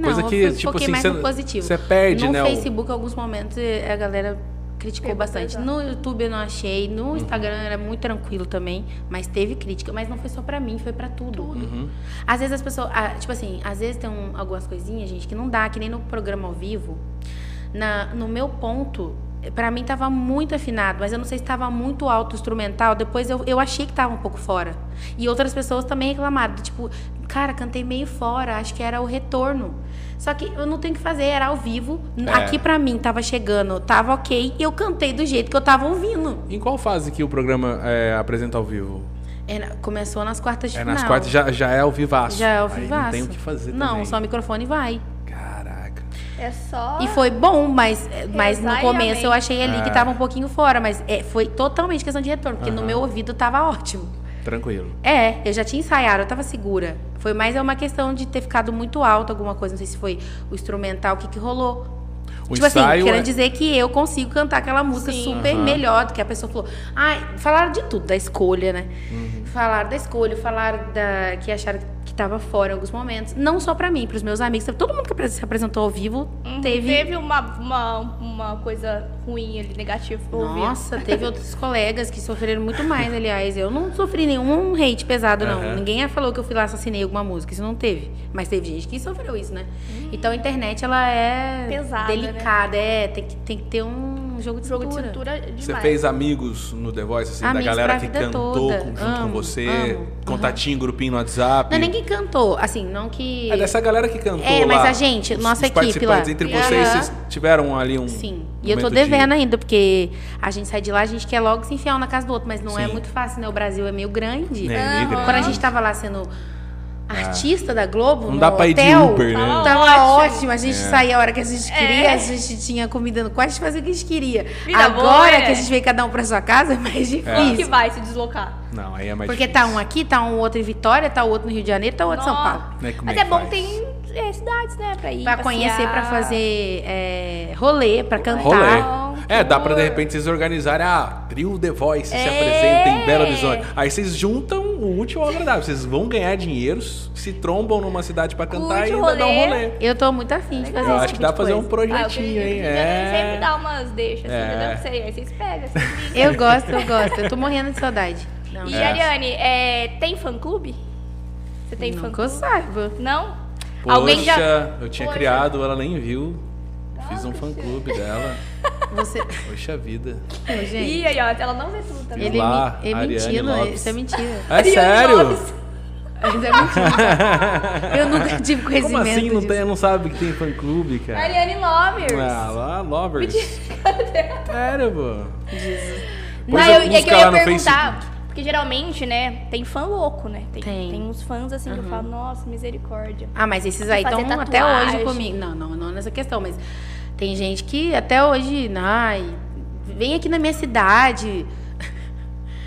S1: Coisa
S3: eu
S1: que,
S3: fui-
S1: tipo
S3: foquei
S1: assim,
S3: um mais
S1: você,
S3: no positivo.
S1: você perde,
S3: no
S1: né? o-
S3: Facebook, em alguns momentos, eh, a galera criticou
S2: Pegou
S3: bastante.
S2: pesado.
S3: No YouTube eu não achei,
S1: Uhum.
S3: no Instagram era muito tranquilo também, mas teve crítica, mas não foi só pra mim, foi pra tudo.
S1: Uhum.
S3: Às vezes as pessoas, ah, tipo assim, às vezes tem um- algumas coisinhas, gente, que não dá, que nem no programa ao vivo. Na, no meu ponto, pra mim tava muito afinado, mas eu não sei se tava muito alto o instrumental. Depois eu, eu achei que tava um pouco fora. E outras pessoas também reclamaram, do tipo, cara, cantei meio fora, acho que era o retorno. Só que eu não tenho o que fazer, era ao vivo.
S1: É.
S3: Aqui pra mim tava chegando, tava ok, eu cantei do jeito que eu tava ouvindo.
S1: Em qual fase que o programa é, apresenta ao vivo?
S3: É, na- começou nas quartas de
S1: É
S3: final.
S1: nas quartas já, já é ao vivaço.
S3: Já é o
S1: Aí
S3: vivaço.
S1: não tem o que fazer
S3: Não,
S1: também.
S3: só o microfone vai.
S1: Caraca.
S2: É só.
S3: E foi bom, mas, é, mas no
S2: Exatamente.
S3: começo eu achei ali que
S1: É.
S3: tava um pouquinho fora, mas é, foi totalmente questão de retorno, porque no meu ouvido tava ótimo.
S1: Tranquilo.
S3: É, eu já tinha ensaiado, eu tava segura. Foi mais é uma questão de ter ficado muito alto alguma coisa, não sei se foi o instrumental, o que que rolou.
S1: O
S3: tipo assim,
S1: ensaio
S3: querendo
S1: é-
S3: dizer que eu consigo cantar aquela música
S2: Sim.
S3: super
S1: Aham.
S3: melhor do que a pessoa falou. Ai, falaram de tudo, da escolha, né?
S1: Uhum.
S3: Falaram da escolha, falaram da que acharam que tava fora em alguns momentos. Não só pra mim, pros meus amigos, todo mundo que apre- se apresentou ao vivo
S2: Uhum,
S3: teve
S2: Teve uma, uma, uma coisa ruim ali, negativa pro ouvido.
S3: Nossa, teve outros colegas que sofreram muito mais, aliás. Eu não sofri nenhum hate pesado, não.
S1: Aham.
S3: Ninguém falou que eu fui lá e assassinei alguma música. Isso não teve. Mas teve gente que sofreu isso, né? Então a internet, ela é
S2: Uhum. Pesada, né?
S3: delicada. É, tem que, tem que ter um jogo de
S2: Jogo de
S3: cintura.
S2: cintura demais.
S1: Você fez amigos no The Voice, assim,
S3: Amigos
S1: da galera
S3: pra
S1: que
S3: vida
S1: cantou
S3: toda.
S1: com- junto com
S3: Amo,
S1: você,
S3: amo.
S1: contatinho, grupinho no WhatsApp.
S3: Não é nem quem cantou. Assim, não que...
S1: É dessa galera que cantou
S3: É, mas
S1: lá,
S3: a gente,
S1: os,
S3: nossa
S1: os
S3: equipe
S1: participantes,
S3: lá.
S1: Entre
S3: Aham.
S1: vocês, vocês tiveram ali um
S3: Sim. E eu tô
S1: momento de-
S3: devendo ainda, porque a gente sai de lá, a gente quer logo se enfiar um na casa do outro. Mas não é
S1: Sim.
S3: muito fácil, né? O Brasil é meio
S1: É,
S3: grande.
S1: migra.
S3: Quando a gente tava lá sendo artista da Globo,
S1: Não
S3: no
S1: dá pra ir de
S3: hotel,
S1: Uber, né? É.
S3: Tava
S2: Ótimo. É.
S3: ótimo. a gente saía a hora que a gente queria, a gente tinha comida no quarto, a gente fazia o que a gente queria.
S2: Vida boa,
S3: Agora
S2: é.
S3: que a gente veio cada um pra sua casa, é mais
S2: Como que
S3: difícil.
S2: vai se deslocar?
S1: Não, aí é mais
S3: Porque
S1: difícil.
S3: tá um aqui, tá um outro em Vitória, tá o outro no Rio de Janeiro, tá o outro em São
S2: Nossa.
S3: Paulo.
S1: Né, como
S2: Mas
S1: é
S2: é
S1: que
S2: bom
S1: faz?
S2: que tem é, cidades, né? Pra ir.
S3: Pra conhecer,
S2: passear. Ah,
S3: pra fazer é, rolê, pra cantar.
S1: Rolê.
S2: Não, que
S1: É, dá pra de
S2: horror.
S1: repente vocês organizarem a trio The Voice, se
S2: É.
S1: apresenta em Belo Horizonte. Aí vocês juntam o útil ao agradável. Vocês vão ganhar dinheiro, se trombam numa cidade pra cantar
S2: Curte
S1: e
S2: o
S1: ainda dá um
S2: rolê.
S1: rolê.
S3: Eu tô muito afim de fazer
S1: Eu
S3: esse
S1: acho
S3: tipo
S1: que dá
S3: de
S1: pra fazer um
S3: coisa.
S2: Ah, eu
S1: projetinho,
S2: queria-
S1: hein?
S2: eu queria
S1: É.
S2: Sempre um dá umas deixas,
S1: É.
S2: assim, entendeu? Não sei, aí vocês pegam. Assim,
S3: Eu gosto, eu gosto. Eu tô morrendo de saudade. Não,
S2: E
S1: É.
S2: Ariane, é, tem fã-clube? Você tem
S3: não que eu
S2: fã-clube?
S3: saiba.
S2: Não?
S1: Poxa,
S2: Alguém já...
S1: eu tinha
S2: Poxa. Ah,
S1: criado, ela nem viu. Fiz um fã-clube dela.
S3: Você...
S1: Poxa vida.
S3: Ô, gente...
S2: Ih, aí, ó, ela não vê tudo também.
S1: Ele
S3: Ele
S1: lá,
S3: é
S1: Ariane
S3: mentira,
S1: Lopes.
S3: isso é mentira.
S1: É sério?
S2: Lopes.
S3: Isso é mentira. Eu nunca tive conhecimento
S1: Como assim não,
S3: disso.
S1: tem, não sabe que tem fã-clube, cara?
S2: Ariane Lovers.
S1: Ah, lá, lovers. Sério, pô. Por exemplo,
S2: Não, eu, é que
S1: busca
S2: eu
S1: lá
S2: ia
S1: no
S2: perguntar, porque geralmente, né, tem fã louco, né? Tem,
S3: Tem. Uhum.
S2: tem uns fãs assim que eu falo, nossa, misericórdia.
S3: Ah, mas esses aí
S2: Fazer
S3: estão até
S2: tatuagem.
S3: hoje comigo. Não, não, não nessa questão, mas tem gente que até hoje, ai, vem aqui na minha cidade.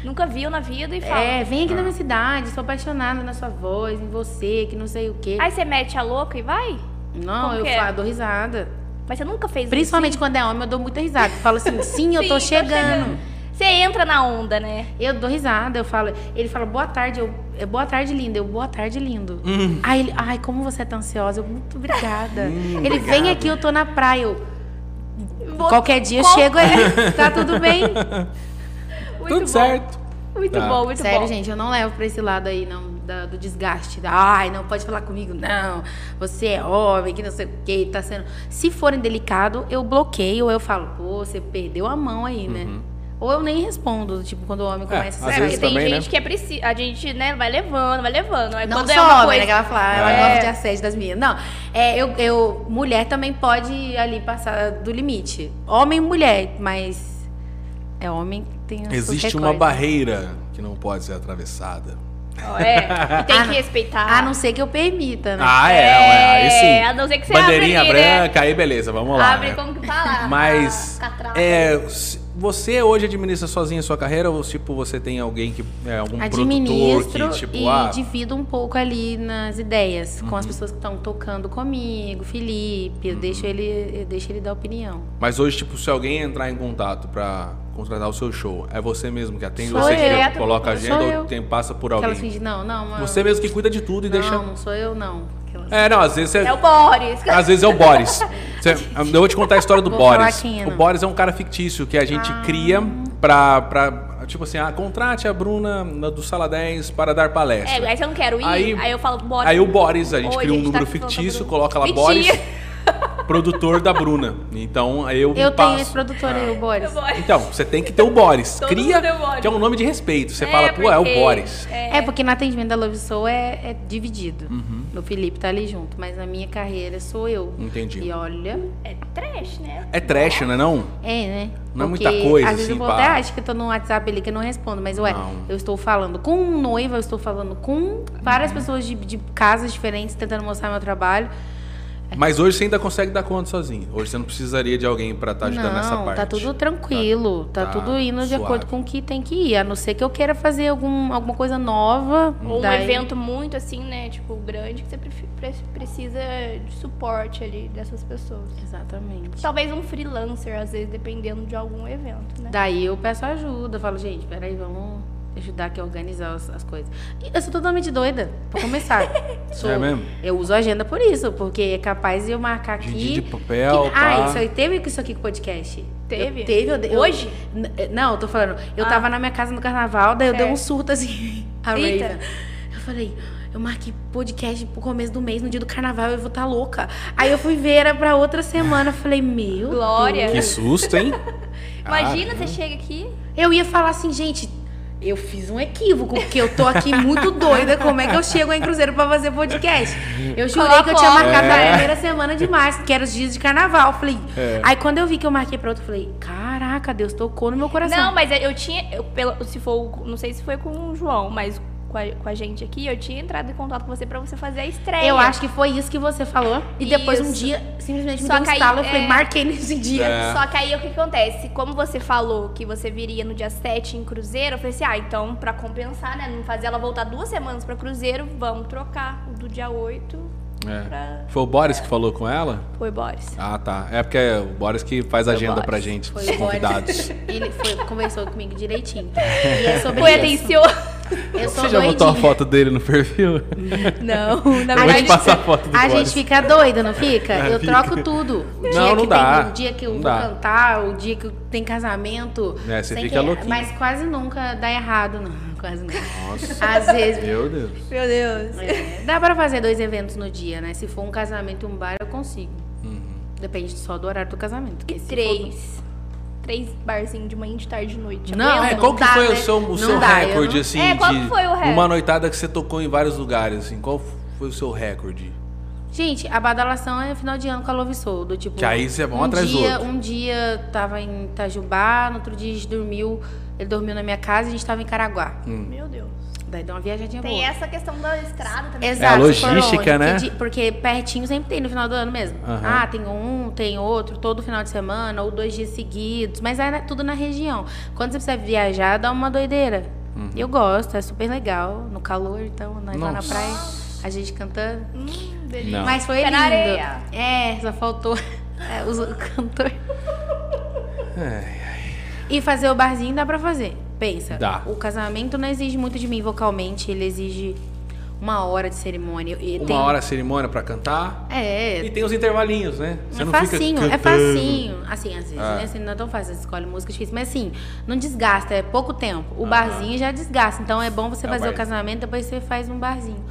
S2: Nunca viu na vida e fala.
S3: É, vem aqui na
S1: Ah.
S3: minha cidade, sou apaixonada na sua voz, em você, que não sei o quê.
S2: Aí você mete a louca e vai?
S3: não,
S2: como
S3: eu
S2: que é?
S3: falo, dou risada.
S2: Mas você nunca fez
S3: Principalmente quando é homem, eu dou muita risada. Falo assim, sim, eu
S2: Sim,
S3: tô
S2: tô
S3: chegando.
S2: isso? Você entra na onda, né?
S3: Eu dou risada, eu falo, ele fala, boa tarde, eu, é, boa tarde, lindo, eu, boa tarde, lindo.
S1: Hum.
S3: Aí ele, ai, como você é tão ansiosa, eu, muito obrigada.
S1: Hum,
S3: ele,
S1: obrigado.
S3: vem aqui, eu tô na praia, eu,
S2: Vou-
S3: qualquer dia
S2: qual-
S3: eu chego aí, tá tudo bem.
S2: Muito
S1: Tudo
S2: bom.
S1: certo.
S2: Muito
S1: Tá.
S2: bom, muito
S3: Sério,
S2: bom.
S3: gente, eu não levo pra esse lado aí, não, da- do desgaste, da, ai, não pode falar comigo, não, você é homem, que não sei o que, tá sendo... Se forem delicado, eu bloqueio, eu falo, pô, você perdeu a mão aí, né? Ou eu nem respondo, tipo, quando o homem começa
S1: Uhum. às
S3: a
S2: É,
S1: vezes
S2: porque tem
S1: também, né?
S2: gente que é preciso. A gente, né, vai levando, vai levando. Aí
S3: Não
S2: quando
S3: só
S2: é uma
S3: homem,
S2: coisa.
S3: né? Que ela fala, ela
S1: É.
S3: gosta de assédio das meninas. Não, é, eu, eu- mulher também pode ali passar do limite. Homem e mulher, mas é homem que tem os seus
S1: Existe uma
S3: recordes.
S1: barreira que não pode ser atravessada.
S2: Ó, é. E tem
S3: Ah,
S2: que
S3: não.
S2: respeitar.
S3: A não ser que eu permita, né?
S1: Ah, é, ué, aí
S2: É, a
S1: sim.
S2: não ser que você
S1: Bandeirinha
S2: abre ali, né?
S1: branca, aí beleza, vamos lá.
S2: Abre
S1: né?
S2: como que tá lá.
S1: Mas
S2: a catraca.
S1: é, se- você hoje administra sozinha a sua carreira ou tipo você tem alguém que é algum
S3: Administro
S1: produtor que tipo
S3: e
S1: ah, Uhum.
S3: divido um pouco ali nas ideias com as pessoas que estão tocando comigo, Felipe, eu deixo ele, eu deixo ele dar opinião.
S1: mas hoje tipo se alguém entrar em contato pra contratar o seu show, é você mesmo que atende,
S3: Sou
S1: você que
S2: eu.
S1: coloca a
S3: Sou
S1: agenda ou
S3: eu.
S1: tem passa por
S3: Aquelas
S1: alguém.
S3: fingem, não, não, mano,
S1: Você mesmo que cuida de tudo e
S3: não,
S1: deixa
S3: não sou eu não. Aquelas-
S1: É, não, às vezes você
S2: É o Boris.
S1: Às vezes é o Boris. Cê- eu vou te contar a história do
S3: Vou falar
S1: Boris.
S3: quem é,
S1: O
S3: não. Ah.
S1: Boris é um cara fictício que a gente cria pra, pra. Tipo assim, ah, contrate a Bruna do Sala 10 para dar
S2: É,
S1: palestra.
S2: aí se eu não quero ir,
S1: Aí-
S2: aí, eu falo Boris.
S1: Aí o Boris, a gente
S2: Oi,
S1: cria um
S2: gente, tá
S1: número
S2: aqui falando
S1: fictício,
S2: Bruno.
S1: coloca lá
S2: Mentira.
S1: Boris, produtor da Bruna. Então aí eu,
S3: Eu tenho esse
S1: passo.
S3: produtor aí, o
S2: Eu
S3: Boris.
S2: vou-
S1: Então, você tem que ter o Boris.
S2: Todo
S1: cria,
S2: mundo é o Boris.
S1: que é um nome de respeito. Você fala, pô, é o
S2: porque-
S1: Boris.
S2: É.
S3: É, porque no atendimento da Love Soul é, é dividido.
S1: Uhum.
S3: O Felipe tá ali junto, mas na minha carreira sou eu.
S1: Entendi.
S3: E olha.
S2: é trash, né?
S1: É trash, não é não?
S3: É, né?
S1: Não é
S3: Porque,
S1: muita coisa,
S3: Às vezes
S1: assim,
S3: eu vou até
S1: pá.
S3: acho que eu tô no WhatsApp ali que eu não respondo, mas ué,
S1: Não.
S3: eu estou falando com um noivo, eu
S1: Uhum.
S3: estou falando com várias pessoas de, de casas diferentes tentando mostrar meu trabalho.
S1: Mas hoje você ainda consegue dar conta sozinho. Hoje você não precisaria de alguém pra estar ajudando nessa
S3: Não,
S1: parte.
S3: tá tudo tranquilo, tá,
S1: tá
S3: tudo indo de
S1: suave.
S3: acordo com o que tem que ir, a não ser que eu queira fazer algum, alguma coisa nova.
S2: Ou um
S3: daí-
S2: evento muito assim, né? Tipo, grande, que você prefi- pre- precisa de suporte ali dessas pessoas.
S3: Exatamente.
S2: Talvez um freelancer, às vezes, dependendo de algum evento, né?
S3: Daí eu peço ajuda, falo, gente, peraí, vamos ajudar aqui a organizar as, as coisas. E eu sou totalmente doida, pra começar. Sou-
S1: É mesmo?
S3: Eu uso a agenda por isso, porque é capaz de eu marcar aqui.
S1: De, de- de papel,
S3: que- ah,
S1: pá.
S3: isso aí teve isso aqui com o podcast?
S2: Teve?
S3: Eu- teve, eu, dei- eu-
S2: Hoje?
S3: N- eh, não, eu tô falando. Eu
S2: Ah.
S3: tava na minha casa no carnaval, daí eu dei um
S2: Certo.
S3: surto assim. A
S2: Eita.
S3: Raven. Eu falei, eu marquei podcast pro começo do mês, no dia do carnaval, eu vou estar louca. Aí eu fui ver, era pra outra semana. Eu falei, meu.
S2: Glória.
S1: Que susto, hein?
S2: Imagina,
S1: Ah,
S2: você chega aqui,
S3: Eu ia falar assim, gente, eu fiz um equívoco, porque eu tô aqui muito doida. Como é que eu chego em Cruzeiro pra fazer podcast? Eu jurei que eu tinha
S2: Coloca
S3: marcado
S1: ordem.
S3: na
S1: É.
S3: primeira semana de março, que era os dias de carnaval. Falei. Aí quando eu vi que eu marquei pra outro, eu falei, caraca, Deus tocou no meu coração.
S2: Não, mas é, eu tinha. eu, pelo- se for, o- não sei se foi com o João, mas com a, com a gente aqui, eu tinha entrado em contato com você pra você fazer a estreia.
S3: Eu acho que foi isso que você falou. E depois um
S2: é. Isso.
S3: dia, simplesmente me
S2: Só
S3: deu um
S2: que aí,
S3: estalo. Eu falei,
S2: é.
S3: marquei nesse dia.
S1: É.
S2: Só que aí o que acontece? Como você falou que você viria no dia 7 em Cruzeiro, eu falei assim: ah, então pra compensar, né? Não fazer ela voltar duas semanas pra Cruzeiro, vamos trocar o do dia 8 pra.
S1: é. Foi o Boris que falou com ela?
S2: Foi, Boris.
S1: Ah, tá. É porque é o Boris que faz agenda
S2: Boris.
S1: pra gente, dos
S3: o Boris.
S1: convidados.
S3: Ele foi, conversou comigo direitinho. E é sobre
S2: Foi
S3: isso.
S2: atencioso.
S3: Eu sou
S1: Você já botou a
S3: doidinha.
S1: foto dele no perfil?
S2: Não, na
S1: Vou te
S2: verdade.
S1: passar a foto do
S3: A
S1: Boris.
S3: gente fica doido, não fica? Eu
S1: fica.
S3: troco tudo. O dia
S1: Não, não
S3: que
S1: dá.
S3: Tem, o dia que eu
S1: Não
S3: vou
S1: dá.
S3: cantar, o dia que eu- tem casamento.
S1: É, você
S3: sei
S1: fica
S3: que
S1: louquinho.
S3: Mas quase nunca dá errado, não. Quase nunca.
S1: Nossa.
S3: Às vezes.
S1: Meu Deus.
S2: Meu Deus.
S3: é, dá pra fazer dois eventos no dia, né? Se for um casamento e um bar, eu consigo.
S1: Uhum.
S3: Depende só do horário do casamento. porque se for-
S2: Três. Três barzinhos de manhã, de tarde e de noite.
S3: Não,
S2: Aguenta?
S1: É, qual que
S3: dá,
S1: foi o
S3: né?
S1: seu, o
S3: Não
S1: seu
S3: dá, eu
S1: recorde,
S3: não-
S1: assim?
S2: É, qual
S1: de
S2: que foi o recorde?
S1: Uma noitada que você tocou em vários lugares, assim. Qual foi o seu recorde?
S3: Gente, a badalação é final de ano com a Love Soul, do tipo.
S1: Que aí você vai um
S3: um
S1: atrás do
S3: dia,
S1: outro.
S3: Um dia tava em Itajubá, no outro dia a gente dormiu. Ele dormiu na minha casa e a gente tava em Caraguá.
S2: Meu Deus.
S3: Daí deu uma viajadinha
S2: Tem
S3: boa.
S2: essa questão da estrada também.
S3: Exato,
S1: É, a
S3: se for
S1: logística, né?
S3: Porque, de- porque pertinho sempre tem no final do ano mesmo.
S1: Aham.
S3: Ah, tem um, tem outro, todo final de semana, ou dois dias seguidos, mas é na- tudo na região. Quando você precisa viajar, dá uma doideira. Eu gosto, é super legal. No calor, então, nós lá na
S1: Uhum. Nossa.
S3: praia, a gente cantando.
S2: Hum, delícia.
S1: Não.
S3: Mas foi
S2: Pé
S3: lindo.
S2: na areia.
S3: É, só faltou é, os- o cantor.
S1: É,
S3: E fazer o barzinho dá pra fazer. Pensa.
S1: Dá.
S3: O casamento não exige muito de mim vocalmente, ele exige uma hora de cerimônia. E
S1: uma
S3: tem-
S1: hora a cerimônia pra cantar.
S3: É.
S1: E tem os intervalinhos, né? Você
S3: é
S1: não
S3: facinho,
S1: fica
S3: é
S1: cantando.
S3: facinho. Assim, às vezes,
S1: Ah.
S3: né? Assim, não é tão fácil, você escolhe música difícil. Mas assim, não desgasta, é pouco tempo. O barzinho já desgasta. Então é bom você
S1: É o
S3: fazer o
S1: barzinho.
S3: casamento, depois você faz um barzinho.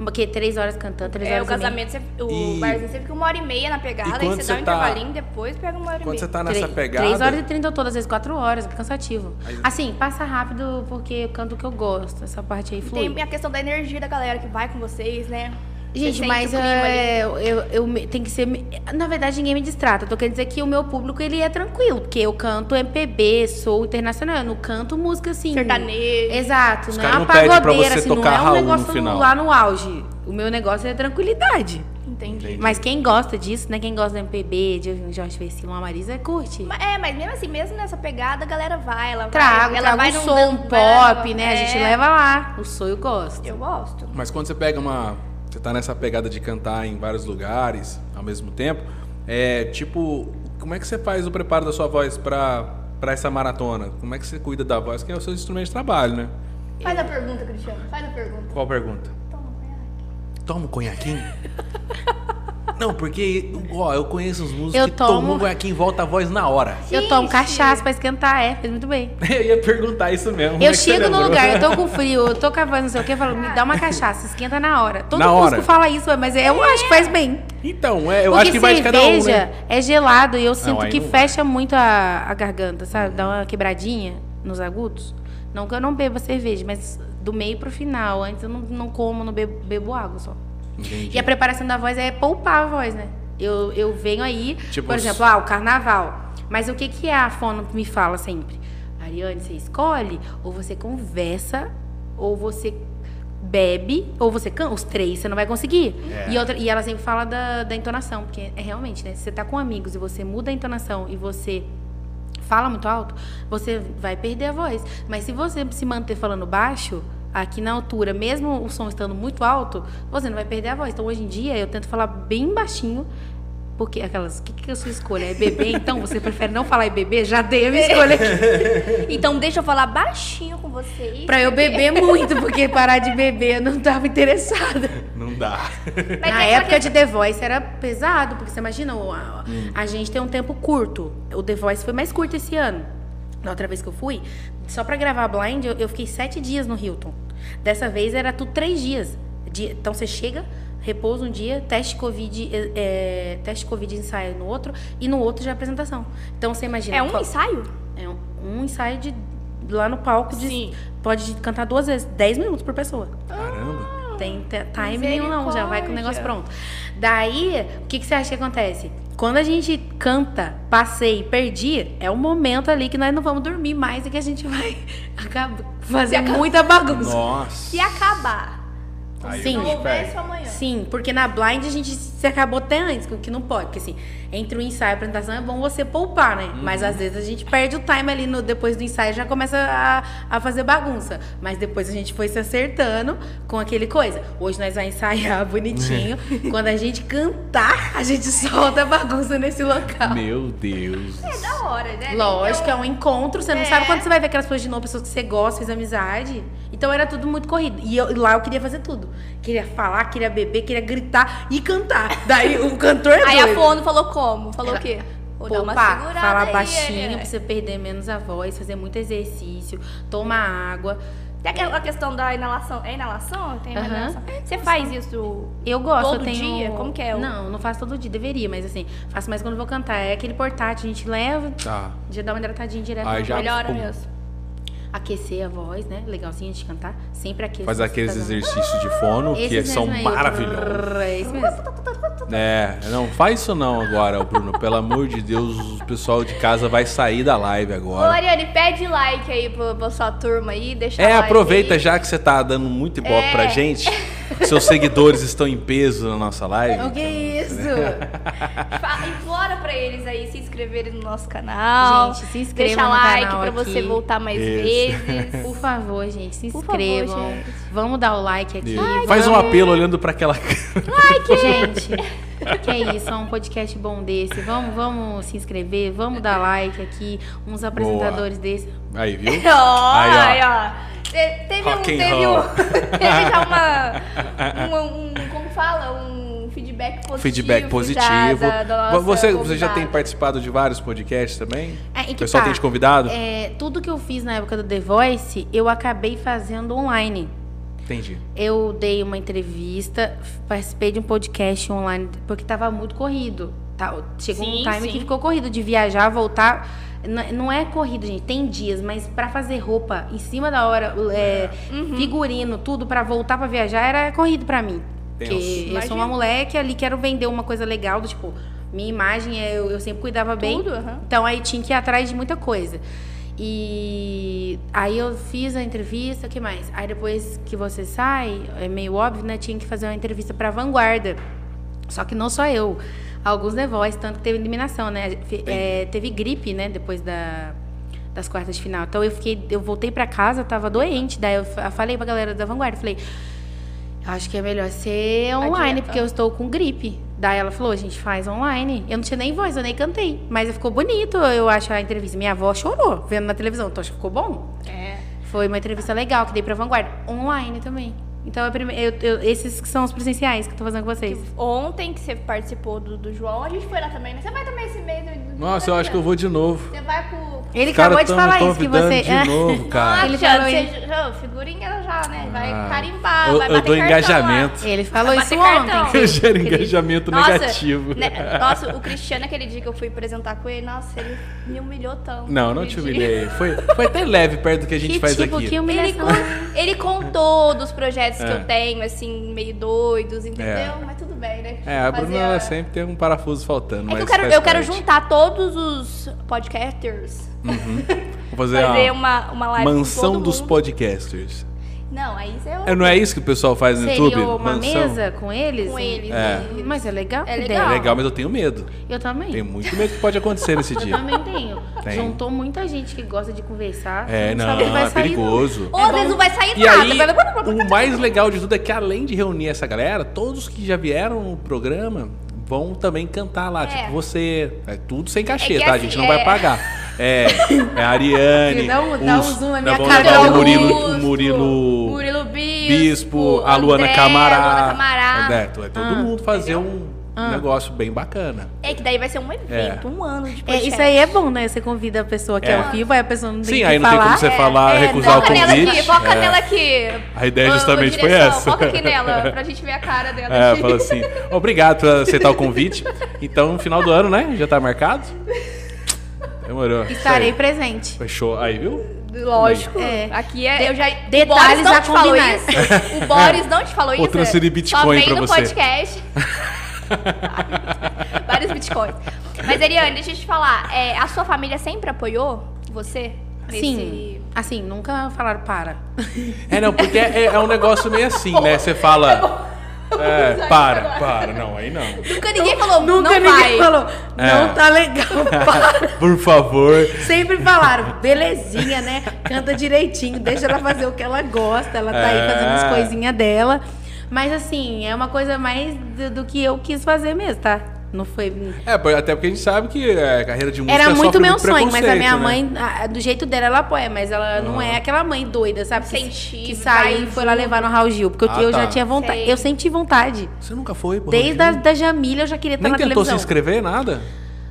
S3: Porque três horas cantando, três
S2: É, o
S3: horas e meia.
S2: casamento, você- o
S1: E-
S2: barzinho, você fica uma hora e meia na pegada,
S1: E
S2: aí
S1: quando
S2: você,
S1: você
S2: dá um
S1: tá-
S2: intervalinho, depois pega uma hora e
S1: Quando você
S2: meia.
S1: tá nessa
S3: Tre-
S1: pegada.
S3: três horas e 30 todas, às vezes 4 horas, é cansativo.
S1: Aí-
S3: Assim, passa rápido porque eu canto o que eu gosto. Essa parte
S1: tá
S3: aí flui.
S2: Tem a questão da energia da galera que vai com vocês, né? Você
S3: Gente,
S2: sente
S3: mas
S2: o clima ali.
S3: é, eu, eu me- tem que ser. Na verdade, ninguém me distrata. Eu tô querendo dizer que o meu público ele é tranquilo, porque eu canto MPB, sou internacional, eu não canto música assim.
S2: Sertanejo.
S3: Exato,
S1: Os
S3: não é
S1: caras
S3: uma
S1: não pedem pra
S3: pagodeira,
S1: você
S3: assim, não
S1: tocar
S3: é um
S1: Raul no
S3: negócio
S1: final.
S3: lá no auge. O meu negócio é tranquilidade.
S2: Entendi.
S1: Entendi.
S3: Mas quem gosta disso, né? Quem gosta do MPB, de ouvir um Jorge Versilo, uma Marisa, curte.
S2: Ma- É, mas mesmo assim, mesmo nessa pegada, a galera vai, ela
S3: Trago,
S2: vai.
S3: trago um
S2: num
S3: som, um
S2: dan-
S3: pop, né? A gente
S2: É,
S3: leva lá. O som eu gosto.
S2: Eu gosto.
S1: Mas quando você pega uma. Você tá nessa pegada de cantar em vários lugares ao mesmo tempo. É tipo, como é que você faz o preparo da sua voz pra, pra essa maratona? Como é que você cuida da voz? Que é o seu instrumento de trabalho, né?
S2: Faz a pergunta, Cristiano, faz a pergunta.
S1: Qual a pergunta?
S2: Toma, vai lá.
S1: Toma um conhaquinho? Não, porque, ó, eu conheço uns músicos
S3: Eu
S1: que tomam
S3: tomo.
S1: um conhaquinho e volta a voz na hora.
S3: Eu tomo
S2: Gente!
S3: cachaça pra esquentar, é, fez muito bem.
S1: Eu ia perguntar isso mesmo. como é
S3: Eu
S1: que você
S3: chego no
S1: lembrou?
S3: lugar, eu tô com frio, eu tô cavando, não sei o que, eu falo, me dá uma cachaça, esquenta na hora. Todo
S1: Na
S3: músico
S1: hora.
S3: fala isso, ué, mas é, eu acho que faz bem.
S1: Então, é, eu
S3: Porque
S1: acho que vai de cada um,
S3: cerveja
S1: né?
S3: é gelado e eu sinto
S1: aí
S3: que
S1: não vai.
S3: fecha muito a, a garganta, sabe? Dá uma quebradinha nos agudos. Não que eu não beba cerveja, mas do meio pro final. Antes eu não, não como, não bebo, bebo água só.
S1: Entendi.
S3: E a preparação da voz é poupar a voz, né? Eu, eu venho aí,
S1: Tipo
S3: por
S1: os-
S3: exemplo, ah, o carnaval. Mas o que, que a fono me fala sempre? Ariane, você escolhe, ou você conversa, ou você bebe ou você canta. Os três você não vai conseguir.
S1: É.
S3: E, outra- e ela sempre fala da, da entonação, porque é realmente, né? Se você tá com amigos e você muda a entonação e você fala muito alto, você vai perder a voz. Mas se você se manter falando baixo, aqui na altura, mesmo o som estando muito alto, você não vai perder a voz. Então hoje em dia eu tento falar bem baixinho. Porque aquelas, o que, que é a sua escolha? É beber? Então você prefere não falar e beber? Já dei a minha escolha aqui.
S2: Então deixa eu falar baixinho com vocês.
S3: Pra eu beber muito, porque parar de beber eu não tava interessada.
S1: Não dá.
S2: Mas tem
S3: Na
S2: aquela
S3: época de The Voice era pesado, porque você imagina, o- a, a gente tem um tempo curto. O The Voice foi mais curto esse ano. Na outra vez que eu fui, só pra gravar Blind, eu, eu fiquei sete dias no Hilton. Dessa vez era tudo três dias. Di- então você chega, repousa um dia, teste Covid, eh, eh, teste Covid ensaio no outro, e no outro já é apresentação. Então você imagina.
S2: É um
S3: qual-
S2: ensaio?
S3: é um, um ensaio de lá no palco de
S2: Sim.
S3: pode cantar duas vezes, 10 minutos por pessoa.
S1: Caramba.
S3: Tem te- time nenhum não, já vai com o negócio pronto. Daí, o que, que você acha que acontece? Quando a gente canta, passei, perdi, é o momento ali que nós não vamos dormir mais e que a gente vai acab- fazer muita bagunça.
S1: Nossa.
S2: Se acabar.
S1: Aí o
S3: Sim.
S2: Não
S1: bicho
S2: houvesse um
S1: pega.
S2: amanhã.
S3: Sim, porque na blind a gente se acabou até antes, o que não pode. Porque assim, entre o ensaio e a apresentação é bom você poupar, né? Mas às vezes a gente perde o time ali no, depois do ensaio já começa a, a fazer bagunça. Mas depois a gente foi se acertando com aquele coisa. Hoje nós vamos ensaiar bonitinho. Quando a gente cantar, a gente solta a bagunça nesse local.
S1: Meu Deus.
S2: É da hora, né?
S3: Lógico, é
S2: Então,
S3: um encontro. Você não
S2: É.
S3: sabe quando você vai ver aquelas pessoas de novo, pessoas que você gosta, fez amizade. Então era tudo muito corrido. E eu- e lá eu queria fazer tudo. Queria falar, queria beber, queria gritar e cantar. Daí o cantor é
S2: Então, Aí a
S3: doido.
S2: Fono falou como? Falou o quê? Vou dar uma
S3: Poupar,
S2: segurada
S3: falar
S2: aí,
S3: baixinho
S2: né?
S3: pra você perder menos a voz, fazer muito exercício, tomar água.
S2: Tem aquela a questão da inalação. É inalação? Tem uma
S3: Aham.
S2: inalação. Você faz isso
S3: Eu gosto,
S2: Todo
S3: eu tenho...
S2: dia? Como que é o-
S3: Não, não faço todo dia, deveria, mas assim, faço mais quando vou cantar. É aquele portátil, a gente leva,
S1: Tá.
S3: já dá uma hidratadinha direto.
S1: Aí
S3: no
S1: já-
S2: melhora
S1: pum.
S2: mesmo.
S3: Aquecer a voz, né? Legalzinho de cantar. Sempre aquecer.
S1: Faz aqueles
S3: Tá dando-
S1: exercícios de fono que
S3: Esses
S1: são
S3: mesmo aí, tá
S1: maravilhosos.
S3: brrr, É isso mesmo.
S1: É, não faz isso não agora, Bruno. Pelo amor de Deus, o pessoal de casa vai sair da live
S2: Ô,
S1: agora.
S2: Ariane, pede like aí pro- pra sua turma aí. Deixa
S1: É,
S2: like
S1: aproveita
S2: aí.
S1: já que você tá dando muito ibope
S2: É.
S1: pra gente. Seus seguidores estão em peso na nossa live.
S3: O que é isso?
S2: Fa- Implora pra eles aí se inscreverem no nosso canal.
S3: Gente, se inscreva
S2: Deixa
S3: no
S2: like
S3: canal
S2: pra
S3: aqui.
S2: você voltar mais
S1: Isso.
S2: vezes.
S3: Por favor, gente, se
S2: Por favor,
S3: inscrevam.
S2: gente.
S3: Vamos dar o like aqui.
S2: tá
S1: E Faz um
S3: vamos-
S1: apelo olhando pra aquela
S3: Gente, que é isso, é um podcast bom desse. Vamos, vamos se inscrever, vamos dar like aqui. Uns apresentadores desse.
S1: Aí, viu?
S2: Ó,
S1: Aí,
S2: aí, ó. Te- Teve um,
S1: Rock and
S2: teve
S1: roll.
S2: um, teve já uma, uma- um, como fala, um feedback positivo.
S1: Feedback
S2: já
S1: positivo.
S2: da- da nossa
S1: você, você já
S2: convidada.
S1: tem participado de vários podcasts também?
S3: É, e que
S1: o pessoal
S3: tá.
S1: tem te convidado?
S3: É, tudo que eu fiz na época do The Voice, eu acabei fazendo online.
S1: Entendi.
S3: Eu dei uma entrevista, participei de um podcast online, porque estava muito corrido. tá? Chegou um
S2: Sim,
S3: time
S2: sim.
S3: que ficou corrido de viajar, voltar. N- Não é corrido, gente. Tem dias, mas para fazer roupa em cima da hora, é,
S2: Uhum.
S3: figurino, tudo para voltar para viajar era corrido para mim. Porque
S1: Tenso.
S3: eu sou uma
S2: Imagino.
S3: moleque ali quero vender uma coisa legal, do tipo, minha imagem é- eu, eu sempre cuidava bem.
S2: Tudo, aham.
S3: Então aí tinha que ir atrás de muita coisa. E aí eu fiz a entrevista, o que mais? Aí depois que você sai, é meio óbvio, né? Tinha que fazer uma entrevista pra vanguarda. Só que não só eu. Alguns The Voice, tanto que teve eliminação, né? Fe- é, teve gripe, né? Depois da, das quartas de final. Então eu fiquei, eu voltei pra casa, tava doente. Daí eu fa- falei pra galera da vanguarda, falei, Acho que é melhor ser online,
S2: Adianta.
S3: porque eu estou com gripe. Daí ela falou, a gente faz online. Eu não tinha nem voz, eu nem cantei. Mas ficou bonito, eu acho, a entrevista. Minha avó chorou vendo na televisão. Então acho que ficou bom.
S2: É.
S3: Foi uma entrevista legal que dei pra Vanguarda. Online também. Então é prime- eu- eu- esses que são os presenciais que eu tô fazendo com vocês.
S2: Ontem que você participou do, do João, a gente foi lá também, né? Você vai também esse mês? do- do-
S1: Nossa,
S2: do-
S1: eu acho que eu vou de novo.
S2: Você vai pro...
S3: Ele
S1: Os caras
S3: acabou de
S1: tão me
S3: falar isso que
S1: convidando
S3: você.
S1: De novo, cara.
S3: Ele
S2: Ele
S3: falou
S2: falou
S3: isso.
S2: Figurinha ela já, né? Vai
S1: Ah,
S2: carimbar,
S1: eu
S2: vai
S1: eu
S2: bater
S1: dou
S2: cartão né?
S1: engajamento.
S3: Ele falou
S2: Vai
S3: isso
S2: bater cartão.
S3: ontem.
S1: Eu gero
S3: Ele-
S1: engajamento
S2: Nossa,
S1: negativo.
S2: lá. Né? Nossa, o Cristiano, aquele dia que eu fui apresentar com ele, nossa, ele me humilhou tanto.
S1: Não, não
S2: aquele
S1: te
S2: dia.
S1: humilhei. Foi, foi até leve perto do que a gente
S3: Que
S1: faz
S3: tipo,
S1: aqui.
S3: que
S2: Ele,
S3: humilhação.
S2: con- ele contou dos projetos que
S1: É.
S2: eu tenho, assim, meio doidos, entendeu?
S1: É.
S2: Mas tudo bem, né?
S1: É, a Bruna
S2: Fazer
S1: ela sempre tem um parafuso faltando.
S2: É que eu
S1: mas
S2: quero,
S1: faz
S2: eu quero
S1: parte.
S2: juntar todos os podcasters,
S1: Vou fazer,
S2: fazer
S1: a
S2: uma, uma live com
S1: mansão
S2: todo
S1: dos
S2: mundo.
S1: podcasters.
S2: Não, aí você
S1: É, não é isso que o pessoal faz no
S3: Seria
S1: YouTube?
S3: uma
S1: Mansão?
S3: mesa com eles?
S2: Com eles,
S1: É.
S2: né?
S3: Mas é legal.
S2: É
S3: a
S2: legal.
S1: É
S3: ideia.
S1: legal, mas eu tenho medo.
S3: Eu também.
S1: Tenho muito medo que pode acontecer nesse
S3: Eu
S1: dia.
S3: também tenho.
S1: Tem.
S3: Juntou muita gente que gosta de conversar.
S1: É,
S3: não, sabe o que
S1: não,
S3: vai
S1: é
S3: sair, não.
S1: perigoso.
S2: Ou às vezes não vai sair
S1: E
S2: um nada.
S1: aí,
S2: vai-
S1: o mais legal de tudo é que além de reunir essa galera, todos que já vieram no programa vão também cantar lá.
S2: É.
S1: Tipo, você. É tudo sem cachê,
S2: É que
S1: tá? A
S2: assim,
S1: gente não
S2: é-
S1: vai pagar. É, é a Ariane.
S5: Dá um- dá um
S1: os-
S5: zoom na
S1: nós
S5: minha
S1: vamos
S5: cara, um
S1: levar O
S2: Augusto,
S1: Murilo, o Murilo,
S2: Murilo Bispo,
S1: Bispo, a Luana
S2: André,
S1: Camará.
S2: a Luana Camará. Ah,
S1: É, tu- é todo mundo fazer um negócio bem bacana.
S2: É que daí vai ser um evento, um ano de
S3: É,
S2: podcast.
S3: isso aí é bom, né? Você convida a pessoa que é,
S1: É.
S3: ao vivo, aí a pessoa não tem
S1: Sim,
S3: que
S1: aí não tem
S3: falar.
S1: como você falar,
S3: é,
S1: recusar o
S2: foca nela aqui,
S1: convite.
S2: assim, foca
S1: É.
S2: nela aqui.
S1: A ideia
S2: Ô,
S1: justamente foi
S2: direção,
S1: essa.
S2: Foca aqui nela, pra gente ver a cara dela
S1: É,
S2: aqui.
S1: fala assim, obrigado por aceitar o convite. Então, no final do ano, né? Já tá marcado? Demorou. Isso
S3: Estarei
S1: aí.
S3: presente.
S1: Fechou. Aí, viu?
S2: Lógico.
S3: É.
S2: Aqui é, eu já.
S3: detalhes
S2: o Boris não
S3: a
S2: te falou
S3: combinar.
S2: isso. O Boris não te falou
S1: Vou
S2: isso.
S1: transferir
S2: Só
S1: Bitcoin
S2: vem
S1: pra
S2: no
S1: você.
S2: podcast. Vários bitcoins. Mas, Ariane, deixa eu te falar. é, a sua família sempre apoiou você? nesse-
S3: Sim. Assim, nunca falaram para.
S1: É, não, porque é, é um negócio meio assim, né? Você fala. É, para, para. Não, aí não.
S2: Nunca ninguém falou,
S3: Nunca
S2: não
S3: ninguém
S2: vai.
S3: falou,
S1: É.
S3: não tá legal, para.
S1: Por favor.
S3: Sempre falaram, belezinha, né? Canta direitinho, deixa ela fazer o que ela gosta, ela tá aí fazendo as
S1: É.
S3: coisinhas dela. Mas assim, é uma coisa mais do, do que eu quis fazer mesmo, tá? Não foi
S1: É, por- até porque a gente sabe que é, carreira de música
S3: Era muito
S1: sofre
S3: meu sonho, mas a
S1: preconceito,
S3: minha
S1: né? Ah.
S3: mãe, a- a- do jeito dela, ela apoia, mas ela não é aquela mãe doida, sabe? Que,
S2: Incentiva,
S3: que saiu e
S2: vai
S3: foi lá levar no Raul Gil. Porque eu-
S1: Ah,
S3: eu
S1: tá.
S3: já tinha vontade.
S2: Sei.
S3: Eu sempre tive vontade.
S1: Você nunca foi, pô.
S3: Desde a da Jamila eu já queria estar
S1: Nem
S3: na
S1: tentou se
S3: televisão.
S1: inscrever, nada?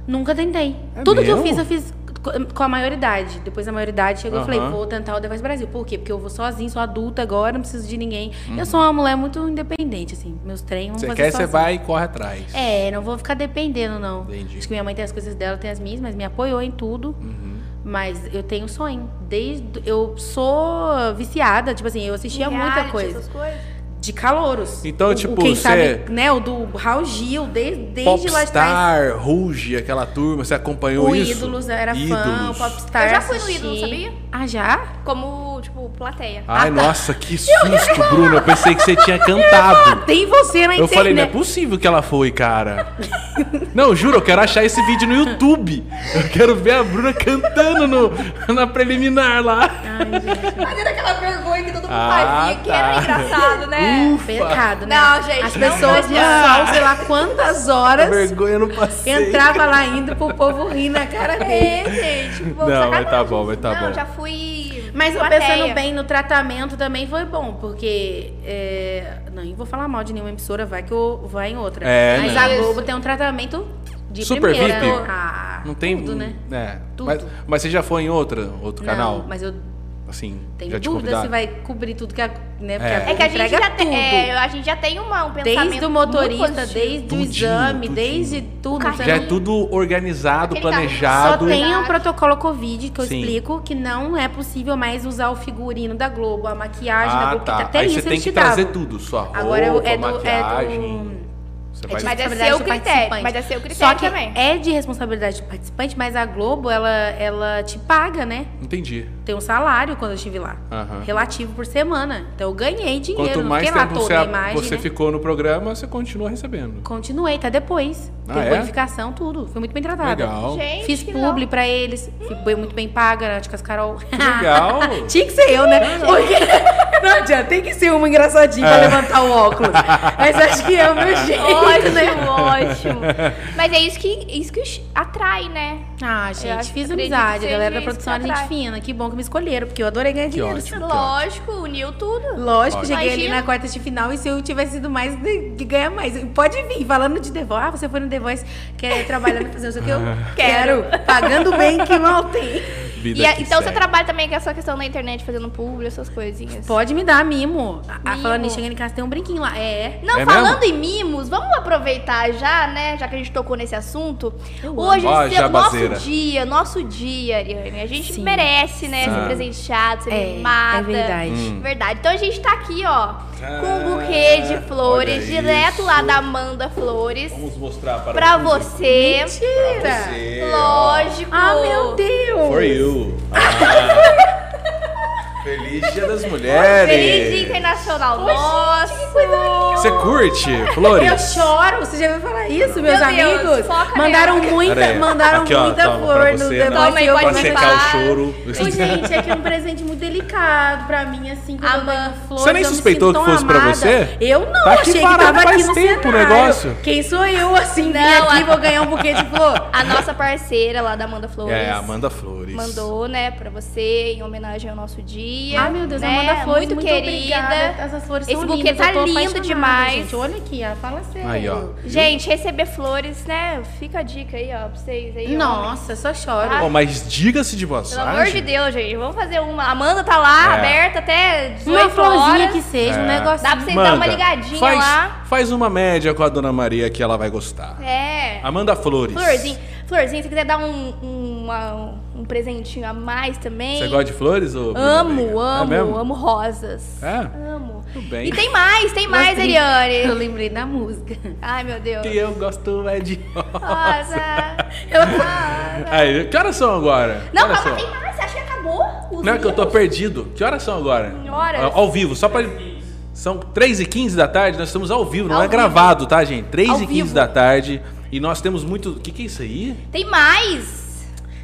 S3: Nunca tentei.
S1: É
S3: Tudo que eu
S1: mesmo?
S3: fiz, eu fiz co- com a maioridade. Depois da maioridade chegou e falei,
S1: Aham.
S3: vou tentar o The Voice Brasil. Por quê? Porque eu vou sozinha, sou adulta agora, não preciso de ninguém. Eu sou uma mulher muito independente, assim. Meus treinos
S1: Uhum. Você
S3: vão
S1: quer,
S3: fazer
S1: você
S3: sozinha.
S1: vai e corre atrás.
S3: É, não vou ficar dependendo, não.
S1: Entendi.
S3: Acho que minha mãe tem as coisas dela, tem as minhas, mas me apoiou em tudo.
S1: Uhum.
S3: Mas eu tenho sonho. Desde eu sou viciada, tipo assim, eu assistia muita
S2: Reality,
S3: coisa
S2: essas coisas.
S3: de calouros.
S1: Então,
S3: O- o
S1: tipo,
S3: quem
S1: você-
S3: sabe, né, o do Raul Gil, desde, desde lá atrás.
S1: Popstar, Ruge, aquela turma, você acompanhou
S3: O
S1: isso?
S3: Ídolos, eu era fã, o
S1: Ídolos.
S3: Popstar.
S2: Eu já fui no
S3: assisti.
S2: Ídolos, sabia?
S3: Ah, já?
S2: Como, tipo, plateia.
S3: Ah, tá.
S1: Ai, nossa, que susto, Bruno. Eu pensei que você tinha cantado.
S3: Ah, Tem você na
S1: Eu
S3: internet.
S1: falei, não é possível que ela foi, cara. Não, juro, eu quero achar esse vídeo no YouTube. Eu quero ver a Bruna cantando no, na preliminar lá.
S2: Fazendo aquela vergonha que todo mundo
S1: Ah,
S2: fazia, que era
S1: tá.
S2: engraçado, né?
S3: Pecado, né?
S2: Não, gente,
S3: As
S2: não
S3: pessoas no
S2: adianta.
S3: sol, sei lá quantas
S1: A
S3: horas,
S1: Tá vergonha não passei.
S3: entrava lá indo pro povo rir na
S1: Tá
S3: cara dele.
S2: É, gente. Tipo,
S1: Não,
S2: sacanagem.
S1: mas tá bom, mas tá
S2: Não,
S1: bom.
S2: já fui.
S3: Mas eu
S2: plateia.
S3: pensando bem no tratamento também foi bom, porque. É... Não, eu vou falar mal de nenhuma emissora, vai que eu vou em outra.
S1: É,
S3: Mas
S1: né?
S3: a Globo tem um tratamento de
S1: Super
S3: primeira.
S1: VIP?
S3: Ah,
S1: Não tem.
S3: tudo, né?
S1: É.
S3: Tudo.
S1: Mas, mas você já foi em outra, outro canal?
S3: Não, mas eu
S1: Assim,
S3: tenho
S1: já te
S3: dúvida
S1: convidaram?
S3: se vai cobrir tudo que a. Né, porque
S1: É.
S3: Globo
S2: É que a gente,
S3: entrega
S2: já
S3: tudo.
S2: tem, é, a gente já tem uma, um pensamento.
S3: Desde
S2: muito
S3: o motorista,
S2: positivo.
S3: desde o
S1: Tudinho,
S3: exame,
S1: tudinho.
S3: desde tudo.
S2: carrinho.
S3: você
S1: Já é
S3: não-
S1: tudo organizado,
S2: Aquele carro
S1: planejado.
S3: Só tem o protocolo Covid que eu
S1: Sim.
S3: explico que não é possível mais usar o figurino da Globo, a maquiagem da
S1: Ah,
S3: Globo.
S1: tá.
S3: porque Até
S1: Aí
S3: isso
S1: você tem
S3: eles
S1: que
S3: te davam.
S1: trazer tudo. Sua roupa,
S3: Agora eu- é do- é do-
S1: maquiagem. Você vai
S3: de
S2: Mas é
S3: responsabilidade
S2: seu
S3: do
S2: critério.
S3: participante.
S2: Mas é seu critério
S3: Só que
S2: também.
S3: é de responsabilidade do participante, mas a Globo, ela, ela te paga, né?
S1: Entendi.
S3: Tem um salário quando eu estive lá.
S1: Aham.
S3: Relativo por semana. Então eu ganhei dinheiro.
S1: Quanto
S3: não
S1: mais
S3: fiquei lá
S1: tempo
S3: toda
S1: você,
S3: a imagem,
S1: você
S3: né?
S1: ficou no programa, você continua recebendo.
S3: Continuei, tá depois.
S1: Ah,
S3: Tem
S1: é?
S3: bonificação, tudo. Fui muito bem tratada.
S1: Legal.
S2: Gente,
S3: Fiz
S2: que
S3: publi pra eles. Fui muito bem paga, na Ticas Carol.
S1: legal.
S3: Tinha que ser eu, né? Porque não adianta, tem que ser uma engraçadinha
S1: É.
S3: pra levantar o óculos. Mas acho que é o meu jeito, né?
S2: Ótimo, ótimo. Mas é isso que, isso que os- atrai, né?
S3: Ah, gente,
S2: acho-
S3: fiz
S2: acredito
S3: amizade.
S2: que
S3: A galera
S2: seja
S3: da produção
S2: isso
S3: era
S2: que
S3: gente
S2: atrai.
S3: fina. Que bom que me escolheram, porque eu adorei ganhar
S1: Que
S3: dinheiro.
S1: ótimo.
S2: Tipo, Lógico, uniu tudo.
S3: Lógico,
S1: Ótimo.
S3: cheguei ali
S2: Imagina.
S3: na quarta de final e se eu tivesse sido mais, de, de ganhar mais. Pode vir, falando de The Voice, ah, você foi no The Voice, quer trabalhar, pra fazer não sei o que, eu
S1: Ah.
S2: Quero.
S3: quero. Pagando bem, que mal tem.
S1: Vida
S2: E a-
S1: que
S2: então você
S1: segue.
S2: trabalha também com essa questão da internet, fazendo publi, essas coisinhas.
S3: Pode me dar mimo. A, a,
S2: Mimo.
S3: falando em chegando em casa, tem um brinquinho lá. É.
S2: Não,
S1: É
S2: falando em mimos, vamos aproveitar já, né? Já que a gente tocou nesse assunto.
S3: Eu amo.
S2: Hoje
S1: Ó,
S2: é seu- nosso
S1: jabazeira.
S2: dia, nosso dia, Ariane. A gente
S3: Sim.
S2: merece, né? Ser
S1: Sim.
S2: presenteado, ser
S3: É,
S2: mimada.
S3: é verdade. Hum.
S2: Verdade. Então a gente tá aqui, ó, com um buquê de
S1: olha
S2: flores, direto lá
S1: isso.
S2: da Amanda Flores.
S1: Vamos um mostrar para
S2: Pra
S1: o público.
S2: você.
S1: Pra
S3: Mentira!
S1: você, ó.
S2: Oh. Lógico.
S3: Ah, meu Deus!
S1: For you. Feliz Dia das Mulheres.
S2: Feliz Dia Internacional Nossa!
S1: Você curte, Flores?
S3: Eu choro, você já vai falar isso,
S2: Meu
S3: meus
S2: Deus,
S3: amigos?
S2: foca
S3: mandaram
S2: nela.
S3: muita,
S1: Pera aí.
S3: mandaram
S1: Aqui, ó,
S3: muita
S1: toma, pra
S3: flor no
S1: você, né?
S3: The
S1: não.
S3: Voice.
S2: Toma aí,
S1: Pra
S2: pode
S3: eu
S1: secar o
S2: falar.
S1: choro.
S3: Ô, gente, é que é um presente muito delicado pra mim, assim, quando eu
S2: Amã.
S3: ganho flores.
S1: Você nem
S3: eu me
S1: suspeitou
S3: sinto
S1: que
S3: tão
S1: fosse pra
S3: amada.
S1: você?
S3: Eu não,
S1: Tá aqui
S3: achei que
S1: parado
S3: tava aqui
S1: faz
S3: no
S1: tempo o
S3: cenário.
S1: negócio.
S3: Quem sou eu, assim, vim
S2: Não,
S3: aqui
S2: a-
S3: vou ganhar um buquê de flor?
S2: A nossa parceira lá da Amanda Flores.
S1: É, Amanda Flores.
S2: Mandou, né, pra você, em homenagem ao nosso dia.
S3: Ai, meu Deus,
S2: né?
S3: Amanda Flores,
S2: Muito, querida.
S3: obrigada. tá Essas flores
S2: Esse
S3: são
S2: buquê
S3: lindas,
S2: tá
S3: eu tô
S2: lindo
S3: apaixonada,
S2: demais.
S3: Gente, olha aqui, ah, fala sério.
S1: Aí, ó.
S2: Gente, receber flores, né? Fica a dica aí, ó, pra vocês aí. ó.
S3: Nossa, só choro.
S1: Ó, mas diga-se de passagem.
S2: Pelo amor de Deus, gente. Vamos fazer uma. A Amanda tá lá,
S1: É.
S2: aberta até
S3: Uma
S2: 18
S3: florzinha
S2: horas.
S3: que seja, um
S1: É.
S3: negócio.
S2: Dá pra vocês dar
S1: Manda,
S2: uma ligadinha
S1: faz,
S2: lá.
S1: Faz uma média com a dona Maria que ela vai gostar.
S2: É.
S1: Amanda Flores.
S2: Florzinha, Florzinha, se quiser dar um, um, uma- um presentinho a mais também.
S1: Você gosta de flores? Ou
S2: Amo, amo,
S1: é mesmo?
S2: amo rosas.
S1: É?
S2: Amo.
S1: Tudo bem.
S2: E tem mais, tem mais,
S3: Lembrei- Eu
S2: Eliane.
S3: lembrei da música.
S2: Ai, meu Deus.
S1: Que eu gosto é de
S2: Rosa.
S1: Aí, que horas são agora?
S2: Não,
S1: Que horas
S2: calma,
S1: são?
S2: tem mais. Você acha que acabou? os
S1: Não é que eu tô
S2: livros?
S1: perdido. Que horas são agora?
S2: Em horas?
S1: Ao ao vivo, só pra. São 3h15 da tarde, nós estamos ao vivo, não
S2: Ao
S1: é
S2: vivo.
S1: gravado, tá, gente?
S2: Ao
S1: 3h15
S2: vivo.
S1: da tarde. E nós temos muito. O que, que é isso aí?
S2: Tem mais.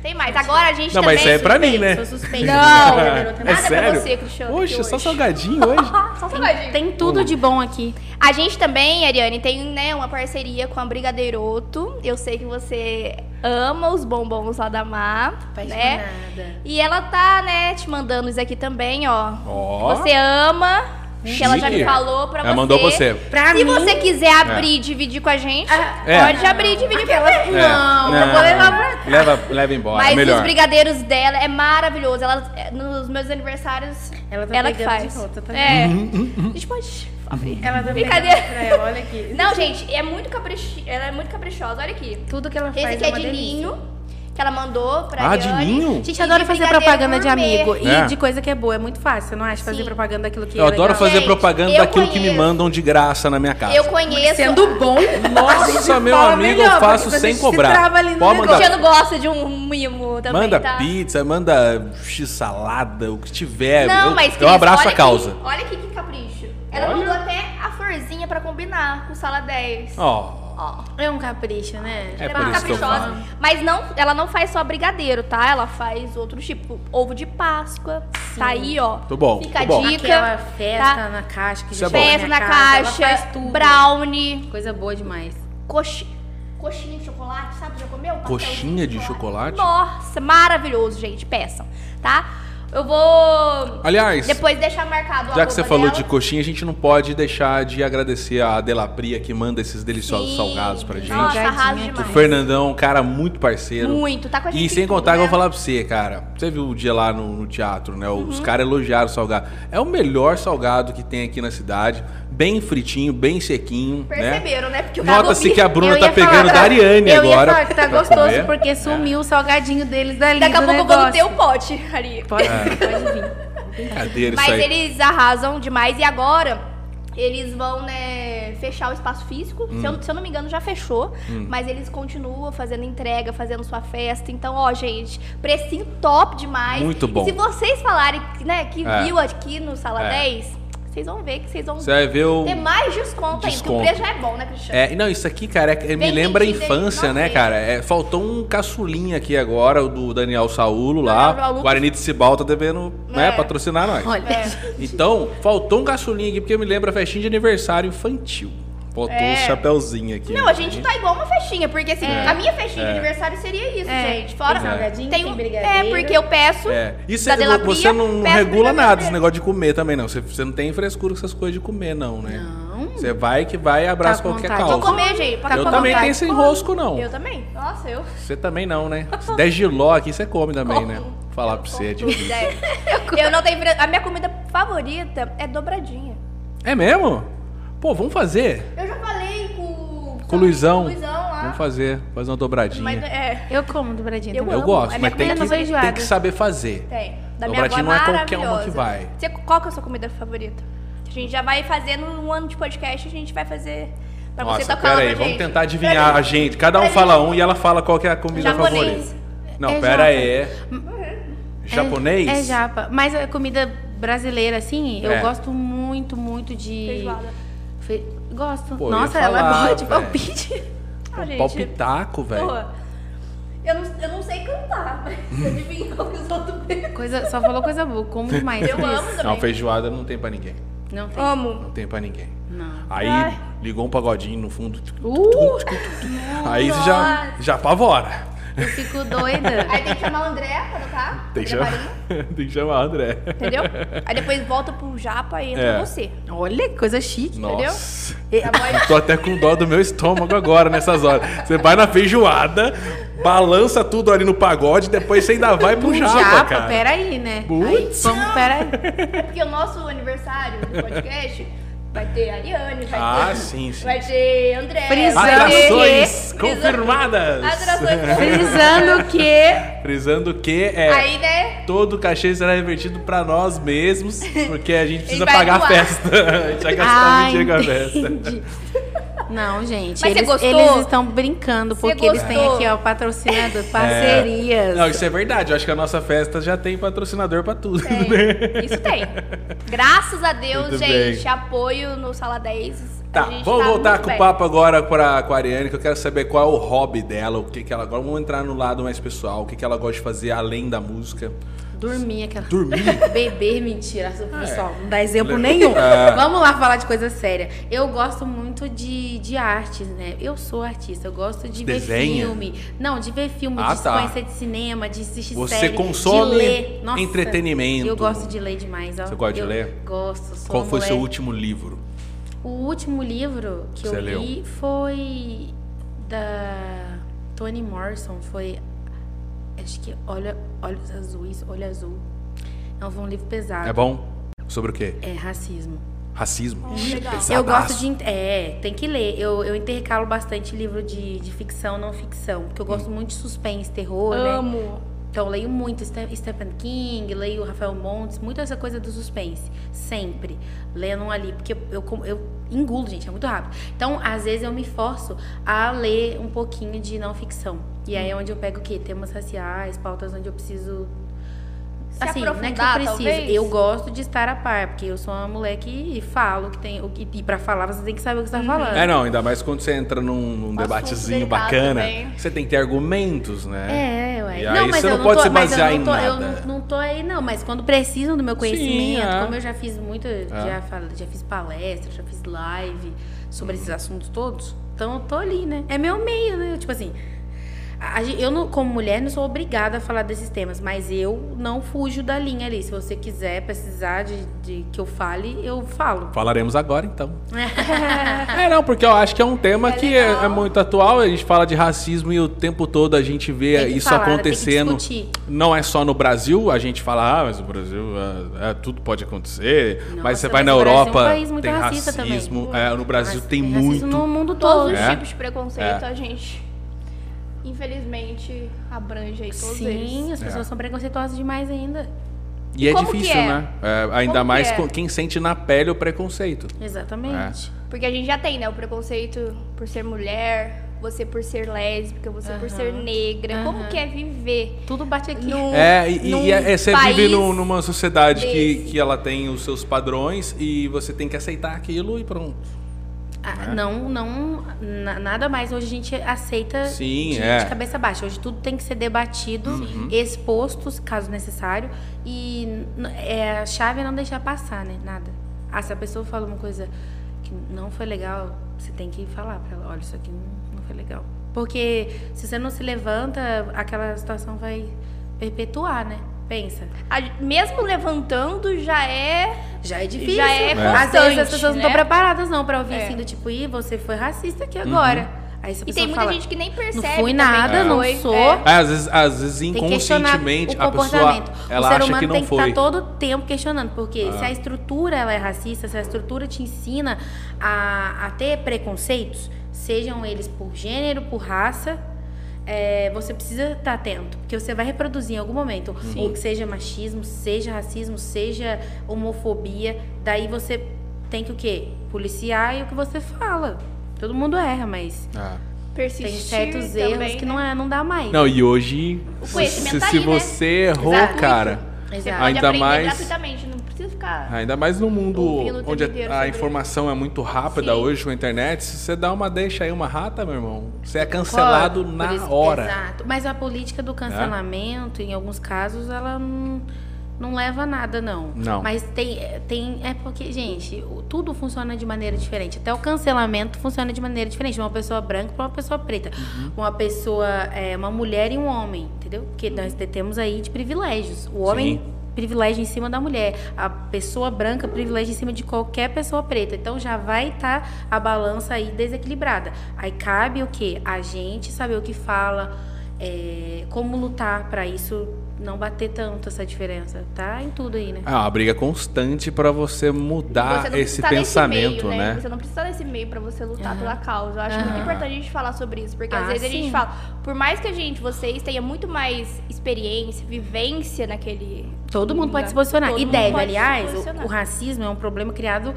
S2: Tem mais. Agora a gente
S1: Não,
S2: também...
S1: mas isso aí é pra mim, né?
S3: Sou suspeita.
S2: Não.
S1: é
S2: Nada
S1: sério?
S2: pra você, Cristiano.
S1: Poxa,
S2: aqui
S1: só
S2: hoje.
S1: salgadinho hoje?
S2: Só salgadinho.
S3: Tem tudo de bom aqui.
S2: A gente também, Ariane, tem né, uma parceria com a Brigadeiroto. Eu sei que você ama os bombons lá da Mar, né?
S3: Apaixonada.
S2: E ela tá, né, te mandando isso aqui também, ó.
S1: Ó.
S2: Você ama, que ela já me
S1: Chique.
S2: falou pra
S1: Ela
S2: você.
S1: mandou você.
S3: Pra
S2: Se
S3: mim.
S2: você quiser abrir e dividir com a gente,
S3: Ah,
S1: É.
S2: pode abrir e dividir com a gente.
S1: É,
S3: eu vou levar pra trás.
S1: Leva, leva embora,
S2: Mas os
S1: melhor.
S2: brigadeiros dela é maravilhoso. Ela, é, nos meus aniversários,
S3: Ela
S2: ela,
S3: tá
S2: que
S3: brigando de
S2: faz.
S3: volta, tá
S2: é.
S1: Uhum.
S2: A gente pode abrir.
S3: Ela deu
S2: Brincadeira.
S3: pra ela, olha aqui.
S2: Não, gente, é muito caprichi... ela é muito caprichosa. Olha aqui.
S3: Tudo que ela
S2: Esse
S3: faz
S2: aqui
S3: é
S2: é
S3: uma
S2: de
S3: delícia.
S2: linho, que ela mandou pra
S1: Ah, de
S2: Ariane.
S1: linho?
S3: Gente,
S2: E
S3: eu adoro
S2: de
S3: fazer
S2: brigadeiro
S3: propaganda de
S2: gourmet.
S3: amigo e
S1: É.
S3: de coisa que é boa. É muito fácil, você não acha? Fazer
S2: Sim.
S3: propaganda daquilo que
S1: Eu
S3: é
S1: adoro
S3: legal.
S1: fazer
S2: Gente,
S1: propaganda
S2: eu
S1: daquilo que me
S2: conheço.
S1: mandam de graça na minha casa.
S2: Eu conheço.
S3: Sendo bom,
S1: Nossa, meu amigo, eu faço sem cobrar. Pode
S3: Pode
S2: O
S1: mandar.
S2: Cristiano gosta de um mimo também,
S1: Manda
S2: tá?
S1: pizza, manda x-salada, o que tiver.
S2: Não,
S1: É, eu,
S2: mas
S1: eu
S2: Cris,
S1: abraço
S2: olha
S1: a causa.
S2: Aqui, olha aqui que capricho. Ela
S1: Olha.
S2: mandou até a florzinha pra combinar com sala 10.
S1: Ó,
S2: Ó.
S3: É um capricho, né?
S1: É
S2: Ela
S1: por
S2: muito
S1: isso que eu
S2: caprichosa.
S1: falo.
S2: Mas não, ela não faz só brigadeiro, tá? Ela faz outros tipo ovo de Páscoa. Tá aí, ó.
S1: Tô bom,
S2: Fica
S1: tô bom.
S2: a dica.
S3: Aquela festa
S2: tá?
S3: na caixa que
S1: Isso é
S3: já
S1: bom.
S2: Festa na
S3: Ela
S2: caixa,
S3: faz tudo.
S2: brownie,
S3: Coisa boa demais.
S2: coxi- coxinha de chocolate, sabe? Já comeu? Pastelzinho
S1: Coxinha de chocolate?
S2: Nossa, maravilhoso, gente. Peçam, tá? Eu vou
S1: aliás,
S2: depois deixar marcado o
S1: já que você
S2: arroba
S1: falou
S2: dela.
S1: de coxinha, a gente não pode deixar de agradecer a Delapria que manda esses deliciosos
S2: Sim.
S1: salgados pra gente.
S2: Nossa, arrasa
S3: Salgadinho aqui.
S1: O
S2: demais.
S1: Fernandão, é um cara muito parceiro.
S2: Muito, tá com a gente.
S1: E sem
S2: em
S1: contar que
S2: tudo,
S1: eu vou
S2: né?
S1: falar pra você, cara. Você viu o dia lá no, no teatro, né? Os
S2: Uhum.
S1: caras elogiaram o salgado. É o melhor salgado que tem aqui na cidade. Bem fritinho, bem sequinho. Né?
S2: Perceberam, né? Porque o
S1: Nota-se
S2: Gabi-
S1: que a Bruna
S3: Eu
S1: tá
S3: ia falar
S1: pegando
S3: pra-
S1: da Ariane
S3: eu
S1: agora.
S3: Ia falar que tá
S1: pra
S3: gostoso
S1: comer. É.
S3: porque sumiu o salgadinho deles dali.
S2: Daqui a
S3: do
S2: pouco eu vou no
S3: negócio.
S2: teu pote, Ari.
S3: Pode, pode vir.
S1: Brincadeira isso
S2: Mas
S1: aí.
S2: eles arrasam demais e agora eles vão, né, fechar o espaço físico. Se,
S1: Hum.
S2: eu, se eu não me engano, já fechou. Mas eles continuam fazendo entrega, fazendo sua festa. Então, ó, gente, precinho top demais.
S1: Muito bom.
S2: E se vocês falarem, né, que
S1: É.
S2: viu aqui no Sala
S1: É.
S2: 10, vocês vão ver que vocês vão
S1: Você vai ver o.
S2: ter mais desconto, aí. Porque o
S1: Desconto.
S2: preço já é bom, né, Cristiano?
S1: É, e não, isso aqui, cara, é- me
S2: Bem
S1: lembra a
S2: vendido, hein?
S1: infância, né,
S2: Nossa,
S1: cara? É, faltou um caçulinha aqui agora, o do Daniel Saulo lá.
S2: Daniel
S1: O
S2: Lucas.
S1: Guarani de Cibal tá devendo né,
S2: É.
S1: patrocinar nós.
S3: Olha,
S1: Então, faltou um caçulinha aqui, porque me lembra a festinha de aniversário infantil. Faltou um
S2: É.
S1: chapéuzinho aqui. né?
S2: Não, a gente tá igual uma festinha, porque assim,
S1: É.
S2: a minha festinha de aniversário seria isso,
S3: É.
S2: gente. Fora
S3: Tem salgadinho, tem
S2: um-
S3: brigadeiro.
S2: É, porque eu peço
S1: É. E cê-
S2: da Delapria,
S1: você não
S2: peço
S1: regula
S2: brigadeiro.
S1: nada esse negócio de comer também, não. Você, você não tem frescura com essas coisas de comer, não, né?
S3: Não.
S1: Você vai que vai e abraça
S3: Tá com
S1: qualquer
S3: vontade.
S1: causa.
S2: Vou comer, gente. pra
S1: Eu
S2: acabar
S1: também
S2: com a
S1: tenho
S2: vontade.
S1: esse enrosco, não.
S2: Eu também. Nossa, eu.
S1: Você também não, né? Se der giló aqui, você come também, né?
S2: Como. Tá
S1: Falar pra você é difícil.
S2: Sério. Eu não tenho. pre- A minha comida favorita é dobradinha.
S1: É mesmo? Pô, vamos fazer.
S2: Eu já falei com.
S1: Com o Luizão.
S2: lá.
S1: Vamos fazer. Fazer uma dobradinha.
S2: Mas é.
S3: eu como dobradinha
S2: Eu
S3: também.
S1: Eu
S2: amo.
S1: gosto,
S2: É minha
S1: mas tem
S3: comida
S1: que,
S3: feijoada.
S1: tem que saber fazer.
S2: Tem. Da minha avó
S1: Dobradinha
S2: é
S1: não é qualquer uma
S2: maravilhosa.
S1: que vai.
S2: Você, qual que é a sua comida favorita? A gente já vai fazendo um ano de podcast, a gente vai fazer. Pra você
S1: Nossa,
S2: tocar
S1: pera
S2: lá pra
S1: aí, vamos
S2: gente.
S1: tentar adivinhar
S2: Pra
S1: a
S2: gente.
S1: gente. Cada um
S2: pra
S1: fala
S2: gente.
S1: um e ela fala qual que é a comida
S2: Japonês.
S1: favorita. Não,
S3: É
S1: pera
S3: japa.
S2: É
S1: aí. Japonês?
S3: É japa. é Mas a comida brasileira, assim,
S1: É.
S3: eu gosto muito, muito de.
S2: Feijoada.
S3: Fe- Gosto.
S1: Pô, eu ia
S3: Nossa, ela
S1: falar,
S3: gosta de
S1: velho.
S3: palpite.
S2: Ah, gente,
S1: Palpitaco, velho.
S2: porra. Eu não, eu não sei cantar, mas se adivinhar o que os outros pensam.
S3: Coisa, só falou coisa boa. Como demais.
S2: Eu
S3: Cris.
S2: amo também.
S1: Não, feijoada não tem pra ninguém.
S3: Não tem.
S2: Amo.
S1: Não tem pra ninguém.
S2: Oh.
S3: Não.
S1: Aí
S2: Ai.
S1: ligou um pagodinho no fundo.
S3: Uh,
S1: Aí você já, já apavora.
S3: eu fico doida.
S2: Aí tem que chamar o André pra tocar.
S1: Tem que,
S2: André
S1: chamar,
S2: Marinho,
S1: tem que chamar o André.
S2: Entendeu? Aí depois volta pro Japa e entra
S1: É.
S2: você.
S3: Olha, que coisa chique.
S1: Nossa.
S2: Tá bom? Aí
S1: Eu tô até com dó do meu estômago agora, nessas horas. Você vai na feijoada, balança tudo ali no pagode, depois você ainda vai pro
S3: Um
S1: japa,
S3: japa,
S1: cara.
S3: peraí, né?
S1: Putz.
S3: Aí, vamos, peraí.
S2: É porque o nosso aniversário do podcast vai ter Ariane, vai
S1: Ah,
S2: ter.
S1: sim, sim.
S2: Vai ter André.
S3: Frisão.
S2: vai ter-
S1: Atrações
S2: Frisão.
S1: confirmadas.
S2: Atrações confirmadas.
S3: Frisando que.
S1: Frisando que é
S2: Aí, né?
S1: todo o cachê será revertido pra nós mesmos, porque a gente precisa
S2: vai
S1: pagar a
S2: doar.
S1: festa. A gente vai gastar
S3: Ah,
S1: muito dinheiro com a festa.
S3: entendi. Não, gente,
S2: Mas você
S3: eles,
S2: gostou?
S3: eles estão brincando,
S2: Você
S3: porque eles têm
S2: gostou?
S3: aqui, ó, patrocinador, parcerias.
S1: Não, isso é verdade. Eu acho que a nossa festa já tem patrocinador pra tudo. né?
S2: Tem. É, Isso tem. Graças a Deus,
S1: Muito
S2: gente.
S1: bem.
S2: Apoio no Sala 10.
S1: Tá,
S2: a gente
S1: vamos
S2: tá
S1: voltar
S2: muito
S1: com o
S2: bem.
S1: papo agora pra, com a Ariane, que eu quero saber qual é o hobby dela, o que, que ela gosta. Vamos entrar no lado mais pessoal, o que, que ela gosta de fazer além da música.
S3: Dormir aquela.
S1: Dormir?
S3: Beber, mentira. Pessoal, não dá exemplo
S1: Le-
S3: nenhum.
S1: Ah.
S3: um Vamos lá falar de coisa séria. Eu gosto muito de, de artes, né? Eu sou artista, eu gosto de
S1: Desenha?
S3: ver filme. Não, de ver filme,
S1: Ah,
S3: de
S1: tá.
S3: conhecer de cinema, de assistir
S1: Você
S3: série,
S1: consome
S3: de ler. Nossa,
S1: entretenimento.
S3: Eu gosto de ler demais, ó.
S1: Você gosta de
S3: Eu
S1: ler?
S3: Gosto, sou
S1: qual
S3: uma
S1: foi seu
S3: mulher-
S1: último livro?
S3: O último livro que
S1: Você
S3: eu
S1: leu?
S3: li foi da Toni Morrison, foi acho que Olha, Olhos Azuis, Olho Azul. É um foi um livro pesado.
S1: É bom? Sobre o quê?
S3: É racismo.
S1: Racismo?
S2: Ixi, é legal.
S3: Hum, Eu gosto de. in- É, tem que ler. Eu, eu intercalo bastante livro de, de ficção, não ficção. Porque eu gosto
S1: Hum.
S3: muito de suspense, terror, né?
S2: Amo.
S3: Então eu leio muito Ste- Stephen King, leio Rafael Montes, muito essa coisa do suspense. Sempre. Lendo um ali, porque eu, com- eu engulo, gente, é muito rápido. Então, às vezes, eu me forço a ler um pouquinho de não ficção. E aí é onde eu pego o quê? Temas raciais, pautas onde eu preciso.
S2: Se
S3: assim, não é que eu
S2: aprofundar,
S3: preciso.
S2: talvez?
S3: Eu gosto de estar a par, porque eu sou uma mulher que falo que tem. o que- E pra falar, você tem que saber o que
S2: Uhum.
S3: você tá falando.
S1: É, não, ainda mais quando você entra num, num debatezinho
S2: delicado
S1: bacana,
S2: também.
S1: você tem que ter argumentos, né?
S3: É, ué.
S1: E aí você não pode se basear
S3: eu
S1: em
S3: não tô, eu
S1: nada.
S3: não, não tô aí, não. Mas quando precisam do meu conhecimento,
S1: Sim, é.
S3: como eu já fiz muito, já, falo- já fiz palestra, já fiz live sobre esses assuntos todos, então eu tô ali, né? É meu meio, né? Tipo assim, a- a gen- eu, não, como mulher, não sou obrigada a falar desses temas, mas eu não fujo da linha ali. Se você quiser precisar de, de que eu fale, eu falo.
S1: Falaremos agora então. É, não, porque eu acho que é um tema
S2: É
S1: que é,
S2: legal.
S1: é muito atual. A gente fala de racismo e o tempo todo a gente vê
S3: Tem que
S1: isso
S3: falar, tem que
S1: acontecendo.
S3: discutir.
S1: Não é só no Brasil, a gente fala, ah, mas o Brasil, é, é, tudo pode acontecer. mas
S3: Nossa,
S1: você vai
S3: mas
S1: na
S3: o Brasil é um
S1: Europa,
S3: país muito
S1: tem
S3: racista
S1: racismo.
S3: também.
S1: É, no Brasil
S3: Mas
S1: tem,
S3: racismo
S1: muito.
S3: no mundo todo.
S2: Todos os
S1: É.
S2: tipos de preconceito
S1: É.
S2: a gente, infelizmente, abrange aí todos
S3: Sim,
S2: eles.
S3: as
S1: É.
S3: pessoas são preconceituosas demais ainda.
S1: E é
S2: Como que
S1: difícil,
S2: é?
S1: né? É, ainda
S2: Como que
S1: mais
S2: é?
S1: com quem sente na pele o preconceito.
S3: Exatamente.
S2: Porque a gente já tem, né? O preconceito por ser mulher, você por ser lésbica, você por ser negra. Como que é viver
S3: Tudo bate aqui.
S2: num.
S1: É, e, e
S3: um
S2: num
S1: é, você
S2: país
S1: vive num- numa sociedade que,
S2: desse.
S1: que ela tem os seus padrões e você tem que aceitar aquilo e pronto.
S3: Ah,
S1: é.
S3: Não, não, na- nada mais. Hoje a gente aceita
S1: Sim,
S3: de,
S1: é. Uhum.
S3: de cabeça baixa. Hoje tudo tem que ser debatido, exposto, caso necessário. E n- é, a chave é não deixar passar, né? Nada. Ah, se a pessoa fala uma coisa que não foi legal, você tem que falar pra ela: olha, isso aqui não, não foi legal. Porque se você não se levanta, aquela situação vai perpetuar, né? Pensa.
S2: a- mesmo levantando, já é.
S3: Já é difícil.
S2: Já é
S3: Às vezes as
S2: constante,
S3: pessoas não estão
S2: né?
S3: preparadas não pra ouvir
S2: É.
S3: assim do tipo, ih, você foi racista aqui agora. Aí essa
S2: E
S3: pessoa
S2: tem muita
S3: fala,
S2: gente que nem
S3: não
S2: percebe. também
S3: fui nada,
S2: que
S3: não
S2: foi.
S3: sou.
S2: É.
S1: É, às vezes, às vezes
S3: Tem que questionar
S1: inconscientemente
S3: o
S1: a pessoa
S3: comportamento.
S1: ela
S3: o ser
S1: acha
S3: humano
S1: que não
S3: tem que
S1: foi. Ah.
S3: estar todo tempo questionando, porque se a estrutura ela é racista, se a estrutura te ensina a, a ter preconceitos, sejam eles por gênero, por raça, é, você precisa estar atento, porque você vai reproduzir em algum momento, ou que seja machismo, seja racismo, seja homofobia, daí você tem que o quê? Policiar e o que você fala. Todo mundo erra, mas
S1: Ah.
S2: Persistir
S3: tem certos erros
S2: também,
S3: que
S2: né?
S3: não, é, não dá mais.
S1: Não, e hoje,
S2: O
S1: se,
S2: conhecimento
S1: se,
S2: tá
S1: se
S2: aí, né?
S1: você errou,
S2: Gratuito.
S1: cara.
S2: Você
S3: Exato.
S2: pode
S1: Ah, Ainda
S2: aprender
S1: mais-
S2: gratuitamente, não precisa ficar.
S1: Ah, Ainda mais no
S2: Ouvindo o
S1: mundo
S2: tempo
S1: onde
S2: inteiro
S1: a, a
S2: sobre-
S1: informação é muito rápida
S2: Sim.
S1: hoje com a internet, se você dá uma deixa aí, uma rata, meu irmão, você é cancelado
S3: Por
S1: na
S3: isso-
S1: hora. Né?
S3: Exato. Mas a política do cancelamento, em alguns casos, ela não, não leva a nada, não.
S1: Não.
S3: Mas tem, tem. É porque, gente, o- tudo funciona de maneira diferente. Até o cancelamento funciona de maneira diferente. de Uma pessoa branca para uma pessoa preta. Uma pessoa. é, uma mulher e um homem, entendeu? Porque nós temos aí de privilégios. O homem.
S1: Sim.
S3: Privilégio em cima da mulher, a pessoa branca, privilégio em cima de qualquer pessoa preta. Então já vai estar a balança aí desequilibrada. Aí cabe o quê? A gente saber o que fala, é, como lutar pra isso não bater tanto essa diferença. Tá em tudo aí, né?
S1: É uma briga constante pra você mudar
S2: Você não
S1: Ah, esse
S2: precisa estar
S1: pensamento,
S2: nesse meio,
S1: né?
S2: Você não precisa desse meio pra você lutar
S3: Aham.
S2: pela causa. Eu acho muito
S3: Aham.
S2: importante a gente falar sobre isso, porque às
S3: Ah,
S2: vezes a gente
S3: sim.
S2: fala, por mais que a gente, vocês tenha muito mais experiência, vivência naquele
S3: Todo mundo pode se posicionar.
S2: Todo
S3: E
S2: mundo
S3: deve,
S2: pode se
S3: aliás,
S2: posicionar.
S3: o, o racismo é um problema criado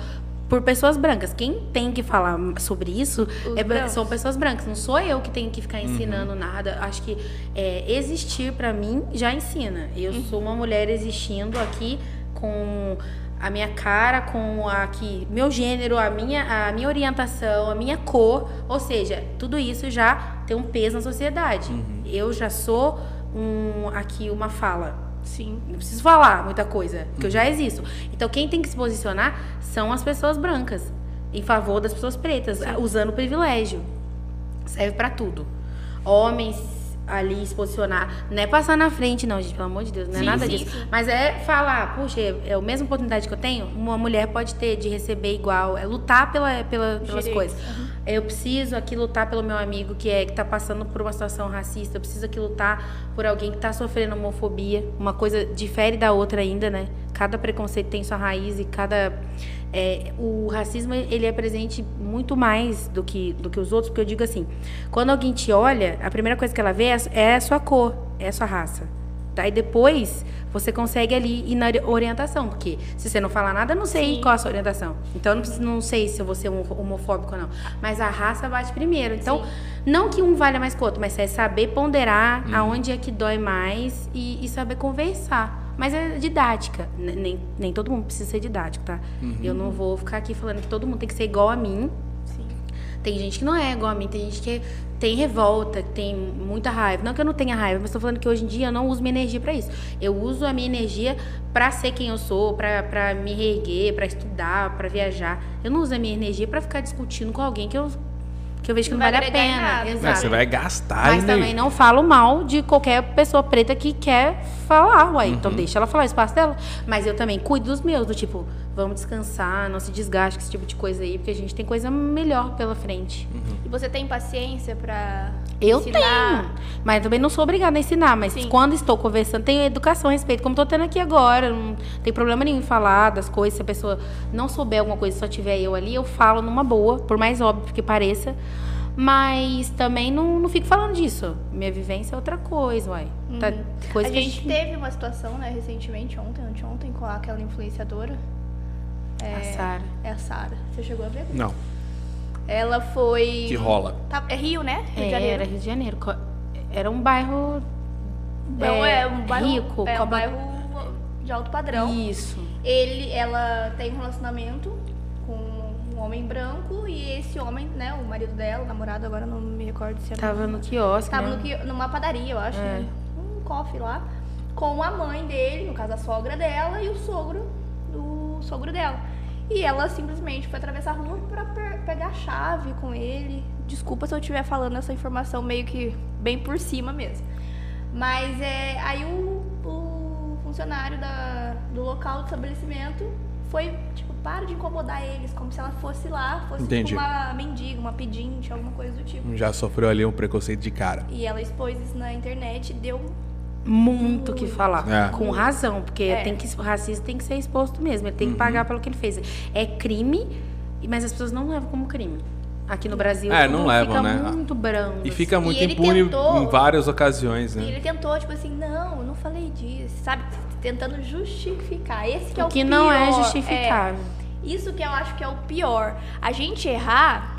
S3: por pessoas brancas. Quem tem que falar sobre isso
S2: Os
S3: é-
S2: brancos.
S3: são pessoas brancas. Não sou eu que tenho que ficar ensinando nada. Acho que é, existir pra mim já ensina. Eu
S2: Uhum.
S3: sou uma mulher existindo aqui com a minha cara, com a que meu gênero, a minha, a minha orientação, a minha cor, ou seja, tudo isso já tem um peso na sociedade. Eu já sou um aqui uma fala.
S2: Sim.
S3: Não preciso falar muita coisa, porque eu já existo. Então, quem tem que se posicionar são as pessoas brancas, em favor das pessoas pretas, a- usando o privilégio. Serve pra tudo. Homens ali se posicionar, não é passar na frente, não, gente, pelo amor de Deus, não é
S2: Sim,
S3: nada
S2: sim,
S3: disso.
S2: sim.
S3: Mas é falar, puxa, é a mesma oportunidade que eu tenho, uma mulher pode ter de receber igual, é lutar pela, pela, pelas
S2: Direitos.
S3: coisas. É, Eu preciso aqui lutar pelo meu amigo que é que tá passando por uma situação racista. Eu preciso aqui lutar por alguém que tá sofrendo homofobia. Uma coisa difere da outra ainda, né? Cada preconceito tem sua raiz e cada é, o racismo ele é presente muito mais do que do que os outros, porque eu digo assim, quando alguém te olha, a primeira coisa que ela vê é a su- é a sua cor, é a sua raça. Daí depois você consegue ali ir na ori- orientação, porque se você não falar nada, eu não sei
S2: Sim.
S3: qual a sua orientação. Então eu não, preciso- não sei se eu vou ser um homofóbico ou não. Mas a raça bate primeiro. Então, não que um valha mais que o outro, mas é saber ponderar aonde é que dói mais e, e saber conversar. Mas é didática. N- Nem, nem todo mundo precisa ser didático, tá? Eu não vou ficar aqui falando que todo mundo tem que ser igual a mim.
S2: Sim.
S3: Tem gente que não é igual a mim, tem gente que tem revolta, que tem muita raiva. Não que eu não tenha raiva, mas tô falando que hoje em dia eu não uso minha energia pra isso. Eu uso a minha energia pra ser quem eu sou, pra pra me reerguer, pra estudar, pra viajar. Eu não uso a minha energia pra ficar discutindo com alguém que eu que eu vejo que
S2: Não
S3: não,
S2: vai
S3: vale a
S2: agregar em
S3: pena.
S2: nada.
S1: É,
S3: Exato.
S1: você vai gastar
S3: Mas também
S1: energia.
S3: não falo mal de qualquer pessoa preta que quer falar, uai. Então deixa ela falar o espaço dela. Mas eu também cuido dos meus, do tipo, vamos descansar, não se desgaste com esse tipo de coisa aí, porque a gente tem coisa melhor pela frente.
S2: E você tem paciência pra
S3: Eu
S2: ensinar?
S3: tenho. Mas também não sou obrigada a ensinar, mas
S2: Sim.
S3: quando estou conversando, tenho educação a respeito, como estou tendo aqui agora. Não tem problema nenhum em falar das coisas. Se a pessoa não souber alguma coisa, só tiver eu ali, eu falo numa boa, por mais óbvio que pareça. Mas também não, não fico falando disso. Minha vivência é outra coisa, uai. Tá, coisa
S2: Uhum. a
S3: que
S2: gente teve uma situação, né, recentemente, ontem, anteontem, com aquela influenciadora.
S3: A Sara.
S2: É a Sara. Você chegou a ver?
S1: Não,
S2: Ela foi.
S1: que rola.
S2: Tá- é Rio, né? Rio de
S3: É,
S2: Janeiro.
S3: era Rio de Janeiro. Co- Era um bairro.
S2: Não, é, um bairro.
S3: rico,
S2: é um
S3: Copa-
S2: bairro de alto padrão.
S3: Isso.
S2: Uhum. Ele, ela tem um relacionamento com um homem branco e esse homem, né, o marido dela, o namorado, agora eu não me recordo se é era.
S3: Tava no quiosque.
S2: Tava
S3: né?
S2: no que, numa padaria, eu acho, né? um coffee lá, com a mãe dele, no caso a sogra dela, e o sogro do sogro dela. E ela simplesmente foi atravessar a rua pra pe- pegar a chave com ele. Desculpa se eu estiver falando essa informação meio que bem por cima mesmo. Mas é, aí o, o funcionário da, do local do estabelecimento foi, tipo, para de incomodar eles, como se ela fosse lá, fosse tipo,
S1: Entendi.
S2: uma mendiga, uma pedinte, alguma coisa do tipo.
S1: Já sofreu ali um preconceito de cara.
S2: E ela expôs isso na internet e deu.
S3: muito o que falar.
S1: É.
S3: Com razão, porque
S2: É.
S3: tem que, o racismo tem que ser exposto mesmo, ele tem
S1: Uhum.
S3: que pagar pelo que ele fez. É crime, mas as pessoas não levam como crime. Aqui no Brasil,
S1: É, não
S3: tudo
S1: levam,
S3: fica
S1: né?
S3: muito assim. branco.
S1: E fica muito
S2: ele
S1: impune
S2: tentou-
S1: em várias ocasiões,
S2: E
S1: né?
S2: ele tentou, tipo assim, não, eu não falei disso, sabe? Tentando justificar. Esse que é o
S3: o que não é
S2: pior,
S3: justificável.
S2: é. isso que eu acho que é o pior. A gente errar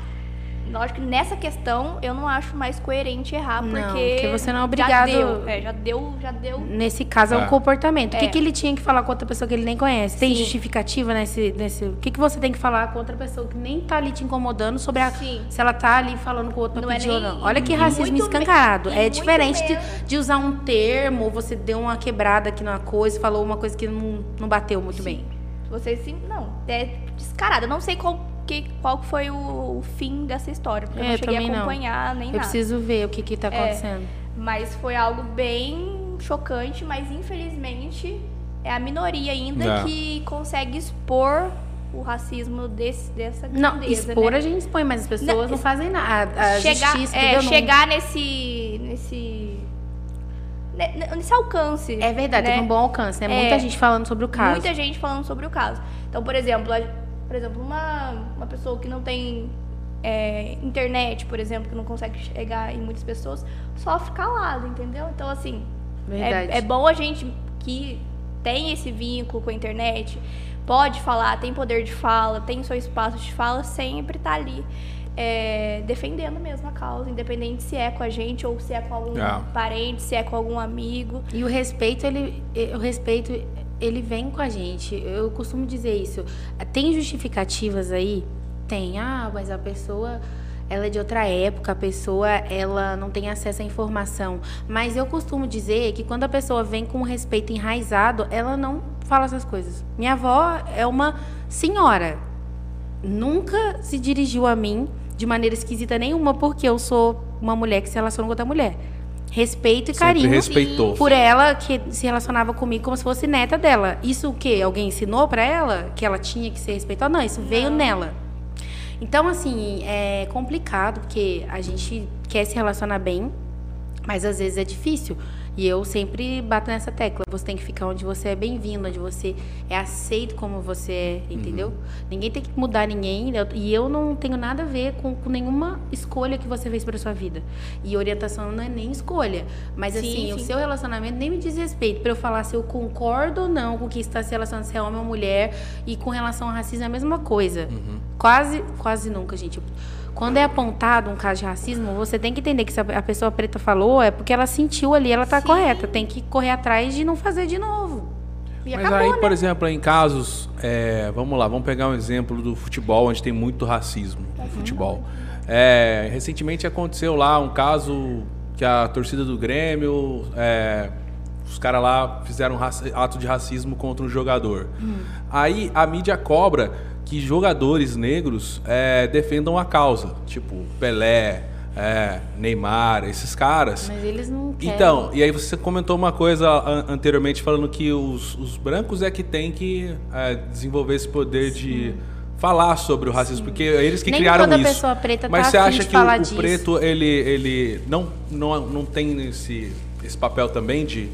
S2: Lógico que nessa questão eu não acho mais coerente errar,
S3: Não,
S2: porque.
S3: porque você não é
S2: Já
S3: obrigado-
S2: deu, é, já deu, já deu.
S3: Nesse caso é
S1: É.
S3: um comportamento. O que,
S2: É.
S3: que ele tinha que falar com outra pessoa que ele nem conhece? Tem
S2: Sim.
S3: justificativa nesse, nesse. O que, que você tem que falar com outra pessoa que nem tá ali te incomodando sobre a.
S2: Sim.
S3: Se ela tá ali falando com o outro pra
S2: Não é
S3: pedir ou
S2: nem-
S3: não. Olha que
S2: e
S3: racismo
S2: muito me-
S3: escancarado.
S2: e
S3: É
S2: muito
S3: diferente de,
S2: menos.
S3: de usar um termo, você deu uma quebrada aqui numa coisa, falou uma coisa que não, não bateu muito bem.
S2: Você sim. Não, é descarado. Eu não sei qual que, qual que foi o, o fim dessa história, porque eu
S3: É,
S2: não cheguei
S3: também
S2: a
S3: não.
S2: acompanhar nem
S3: Eu
S2: nada. É.
S3: preciso ver o que, que tá acontecendo.
S2: Mas foi algo bem chocante, mas infelizmente é a minoria ainda
S1: É.
S2: que consegue expor o racismo desse, dessa grandeza,
S3: Não, expor
S2: né?
S3: a gente expõe, mas as pessoas não,
S2: Não,
S3: fazem nada. A, a
S2: chegar,
S3: justiça,
S2: é,
S3: entendeu? Não-
S2: chegar nesse nesse ne- nesse alcance.
S3: É verdade,
S2: né?
S3: teve um bom alcance, né?
S2: É.
S3: Muita gente falando sobre o caso.
S2: Muita gente falando sobre o caso. Então, por exemplo, a- por exemplo, uma uma pessoa que não tem é, internet, por exemplo, que não consegue chegar em muitas pessoas, sofre calado, entendeu? Então, assim,
S3: Verdade.
S2: é, é bom a gente que tem esse vínculo com a internet, pode falar, tem poder de fala, tem seu espaço de fala, sempre tá ali é, defendendo mesmo a causa, independente se é com a gente ou se é com algum
S1: É.
S2: parente, se é com algum amigo.
S3: E o respeito, ele, eh, o respeito, ele vem com a gente. Eu costumo dizer isso. Tem justificativas aí? Tem. Ah, mas a pessoa, ela é de outra época, a pessoa, ela não tem acesso à informação. Mas eu costumo dizer que quando a pessoa vem com um respeito enraizado, ela não fala essas coisas. Minha avó é uma senhora. Nunca se dirigiu a mim de maneira esquisita nenhuma, porque eu sou uma mulher que se relaciona com outra mulher. Respeito e
S1: Sempre
S3: carinho
S1: respeitou.
S3: por ela que se relacionava comigo como se fosse neta dela. Isso o quê? Alguém ensinou pra ela que ela tinha que ser respeitada? Não, isso veio nela. Então, assim, é complicado, porque a gente quer se relacionar bem, mas às vezes é difícil. E eu sempre bato nessa tecla. Você tem que ficar onde você é bem-vindo, onde você é aceito como você é, entendeu? Ninguém tem que mudar ninguém. eu- E eu não tenho nada a ver com, com nenhuma escolha que você fez pra sua vida. E orientação não é nem escolha. Mas
S2: Sim,
S3: assim, o
S2: sim.
S3: seu relacionamento nem me diz respeito. Pra eu falar se eu concordo ou não com o que está se relacionando, se é homem ou mulher. E com relação ao racismo é a mesma coisa. Quase, quase nunca, gente. Quando é apontado um caso de racismo, você tem que entender que se a a pessoa preta falou, é porque ela sentiu ali, ela tá
S2: Sim.
S3: correta. Tem que correr atrás de não fazer de novo.
S2: E
S1: Mas
S2: acabou,
S1: aí,
S2: né?
S1: por exemplo, em casos, é, vamos lá, vamos pegar um exemplo do futebol, onde tem muito racismo no
S2: Uhum.
S1: futebol. É, recentemente aconteceu lá um caso que a torcida do Grêmio, é, os caras lá fizeram um raci- ato de racismo contra um jogador.
S2: Hum.
S1: Aí a mídia cobra que jogadores negros é, defendam a causa, tipo Pelé, é, Neymar, esses caras.
S3: Mas eles não querem.
S1: Então, e aí você comentou uma coisa an- anteriormente falando que os, os brancos é que tem que é, desenvolver esse poder de falar sobre o racismo, porque é eles que
S3: Nem
S1: criaram
S3: toda
S1: isso.
S3: pessoa preta
S1: Mas
S3: tá
S1: você
S3: afim
S1: acha
S3: de
S1: que o-
S3: falar
S1: o,
S3: disso.
S1: preto ele, ele não, não, não tem esse, esse papel também de,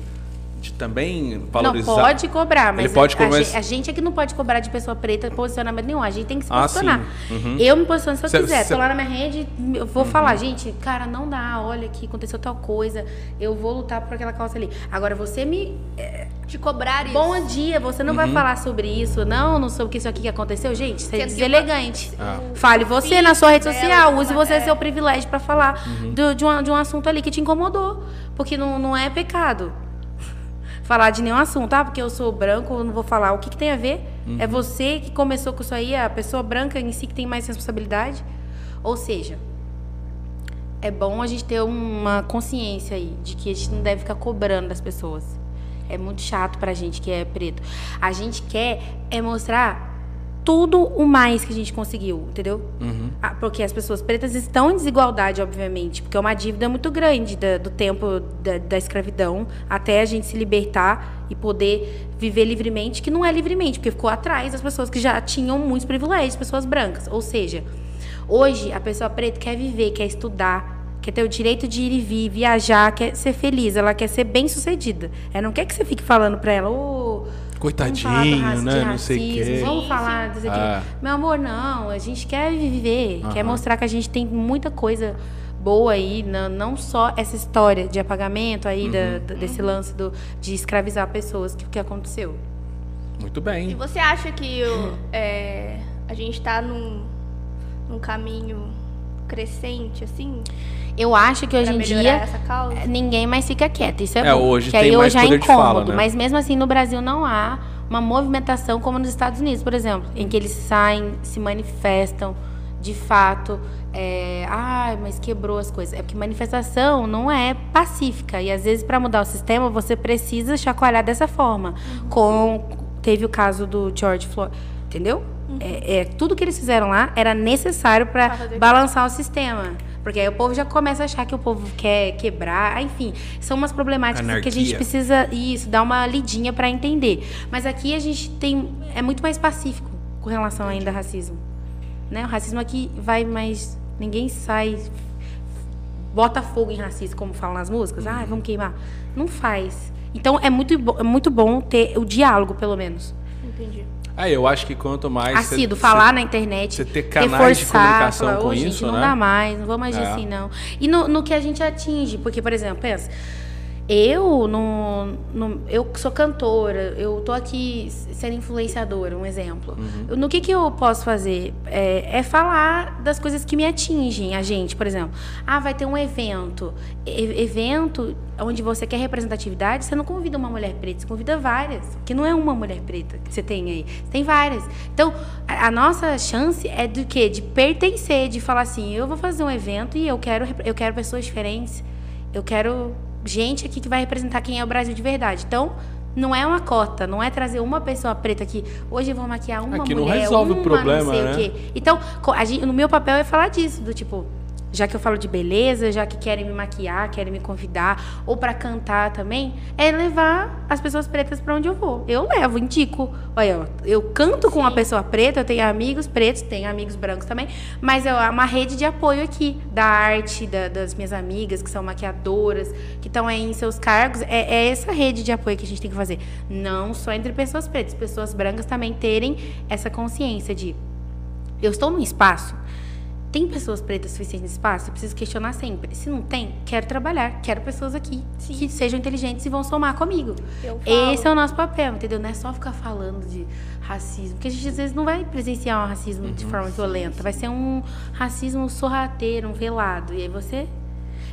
S1: de também valorizar?
S3: Não pode cobrar, mas
S1: Ele pode
S3: a,
S1: cobrar
S3: a,
S1: esse-
S3: gente, a gente é que não pode cobrar de pessoa preta posicionamento nenhum. A gente tem que se
S1: Ah,
S3: posicionar.
S1: sim. Uhum.
S3: Eu me posiciono se eu
S1: Cê-
S3: quiser.
S1: cê- Uhum.
S3: Tô lá na minha rede, eu vou falar, gente, cara, não dá, olha que aconteceu tal coisa, eu vou lutar por aquela causa ali. Agora, você me eh,
S2: Te cobrar isso.
S3: Bom dia, você não
S1: Uhum.
S3: vai falar sobre isso, não, não sobre o que isso aqui que aconteceu, gente. Isso é
S2: Sendo que
S3: deselegante.
S1: Ah.
S3: Fale você na sua rede
S2: dela,
S3: social, use você
S2: é.
S3: seu privilégio pra falar do- de, um, de um assunto ali que te incomodou, porque não, não é pecado falar de nenhum assunto, ah, porque eu sou branco, eu não vou falar. O que, que tem a ver? É você que começou com isso aí, a pessoa branca em si que tem mais responsabilidade? Ou seja, é bom a gente ter uma consciência aí de que a gente não deve ficar cobrando das pessoas. É muito chato pra gente que é preto. A gente quer é mostrar tudo o mais que a gente conseguiu, entendeu?
S1: Uhum.
S3: Ah, Porque as pessoas pretas estão em desigualdade, obviamente, porque é uma dívida muito grande da- do tempo da, da escravidão até a gente se libertar e poder viver livremente, que não é livremente, porque ficou atrás das pessoas que já tinham muitos privilégios, pessoas brancas. Ou seja, hoje a pessoa preta quer viver, quer estudar, quer ter o direito de ir e vir, viajar, quer ser feliz, ela quer ser bem sucedida. Ela não quer que você fique falando pra ela, ô. vamos falar do
S1: Coitadinho,
S3: raci- de
S1: né? Não sei o
S3: racismo,
S1: quê.
S3: Vamos falar disso aqui.
S1: Ah.
S3: Meu amor, não. A gente quer viver,
S1: Aham.
S3: quer mostrar que a gente tem muita coisa boa aí, na- não só essa história de apagamento aí, da-
S1: Uhum.
S3: da- desse lance do, de escravizar pessoas, que o que aconteceu.
S1: Muito
S2: E
S1: bem.
S2: você acha que o- é, a gente tá num, num caminho crescente, assim?
S3: Eu acho que hoje
S2: pra
S3: em
S2: melhorar
S3: dia
S2: essa causa?
S3: ninguém mais fica quieto. Isso é,
S1: É,
S3: bom.
S1: hoje
S3: que
S1: tem
S3: aí
S1: mais
S3: hoje
S1: poder
S3: é
S1: de fala,
S3: incômodo.
S1: né?
S3: Mas mesmo assim, no Brasil não há uma movimentação como nos Estados Unidos, por exemplo, em que eles saem, se manifestam de fato. É, Ai, mas quebrou as coisas. É porque manifestação não é pacífica. E às vezes, para mudar o sistema, você precisa chacoalhar dessa forma. Com Teve o caso do George Floyd. Entendeu? É, é, tudo que eles fizeram lá era necessário para
S2: Pra poder
S3: balançar o sistema. Porque aí o povo já começa a achar que o povo quer quebrar. Ah, Enfim, são umas problemáticas que a gente
S1: Anarquia.
S3: precisa isso, dar uma lidinha para entender. Mas aqui a gente tem. é muito mais pacífico com relação ainda ao racismo. Né? O racismo aqui vai mais. Ninguém sai. Bota fogo em racismo, como falam nas músicas. Ah, vamos queimar. Não faz. Então é muito, bo- é muito bom ter o diálogo, pelo menos.
S2: Entendi.
S1: É, eu acho que quanto mais. cê-
S3: Assíduo,
S1: cê-
S3: falar na internet.
S1: Você ter
S3: Reforçar,
S1: canais de comunicação
S3: falar, "Ô,
S1: com
S3: gente,
S1: isso,
S3: não
S1: né?
S3: dá mais, não vamos agir
S1: É.
S3: assim, não. E no, no que a gente atinge, porque, por exemplo, pensa, eu não, não- eu sou cantora, eu tô aqui sendo influenciadora, um exemplo.
S1: Uhum.
S3: Eu- No que que eu posso fazer? É, é falar das coisas que me atingem, a gente, por exemplo. Ah, vai ter um evento. E- evento onde você quer representatividade, você não convida uma mulher preta, você convida várias. Porque não é uma mulher preta que você tem aí, você tem várias. Então, a, a nossa chance é do quê? De pertencer, de falar assim, eu vou fazer um evento e eu quero, rep- eu quero pessoas diferentes. Eu quero gente aqui que vai representar quem é o Brasil de verdade. Então, não é uma cota, não é trazer uma pessoa preta aqui. Hoje eu vou maquiar uma
S1: Aqui não
S3: mulher,
S1: resolve o
S3: uma
S1: problema,
S3: não sei
S1: né?
S3: o quê. Então, co- a gente- no meu papel é falar disso, do tipo, já que eu falo de beleza, já que querem me maquiar, querem me convidar, ou pra cantar também, é levar as pessoas pretas pra onde eu vou. Eu levo, indico. Olha, ó, eu canto com uma pessoa preta, eu tenho amigos pretos, tenho amigos brancos também, mas é uma rede de apoio aqui, da arte, da- das minhas amigas que são maquiadoras, que estão aí em seus cargos. É, é essa rede de apoio que a gente tem que fazer. Não só entre pessoas pretas, pessoas brancas também terem essa consciência de eu estou num espaço. Tem pessoas pretas suficientes no espaço? Eu preciso questionar sempre. Se não tem, quero trabalhar. Quero pessoas aqui que sejam inteligentes e vão somar comigo.
S2: Eu falo.
S3: Esse é o nosso papel, entendeu? Não é só ficar falando de racismo. Porque a gente às vezes não vai presenciar um racismo de forma violenta. Vai ser um racismo sorrateiro, um velado. E aí você.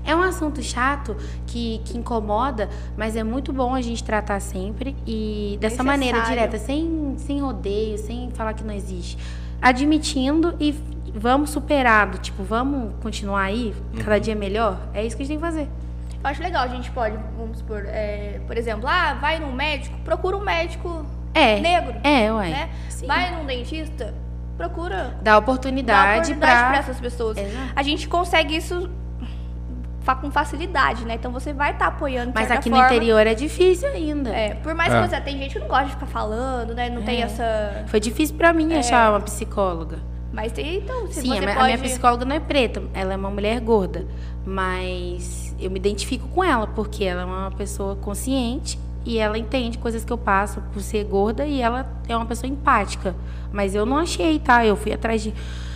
S3: É um assunto chato que, que incomoda, mas é muito bom a gente tratar sempre e dessa maneira
S2: Necessário.
S3: direta, sem, sem rodeio, sem falar que não existe. Admitindo e vamos superado, tipo, vamos continuar aí, cada dia melhor. É isso que a gente tem que fazer.
S2: Eu acho legal, a gente pode, vamos supor, é, por exemplo, ah, vai num médico, procura um médico
S3: É.
S2: negro,
S3: É, ué.
S2: né?
S3: Sim.
S2: Vai num dentista, procura
S3: Dá
S2: dar
S3: oportunidade,
S2: oportunidade para
S3: pra. É.
S2: essas pessoas.
S3: Exato.
S2: A gente consegue isso fa- com facilidade, né? Então você vai estar apoiando de
S3: Mas
S2: certa
S3: aqui
S2: forma.
S3: no interior é difícil ainda.
S2: É, por mais
S1: É.
S2: que você tem gente que não gosta de ficar falando, né? Não tem
S3: É.
S2: essa.
S3: Foi difícil pra mim
S2: É.
S3: achar uma psicóloga.
S2: Mas tem, então, se
S3: Sim,
S2: você
S3: a minha, a
S2: pode...
S3: minha psicóloga não é preta, ela é uma mulher gorda. Mas eu me identifico com ela, porque ela é uma pessoa consciente e ela entende coisas que eu passo por ser gorda e ela é uma pessoa empática. Mas eu não achei, tá? Eu fui atrás de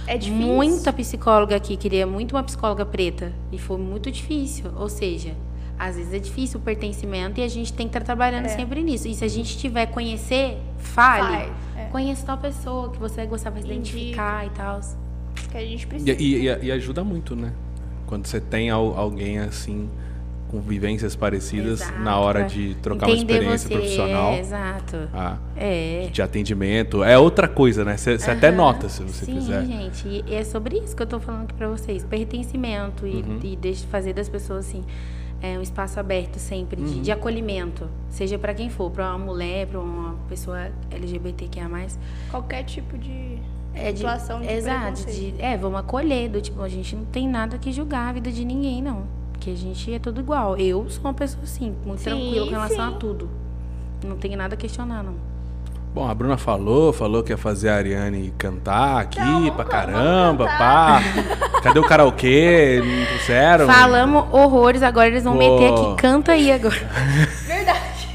S2: É difícil.
S3: muita psicóloga aqui, queria muito uma psicóloga preta. E foi muito difícil. Ou seja, às vezes é difícil o pertencimento e a gente tem que estar
S2: É.
S3: trabalhando sempre nisso. E se a gente tiver conhecer, fale.
S2: Faz, é.
S3: Conheça tal pessoa que você vai gostar, vai se
S2: Indica.
S3: identificar e tal.
S2: que a gente
S1: E,
S2: precisa.
S1: e- e- e ajuda muito, né? Quando você tem al- alguém assim, com vivências parecidas,
S3: Exato,
S1: na hora
S3: pra
S1: de trocar uma
S3: Entender
S1: experiência
S3: você,
S1: profissional
S3: é, exato.
S1: ah,
S3: É.
S1: de atendimento, é outra coisa, né? Você você até
S3: Aham.
S1: nota se você
S3: Sim,
S1: quiser.
S3: gente. E é sobre isso que eu tô falando aqui pra vocês. Pertencimento e,
S1: Uhum.
S3: e deixa- fazer das pessoas, assim, é, um espaço aberto sempre de,
S1: Uhum.
S3: de acolhimento. Seja pra quem for, pra uma mulher, pra uma pessoa LGBT que é mais.
S2: Qualquer tipo de
S3: É de,
S2: situação um de
S3: exato, de, é, vamos acolher, do tipo, a gente não tem nada que julgar a vida de ninguém, não. Porque a gente é tudo igual. Eu sou uma pessoa, assim, muito
S2: Sim,
S3: tranquila com relação
S2: sim.
S3: a tudo. Não tenho nada a questionar, não.
S1: Bom, a Bruna falou, falou que ia fazer a Ariane cantar aqui
S3: Tá
S2: Não, vamos
S1: pra
S2: cantar,
S1: caramba,
S2: vamos
S1: pá. Cadê o karaokê? Não trouxeram?
S3: Falamos horrores, agora eles vão
S1: Pô.
S3: meter aqui. Canta aí agora.
S2: Verdade.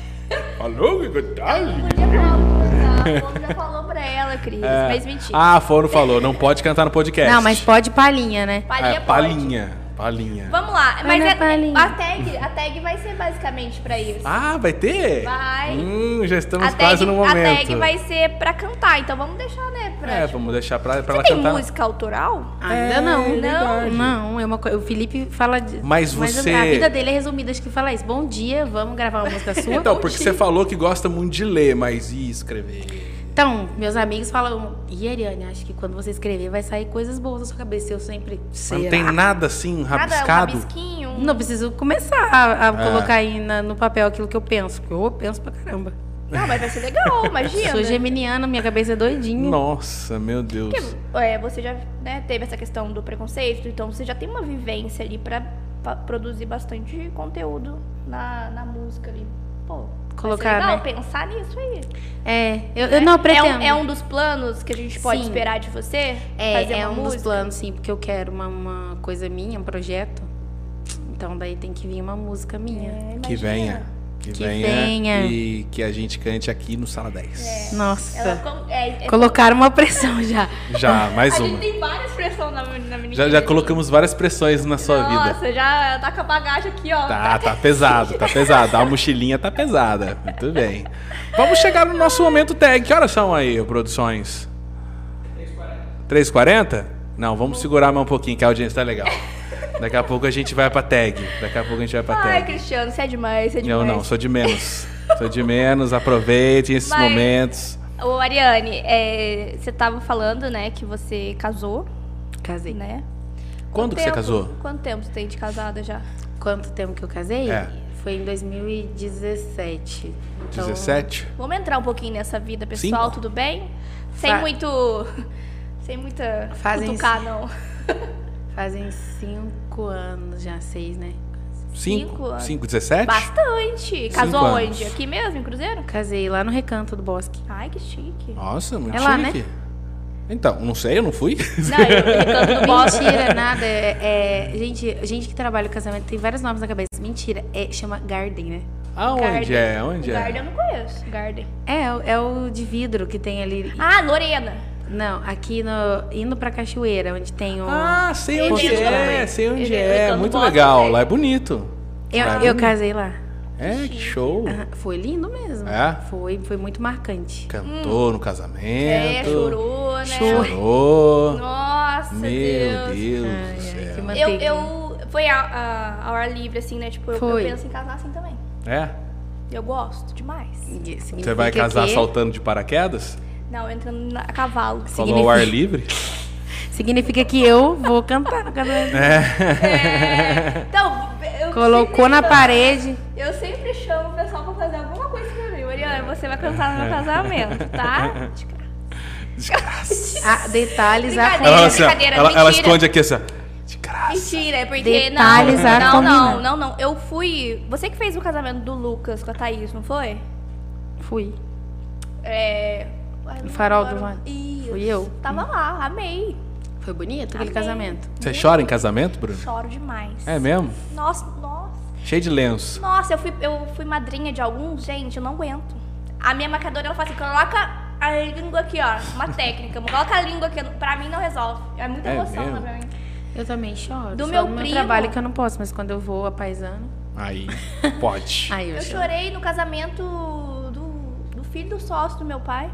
S1: Falou que
S4: tá-
S1: cantava?
S2: Não podia falar, o povo já falou pra ela, Cris.
S1: É.
S2: Mas mentira.
S1: Ah, foram, falou. Não pode cantar no podcast.
S3: Não, mas pode palhinha, né?
S1: É,
S2: Palhinha pode.
S1: palhinha. Palinha.
S2: Vamos lá. Mas
S3: na
S2: a,
S3: palhinha.
S2: a tag, a tag vai ser basicamente pra isso.
S1: Ah, vai ter?
S2: Vai.
S1: Hum, já estamos
S2: a,
S1: quase
S2: tag,
S1: no
S2: a
S1: momento.
S2: tag vai ser pra cantar, então vamos deixar, né? Pra,
S1: É,
S2: tipo,
S1: vamos deixar pra, pra
S2: Você
S1: ela
S2: tem
S1: cantar.
S2: música autoral?
S3: Ainda
S1: É,
S3: não.
S1: verdade.
S3: Não, não. É uma co... O Felipe fala. De...
S1: Mas você-
S3: a vida dele é resumida. Acho que fala isso. Bom dia, vamos gravar uma música sua.
S1: Então,
S3: Bom
S1: porque
S3: dia.
S1: você falou que gosta muito de ler, mas e escrever?
S3: Então, meus amigos falam. E Ariane, acho que quando você escrever vai sair coisas boas da sua cabeça. Eu sempre.
S1: Mas não
S3: Será?
S1: tem nada assim
S2: Nada, um
S1: rabiscado?
S2: rabisquinho? um
S3: Não preciso começar a, a
S1: É.
S3: colocar aí na- no papel aquilo que eu penso. Porque eu penso pra caramba.
S2: Não, mas vai ser legal, imagina.
S3: Sou geminiana, minha cabeça é doidinha.
S1: Nossa, meu Deus.
S2: Porque é, você já né, teve essa questão do preconceito, então você já tem uma vivência ali pra, pra produzir bastante conteúdo na, na música ali. Pô, vai
S3: Colocar,
S2: ser legal
S3: né?
S2: pensar nisso aí.
S3: É, eu, eu não
S2: é,
S3: pretendo.
S2: um, é um dos planos que a gente pode
S3: Sim.
S2: esperar de você? fazer
S3: É, é
S2: uma
S3: um dos
S2: música?
S3: planos, sim, porque eu quero uma, uma coisa minha, um projeto. Então daí tem que vir uma música minha.
S2: É,
S1: Que
S2: imagina.
S1: venha. Que,
S3: Que
S1: venha,
S3: venha.
S1: E que a gente cante aqui no Sala 10.
S3: Nossa.
S2: É. Ela com- é- é-
S3: Colocaram uma pressão já.
S1: Já,
S2: a
S1: mais
S2: gente
S1: uma.
S2: tem várias pressões na, na menina.
S1: Já, já colocamos várias pressões na sua
S2: Nossa,
S1: vida.
S2: já tá com a bagagem aqui, ó.
S1: Tá, tá pesado, tá pesado. A mochilinha tá pesada. Muito bem. Vamos chegar no nosso momento tag. Que horas são aí, produções? 3h40? Não, vamos segurar a mão um pouquinho, que a audiência tá legal. Daqui a pouco a gente vai pra tag. Daqui a pouco a gente vai pra tag.
S2: Ai, Cristiano, você é demais, você é
S1: Eu
S2: demais.
S1: tá. não, sou de menos. sou de menos, aproveitem esses
S2: Mas-
S1: momentos.
S2: Ô, Ariane, é, você tava falando, né, que você casou,
S3: Casei.
S2: né?
S1: Quando
S2: Quanto
S1: que você
S2: tempo-
S1: casou?
S2: Quanto tempo você tem de casada já?
S3: Quanto tempo que eu casei?
S1: É.
S3: Foi em 2017. Então,
S1: 17?
S2: Vamos entrar um pouquinho nessa vida pessoal,
S1: Cinco.
S2: tudo bem? Sem
S3: Fa-
S2: muito... Sem muita
S3: Fazem
S2: cutucar, não.
S3: Fazem cinco anos já, seis, né?
S1: 5?
S2: Cinco anos.
S1: 5, 17?
S2: Bastante. Casou
S1: anos.
S2: onde? Aqui mesmo, em Cruzeiro?
S3: Casei lá no recanto do bosque.
S2: Ai, que chique.
S1: Nossa, muito
S3: É lá,
S2: né?
S1: chique. Então, não sei, eu não fui.
S2: Não, eu brincando no bote.
S3: Mentira, nada. É, é- gente, gente que trabalha com casamento tem vários nomes na cabeça. Mentira, é, chama Garden, né?
S1: Aonde
S2: Garden.
S1: é? Onde
S2: O Garden
S1: é?
S2: eu não conheço. Garden.
S3: É, é o- é o de vidro que tem ali.
S2: Ah, Lorena.
S3: Não, aqui no indo pra cachoeira, onde tem o
S1: Ah, sei onde
S2: Ele
S1: é,
S2: é
S1: sei onde
S2: Ele
S1: é.
S2: brincando
S1: Muito
S2: bosta,
S1: legal,
S2: né?
S1: lá é bonito.
S3: eu,
S1: Lá é
S3: eu
S1: bonito.
S3: casei lá.
S1: É, que show.
S3: Ah, Foi lindo mesmo.
S1: É?
S3: Foi, foi muito marcante.
S1: Cantou no casamento.
S2: Hum. É, chorou, né?
S1: Chorou.
S2: Nossa,
S1: Meu
S2: Deus.
S1: Deus do
S3: Ai, ai, É, que
S1: céu.
S2: Eu,
S3: manteiga.
S2: eu foi a, a, ao ar livre, assim, né? Tipo, eu, eu
S3: Foi.
S2: penso em casar assim também.
S1: É?
S2: Eu gosto demais.
S3: Significa
S1: Você vai casar
S3: que-
S1: saltando de paraquedas?
S2: Não, entrando na, a cavalo.
S1: Falou ao ar livre?
S3: Significa que eu vou cantar no casamento.
S1: É.
S2: Então, eu
S3: Colocou na
S2: sempre chamo-
S3: parede.
S2: Eu sempre chamo o pessoal pra fazer alguma coisa pra mim. Mariana, você vai cantar no meu casamento, tá? De graça.
S1: Desgraça.
S3: Ah, detalhes
S2: Brincadeira.
S3: a
S1: Ela, assim, ó,
S2: brincadeira,
S1: ela- ela
S2: mentira.
S1: esconde aqui assim, ó, de graça.
S2: Mentira, é porque.
S3: Detalhes
S2: não,
S3: a
S2: não, não,
S3: combinar.
S2: não, não. Eu fui. Você que fez o casamento do Lucas com a Thaís, não foi?
S3: Fui.
S2: É. ai,
S3: No farol
S2: agora-
S3: do mar.
S2: Isso.
S3: Fui eu.
S2: Tava lá, amei.
S3: Foi bonito aquele
S2: Amei.
S3: casamento.
S1: Você chora em casamento, Bruno?
S2: Choro demais.
S1: É mesmo?
S2: Nossa, nossa.
S1: Cheio de lenço.
S2: Nossa, eu fui, eu fui madrinha de alguns, gente, eu não aguento. A minha maquiadora, ela fala assim, coloca a língua aqui, ó, uma técnica, coloca a língua aqui, pra mim não resolve. É muita
S1: É
S2: emoção
S1: mesmo?
S2: né, pra mim.
S3: Eu também choro.
S2: Do
S3: Só
S2: meu
S3: no meu
S2: primo.
S3: trabalho que eu não posso, mas quando eu vou a paisana.
S1: Aí, pode.
S3: Aí eu,
S2: Eu
S3: choro.
S2: chorei no casamento do, do filho do sócio do meu pai.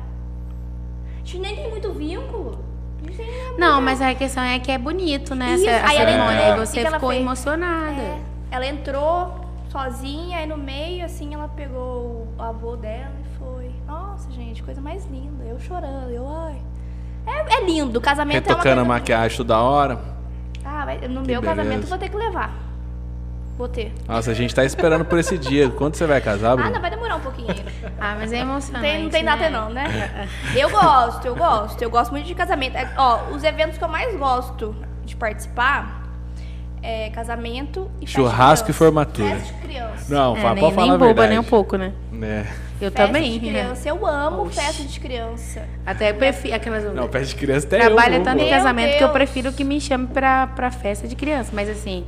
S2: A gente nem tem muito vínculo. A gente nem é
S3: Não, mas a questão é que é bonito, né?
S2: Isso,
S3: Essa, a
S2: aí ela
S3: cerimônia.
S1: entrou,
S3: Aí
S2: o que
S3: você
S2: que ela
S3: ficou
S2: fez?
S3: emocionada.
S2: É, ela entrou sozinha, aí no meio, assim, ela pegou o avô dela e foi. Nossa, gente, coisa mais linda. Eu chorando, eu, ai. É, é lindo, o casamento
S1: Retocando
S2: é
S1: a
S2: uma coisa...
S1: maquiagem toda hora.
S2: Ah, vai- no
S1: Que
S2: meu casamento
S1: beleza.
S2: eu vou ter que levar. Vou ter.
S1: Nossa, a gente tá esperando por esse dia. Quando você vai casar,
S2: Ah, não,
S1: Bruno?
S2: vai demorar um pouquinho ainda.
S3: Ah, mas é emocionante.
S2: Tem- não tem
S3: né?
S2: data não, né?
S1: É,
S2: Eu gosto, eu gosto. Eu gosto muito de casamento. É, Ó, os eventos que eu mais gosto de participar é casamento e festa de
S1: Churrasco e
S2: criança.
S1: formatura.
S2: Festa de criança.
S1: Não,
S3: É,
S1: fala-
S3: nem,
S1: pode falar
S3: nem
S1: a
S3: boba,
S1: verdade.
S3: nem um pouco, né?
S1: É.
S3: Eu
S2: Festa
S3: também.
S2: de
S3: né?
S2: criança. Eu amo
S3: Oxi.
S2: festa de criança.
S3: Até eu prefiro aquelas.
S1: Não, festa de criança até
S3: Trabalha
S1: eu.
S3: tanto em
S1: vou.
S2: Meu
S3: casamento que eu
S2: Deus.
S3: prefiro que me chame pra, pra festa de criança. Mas assim,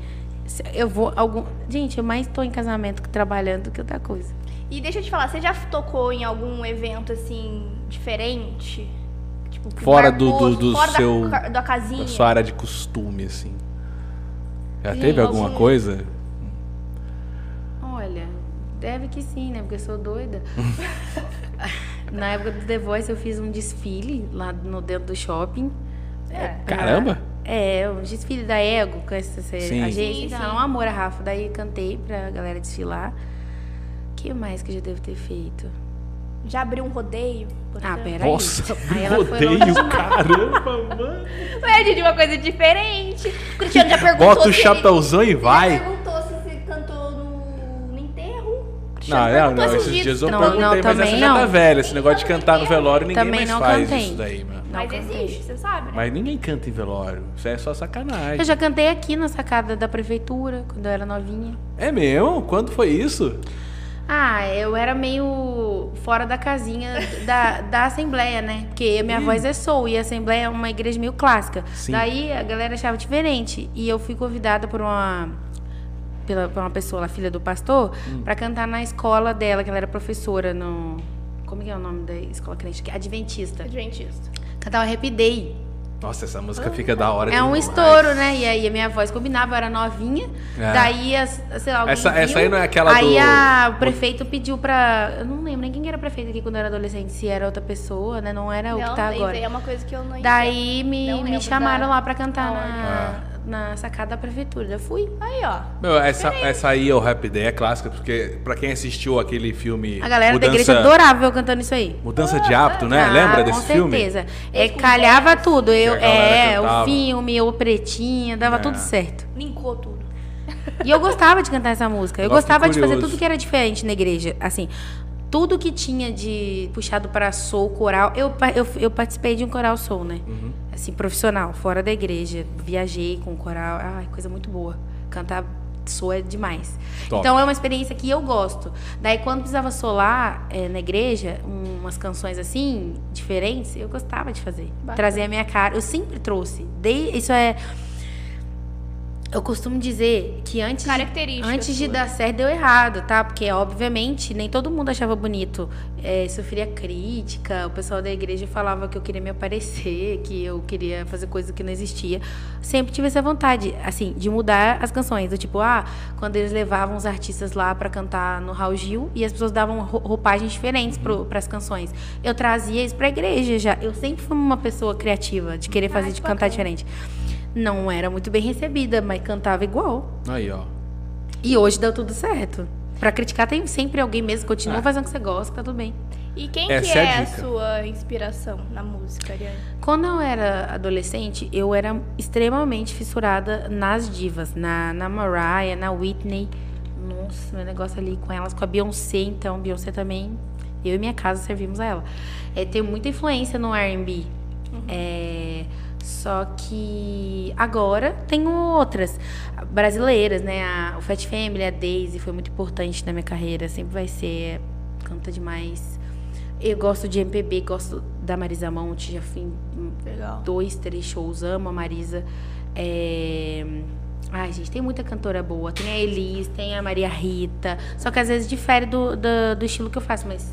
S3: se eu vou. Algum... Gente, eu mais tô em casamento que trabalhando do que outra coisa.
S2: E deixa eu te falar, você já tocou em algum evento assim diferente? Tipo, que
S1: Fora do- do- do
S2: fora da
S1: seu-
S2: ca- da, casinha.
S1: Da sua área de costume, assim. Já
S3: Gente,
S1: teve alguma
S3: algum-
S1: coisa?
S3: Olha, deve que sim, né? Porque eu sou doida. Na época do The Voice eu fiz um desfile lá no dentro do shopping.
S2: É.
S1: Caramba!
S3: É, um desfile da Ego, com essa essa
S1: Sim.
S3: agência,
S2: Sim,
S3: esse
S2: sim.
S3: Salão Amor a Rafa. Daí cantei pra galera desfilar. O que mais que eu já devo ter feito?
S2: Já abriu um rodeio? por
S3: Ah,
S2: exemplo?
S3: peraí.
S1: Nossa,
S3: Aí ela foi
S1: rodeio,
S3: longe.
S1: caramba, mano.
S2: Ué, Didi, uma coisa diferente. O Cristiano já perguntou
S1: Bota o
S2: se
S1: chapéuzão e
S2: ele... Já
S1: vai.
S2: perguntou se você cantou no, no enterro. O Cristiano
S1: Não, não,
S2: perguntou
S1: não,
S2: esses
S1: esses dias eu
S3: Não,
S1: perguntei,
S3: não,
S1: mas essa
S3: também
S1: já tá
S3: não.
S1: velha. Esse negócio de cantar no velório, ninguém
S3: Também
S1: mais
S3: não
S1: faz
S3: cantei.
S1: isso daí, mano.
S3: Não
S2: Mas
S3: cantei.
S2: existe, você sabe, né?
S1: Mas ninguém canta em velório. Isso é só sacanagem.
S3: Eu já cantei aqui na sacada da prefeitura, quando eu era novinha.
S1: É mesmo? Quando foi isso?
S3: Ah, eu era meio fora da casinha da, da Assembleia, né? Porque a minha voz é soul e a Assembleia é uma igreja meio clássica.
S1: Sim.
S3: Daí a galera achava diferente. E eu fui convidada por uma, pela, por uma pessoa, a filha do pastor, pra cantar na escola dela, que ela era professora no. Como que é o nome da escola crente? é Adventista.
S2: Adventista.
S3: Cantar o Happy Day.
S1: Nossa, essa música fica da hora
S3: É um
S1: demais.
S3: estouro, né? E aí a minha voz combinava, eu era novinha.
S1: É.
S3: Daí, as- sei lá, alguém
S1: Essa-
S3: viu,
S1: essa aí não é aquela
S3: aí
S1: do-
S3: a- o prefeito pediu pra... Eu não lembro nem quem que era prefeito aqui quando eu era adolescente. Se era outra pessoa, né? Não era o que
S2: não,
S3: tá
S2: nem
S3: agora.
S2: sei, é uma coisa que eu não
S3: Daí me,
S2: Não
S3: me
S2: lembro
S3: chamaram
S2: da-
S3: lá pra cantar
S2: da
S1: Ah.
S3: na, na sacada da prefeitura. Eu fui.
S2: entendo. Aí, ó.
S1: Meu, essa, essa aí é o Rap Day, é clássica, porque pra quem assistiu aquele filme.
S3: A galera
S1: Mudança,
S3: da igreja adorava eu cantando isso aí.
S1: Mudança de hábito, né?
S3: Ah,
S1: Lembra
S3: com
S1: desse filme?
S3: certeza. É, calhava tudo. Eu,
S1: Que a galera
S3: é,
S1: cantava.
S3: o filme, o pretinho, dava
S1: É.
S3: tudo certo.
S2: Linkou tudo.
S3: E eu gostava de cantar essa música. Eu
S1: Nossa, que
S3: gostava de fazer
S1: curioso.
S3: tudo que era diferente na igreja. Assim, tudo que tinha de puxado para soul, coral. Eu, pa- eu, eu participei de um coral soul, né?
S1: Uhum.
S3: Assim, profissional, fora da igreja. Viajei com coral. Ai, coisa muito boa. Cantar soul é demais.
S1: Top.
S3: Então é uma experiência que eu gosto. Daí quando precisava solar eh, na igreja, um- umas canções assim, diferentes, eu gostava de fazer.
S2: Bacana.
S3: Trazer a minha cara. Eu sempre trouxe. Dei, isso é. Eu costumo dizer que antes de
S2: Características.
S3: Antes de
S2: suas.
S3: dar certo, deu errado, tá? Porque, obviamente, nem todo mundo achava bonito. É, sofria crítica, o pessoal da igreja falava que eu queria me aparecer, que eu queria fazer coisa que não existia. Sempre tive essa vontade, assim, de mudar as canções. Do tipo, ah, quando eles levavam os artistas lá pra cantar no Raul Gil e as pessoas davam ro- roupagens diferentes para as canções. Eu trazia isso pra igreja já. Eu sempre fui uma pessoa criativa, de querer fazer,
S2: que
S3: de cantar
S2: bacana.
S3: diferente. Não era muito bem recebida, mas cantava igual.
S1: Aí, ó.
S3: E hoje deu tudo certo. Pra criticar tem sempre alguém mesmo, continua
S1: É.
S3: fazendo o que você gosta, tá tudo bem.
S2: E quem
S1: Essa
S2: que
S1: é
S2: é,
S1: a
S2: a
S1: dica.
S2: sua inspiração na música, Ariane?
S3: Quando eu era adolescente, eu era extremamente fissurada nas divas, na, na Mariah, na Whitney. Nossa, meu negócio ali com elas, com a Beyoncé, então, Beyoncé também, eu e minha casa servimos a ela. É, tem muita influência no R&B. É, só que agora tenho outras brasileiras, né? A- o Fat Family, a Daisy foi muito importante na minha carreira, sempre vai ser, é, canta demais. Eu gosto de MPB, gosto da Marisa Monte, já fui em
S2: Legal.
S3: dois, três shows, amo a Marisa. É... Ai, gente, tem muita cantora boa. Tem a Elis, tem a Maria Rita. Só que às vezes difere do, do, do estilo que eu faço, mas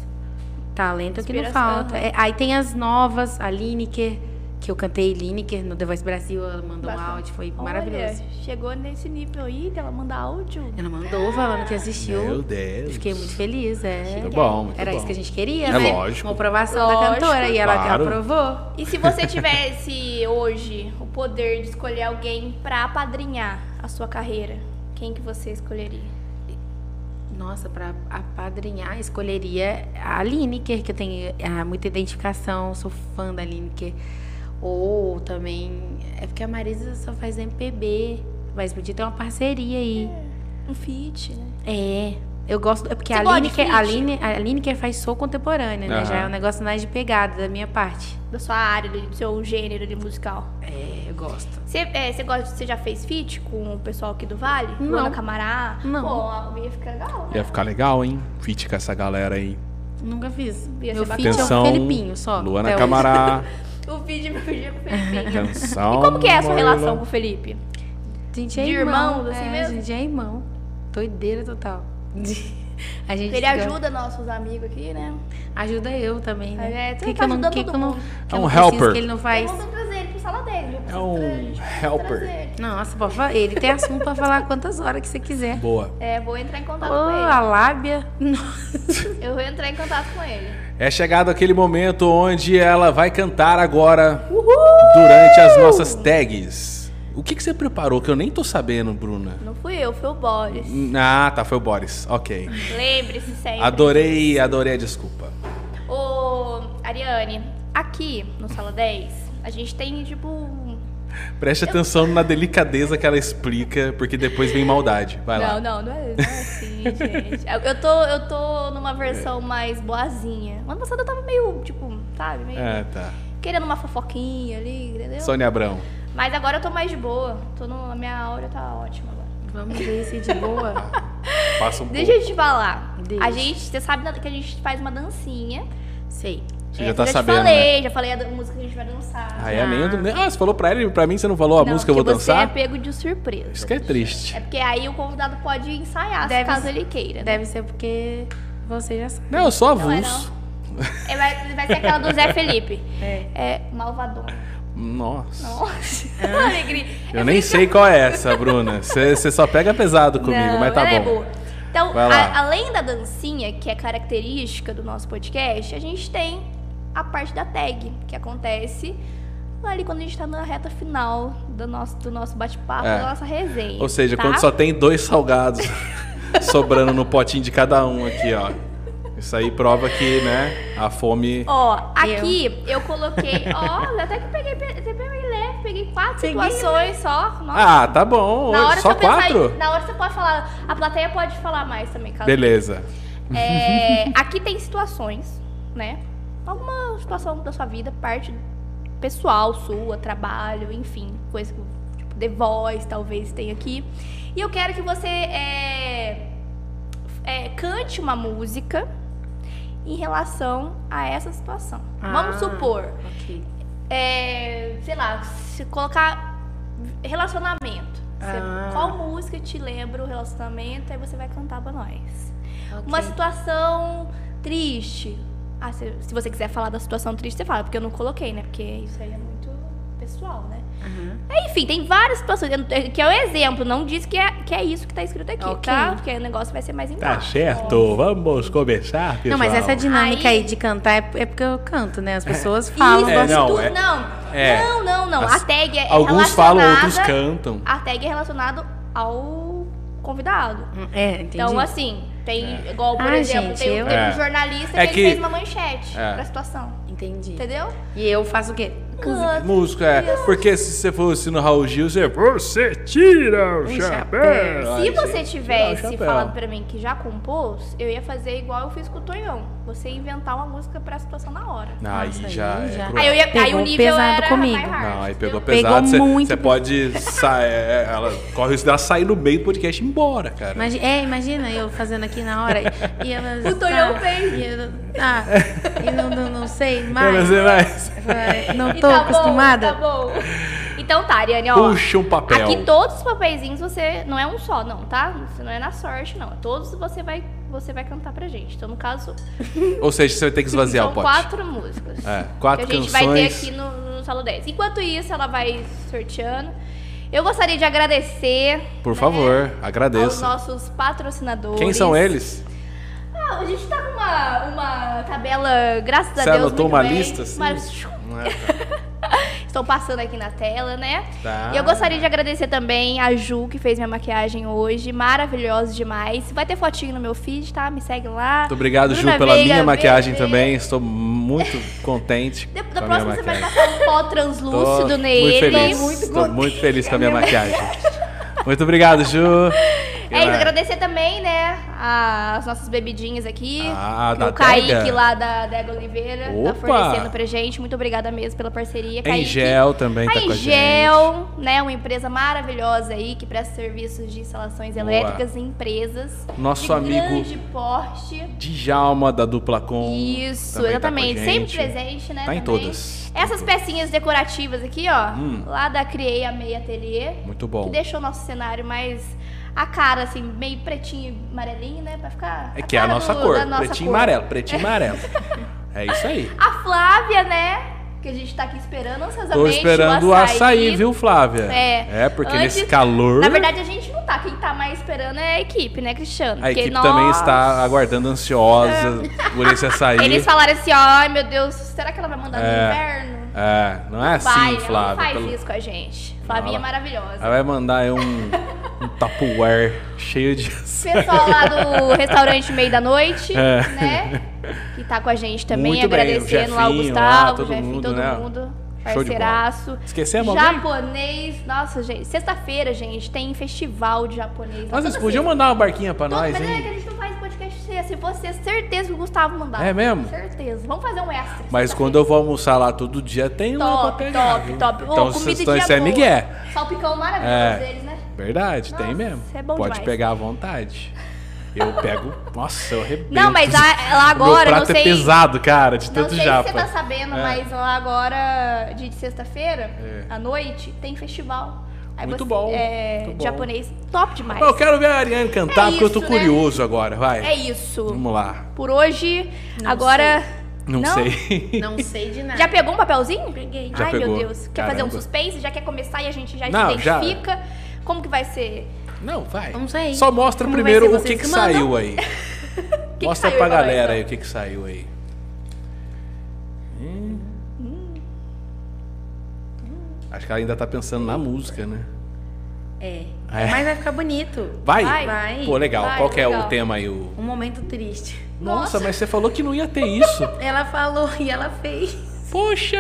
S3: talento é que não
S2: Inspiração,
S3: falta.
S2: né?
S3: É, aí tem as novas, a Lineker, que eu cantei Lineker no The Voice Brasil. Ela mandou um
S2: Bastante.
S3: áudio, foi maravilhoso.
S2: Olha, chegou nesse nível aí dela mandar áudio.
S3: Ela mandou falando que assistiu.
S1: Meu Deus.
S3: Fiquei muito feliz, é.
S1: Muito bom, muito
S3: Era
S1: bom.
S3: isso que a gente queria,
S1: É
S3: né?
S1: lógico.
S3: Uma aprovação
S2: Lógico.
S3: da cantora e ela,
S1: Claro.
S3: ela aprovou.
S2: E se você tivesse hoje o poder de escolher alguém pra apadrinhar a sua carreira, quem que você escolheria?
S3: Nossa, pra apadrinhar, escolheria a Lineker, que eu tenho ah, muita identificação, sou fã da Lineker. Ou também. É porque a Marisa só faz MPB, mas podia ter uma parceria aí.
S2: Um feat, né?
S3: É. Eu gosto. É porque
S2: Você
S3: a
S2: gosta de
S3: Lineker, a,
S2: feat?
S3: Line, a Lineker faz soul contemporânea, né?
S1: Aham.
S3: Já é um negócio mais de pegada da minha parte.
S2: Da sua área, ali, do seu gênero ali, musical.
S3: É, eu gosto.
S2: Você, é, você gosta, você já fez feat com o pessoal aqui do Vale?
S3: Não.
S2: Luana Camará?
S3: Não.
S2: Pô, a- ia ficar legal, né?
S1: Ia ficar legal, hein? Fit com essa galera aí.
S3: Nunca fiz.
S2: Ia
S3: Meu
S2: ser
S3: feat é
S1: Atenção,
S3: o Felipinho só.
S1: Luana
S3: até hoje.
S1: Camará.
S2: O feat me fugiu é com o Felipe.
S1: Canção.
S2: E como que é a sua
S1: Moila.
S2: relação com o Felipe?
S3: Gente, é
S2: De
S3: irmão,
S2: irmãos, assim
S3: é,
S2: mesmo?
S3: A gente é irmão. Doideira total. A gente
S2: Ele é
S3: fica-
S2: ajuda nossos amigos aqui, né?
S3: Ajuda eu também, né?
S2: É, tu
S3: que
S2: tá
S3: que eu não,
S2: ajudando
S3: que
S2: todo
S3: que eu não,
S2: mundo.
S3: que
S1: É
S3: eu
S1: um
S3: não preciso
S1: helper.
S3: que ele não
S2: Mas...
S3: faz?
S2: Vamos trazer ele pro sala dele.
S1: É um helper.
S3: Nossa, pode falar. ele tem assunto pra falar quantas horas que você quiser.
S1: Boa.
S2: É, vou entrar em
S3: Ô,
S2: contato
S3: a lábia.
S2: com ele. Eu vou entrar em contato com ele.
S1: É chegado aquele momento onde ela vai cantar agora durante as nossas tags. O que, que você preparou que eu nem tô sabendo, Bruna?
S2: Não fui eu, foi o Boris.
S1: Ah, tá, foi o Boris. Ok.
S2: Lembre-se sempre.
S1: Adorei, adorei a desculpa.
S2: Ô, Ariane, aqui no Sala 10, a gente tem, tipo... um-
S1: Preste atenção na delicadeza que ela explica, porque depois vem maldade. Vai
S2: não,
S1: lá.
S2: não, não é, não é assim, gente. Eu- Eu tô, eu tô numa versão mais boazinha. Ano passado eu tava meio, tipo, sabe? Meio
S1: Ah, tá.
S2: querendo uma fofoquinha ali, entendeu?
S1: Sônia Abrão.
S2: Mas agora eu tô mais de boa. Tô no, a minha aura tá ótima agora.
S3: Vamos ver se de boa.
S1: Passa um
S2: Deixa eu te falar.
S3: Deixa.
S2: A gente, você sabe da- que a gente faz uma dancinha.
S3: Sei.
S1: Você
S2: É,
S1: já tá
S2: eu
S1: sabendo,
S2: Já falei,
S1: né?
S2: já falei a da- música que a gente vai dançar.
S1: Ah, é meio do... Ah, você falou pra ele, pra mim você não falou a
S2: Não,
S1: música eu vou
S2: porque
S1: dançar?
S2: Você é pego de surpresa.
S1: Isso que é triste.
S2: É porque aí o convidado pode ensaiar,
S3: Deve
S2: se caso
S3: ser-
S2: ele queira. né?
S3: Deve ser porque você já sabe.
S1: Não, eu sou
S2: Não é,
S1: avulso.
S2: não. É, vai, vai ser aquela do Zé Felipe.
S3: É.
S2: É, malvadona.
S1: Nossa.
S2: Nossa. Alegria.
S1: Eu nem sei qual é essa, Bruna. Você só pega pesado comigo,
S2: Não,
S1: mas tá
S2: ela é
S1: bom.
S2: boa. Então,
S1: Vai
S2: a-
S1: lá.
S2: além da dancinha, que é característica do nosso podcast, a gente tem a parte da tag, que acontece ali quando a gente tá na reta final do nosso, do nosso bate-papo,
S1: É.
S2: da nossa resenha.
S1: Ou seja,
S2: tá?
S1: quando só tem dois salgados sobrando no potinho de cada um aqui, ó. Isso aí prova que, né, a fome.
S2: Ó, aqui eu, coloquei. Ó, até que peguei, pe- até peguei leve, peguei quatro situações só. Nossa.
S1: Ah, tá bom. Só
S2: eu pensar em-
S1: quatro?
S2: na hora você pode falar. A plateia pode falar mais também, caso.
S1: Beleza.
S2: É, aqui tem situações, né? Alguma situação da sua vida, parte pessoal sua, trabalho, enfim, coisa que tipo, The Voice talvez tenha aqui. E eu quero que você é, é, cante uma música em relação a essa situação.
S3: Ah.
S2: Vamos supor,
S3: Ok.
S2: é, sei lá, se colocar relacionamento. Você-
S3: Ah.
S2: Qual música te lembra o relacionamento? Aí você vai cantar pra nós. Uma
S3: Uma
S2: situação triste. Ah, se, se você quiser falar da situação triste, você fala, porque eu não coloquei, né? Porque isso aí é muito pessoal, né? Enfim, tem várias situações, eu- que é o exemplo, não diz que é, que é isso que tá escrito aqui,
S3: Ok.
S2: tá? Porque aí o negócio vai ser mais
S1: Tá.
S2: embaixo.
S1: vamos começar,
S3: Não, mas essa dinâmica aí,
S2: Aí-
S3: de cantar é, é porque eu canto, né? As pessoas falam.
S2: Isso,
S1: É, não,
S2: é, não, tudo,
S1: é-
S2: não.
S1: é.
S2: não, não, não.
S1: As-
S2: a tag é
S1: Alguns
S2: relacionada...
S1: falam, outros cantam.
S2: A tag é relacionada ao convidado.
S3: É, entendi.
S2: Então, assim, tem igual, por
S3: Ah,
S2: exemplo,
S3: gente,
S2: tem,
S3: eu-
S2: teve
S1: É.
S2: um jornalista
S1: É
S2: que,
S1: que-
S2: ele fez uma manchete
S1: É.
S2: pra situação.
S3: Entendi.
S2: Entendeu?
S3: E eu faço o quê?
S2: Canta.
S1: Música, é. Porque se você fosse no Raul Gil, você.
S4: Você tira o
S3: Um
S4: chapéu.
S1: Ah,
S3: chapéu.
S2: Se você
S1: tirar o
S2: tivesse
S1: é um chapéu.
S2: falado pra mim que já compôs, eu ia fazer igual eu fiz com o Tonhão. Você inventar uma música pra situação na hora.
S1: Aí
S3: Nossa,
S1: já.
S3: aí
S1: é
S3: já.
S1: cruel.
S2: Aí, eu ia, aí
S3: Pegou
S2: o nível
S3: pesado
S2: era
S3: comigo.
S2: my heart,
S1: Não, aí pegou
S2: entendeu?
S1: pesado. Você-
S3: muito
S1: Você pode. sa- é, ela corre o risco dela sair no meio do podcast e ir embora, cara.
S3: Imagi- é, imagina eu fazendo aqui na hora. E ela,
S2: O Tonhão fez.
S3: E eu, ah, e não, não, não sei
S1: Eu não
S3: mais.
S1: sei mais.
S3: Vai, Não
S2: E
S3: tô
S2: tá
S3: acostumada.
S2: Bom, tá bom. Então tá, Ariane, ó.
S1: Puxa um papel.
S2: Aqui todos os papeizinhos você. Não é um só, não, tá? Você não é na sorte, não. Todos você vai, você vai cantar pra gente. Então, no caso,
S1: Ou seja, você vai ter que esvaziar
S2: são
S1: o pote.
S2: quatro músicas.
S1: É, quatro
S2: que a gente
S1: canções.
S2: vai ter aqui no, no Salo 10. Enquanto isso, ela vai sorteando. Eu gostaria de agradecer.
S1: Por
S2: né,
S1: favor,
S2: Aos
S1: agradeça.
S2: nossos patrocinadores.
S1: Quem são eles?
S2: Ah, a gente tá com uma, uma tabela, graças a
S1: Você
S2: Deus.
S1: anotou
S2: muito
S1: uma
S2: bem.
S1: lista? assim?
S2: Mas- Estão passando aqui na tela, né?
S1: Tá.
S2: E eu gostaria de agradecer também a Ju, que fez minha maquiagem hoje. Maravilhosa demais. Vai ter fotinho no meu feed, tá? Me segue lá.
S1: Muito obrigado, Ju,
S2: Bruna
S1: pela
S2: Veiga,
S1: minha maquiagem
S2: bebê.
S1: também. Estou muito contente.
S2: Da, da
S1: com a minha
S2: próxima você vai
S1: maquiagem.
S2: passar um pó translúcido
S1: Tô Muito
S2: nele.
S1: feliz. Estou muito feliz com a minha maquiagem. Muito obrigado, Ju. Ah,
S2: É isso, agradecer também, né, a- as nossas bebidinhas aqui.
S1: Ah,
S2: o
S1: da
S2: Kaique
S1: Dega.
S2: lá da Dega Oliveira
S1: Opa!
S2: tá fornecendo pra gente. Muito obrigada mesmo pela parceria,
S1: A
S2: Kaique.
S1: Engel também tá
S2: A
S1: com a gente.
S2: Engel, né, uma empresa maravilhosa aí que presta serviços de instalações elétricas em empresas
S1: Nosso
S2: de
S1: amigo
S2: grande porte.
S1: Djalma, da dupla Com. também
S2: Isso,
S1: tá com a
S2: exatamente. Sempre
S1: gente.
S2: presente, né?
S1: Tá em
S2: também.
S1: todas.
S2: Essas pecinhas decorativas aqui, ó,
S1: Hum.
S2: lá da Criei a Meia Ateliê,
S1: Muito bom.
S2: que deixou o nosso cenário mais a cara, assim, meio pretinho e amarelinho, né? Pra ficar.
S1: É que é a
S2: cara
S1: nossa
S2: do-
S1: cor,
S2: da nossa
S1: pretinho e
S2: cor.
S1: amarelo, pretinho e amarelo. É isso aí.
S2: A Flávia, né? Porque a gente tá aqui esperando ansiosamente
S1: Tô esperando o açaí, viu, Flávia?
S2: É.
S1: É, porque
S2: Antes-
S1: nesse calor.
S2: Na verdade, a gente não tá. Quem tá mais esperando é a equipe, né, Cristiano?
S1: A
S2: Porque
S1: equipe
S2: nós- É.
S1: também está aguardando ansiosa por esse açaí.
S2: Eles falaram assim, ai meu Deus, será que ela vai mandar
S1: É.
S2: no inverno?
S1: É, não é assim,
S2: vai, ela
S1: Flávia.
S2: não faz
S1: pelo-
S2: isso com a gente. Flavinha é
S1: ela-
S2: maravilhosa.
S1: Ela vai mandar aí um, um Tupperware cheio de açaí.
S2: Pessoal lá do restaurante Meio da Noite,
S1: É.
S2: né? Que tá com a gente também,
S1: Muito bem,
S2: agradecendo
S1: o
S2: lá o
S1: Jefinho,
S2: Gustavo,
S1: lá,
S2: o
S1: todo
S2: Jefinho,
S1: mundo,
S2: todo
S1: né?
S2: mundo.
S1: Show de bola.
S2: Parceiraço.
S1: Esquecemos alguém?
S2: Japonês. Nossa, gente. Sexta-feira, gente, tem festival de japonês. lá,
S1: Nossa, vocês
S2: toda
S1: podiam
S2: sexta.
S1: mandar uma barquinha pra
S2: Todo-
S1: nós,
S2: mas é que a
S1: hein?
S2: gente não faz podcast sexta. Se você, certeza que o Gustavo mandava.
S1: É mesmo?
S2: Certeza. Vamos fazer um extra.
S1: Mas
S2: sexta-feira.
S1: quando eu vou almoçar lá todo dia, tem lá pra
S2: Top,
S1: pegar.
S2: top,
S1: viu?
S2: top. Ô,
S1: Então,
S2: comida
S1: vocês
S2: de
S1: estão isso é
S2: boa.
S1: migué.
S2: Salpicão
S1: É.
S2: maravilhoso deles, né?
S1: Verdade,
S2: Nossa,
S1: tem mesmo.
S2: é bom
S1: Pode
S2: demais.
S1: pegar à vontade. Eu pego. Nossa, eu arrebento.
S2: Não, mas a- lá
S1: Meu
S2: agora, não
S1: prato é
S2: sei.
S1: pesado, cara, de
S2: Não
S1: tanto
S2: sei
S1: japa.
S2: se você tá sabendo,
S1: É.
S2: mas lá agora, dia de sexta-feira,
S1: É.
S2: à noite, tem festival.
S1: Muito bom,
S2: É,
S1: muito bom.
S2: japonês. Top demais.
S1: Eu quero ver a Ariane cantar,
S2: É
S1: porque eu tô
S2: isso, né?
S1: curioso agora, vai.
S2: É isso.
S1: Vamos lá.
S2: Por hoje,
S3: Não
S2: agora.
S1: Não,
S2: Não?
S1: sei.
S3: Não sei de nada.
S2: Já pegou um papelzinho? Peguei.
S1: Já
S2: Ai,
S1: pegou.
S2: meu Deus. Quer fazer um
S1: Caramba.
S2: suspense? Já quer começar e a gente já
S1: Não,
S2: se
S1: já.
S2: identifica? Como que vai ser?
S1: Não, vai.
S3: Não sei.
S1: Só mostra
S3: Como
S1: primeiro
S3: vai
S1: o
S3: ser,
S1: que,
S3: vocês
S1: que
S3: que mandam?
S1: saiu aí.
S2: que
S1: mostra
S2: saiu
S1: pra
S2: agora,
S1: galera
S2: então?
S1: aí o que, que saiu aí. Hum. Acho que ela ainda tá pensando
S2: Hum.
S1: na música, né?
S3: É.
S1: É.
S3: Mas vai ficar bonito.
S1: Vai?
S2: Vai.
S3: Vai.
S1: Pô, legal.
S2: Vai,
S1: Qual que é
S2: legal.
S1: o tema aí? O...
S3: Um momento triste.
S1: Nossa,
S2: Nossa.
S1: mas você falou que não ia ter isso.
S3: Ela falou e ela fez.
S1: Poxa!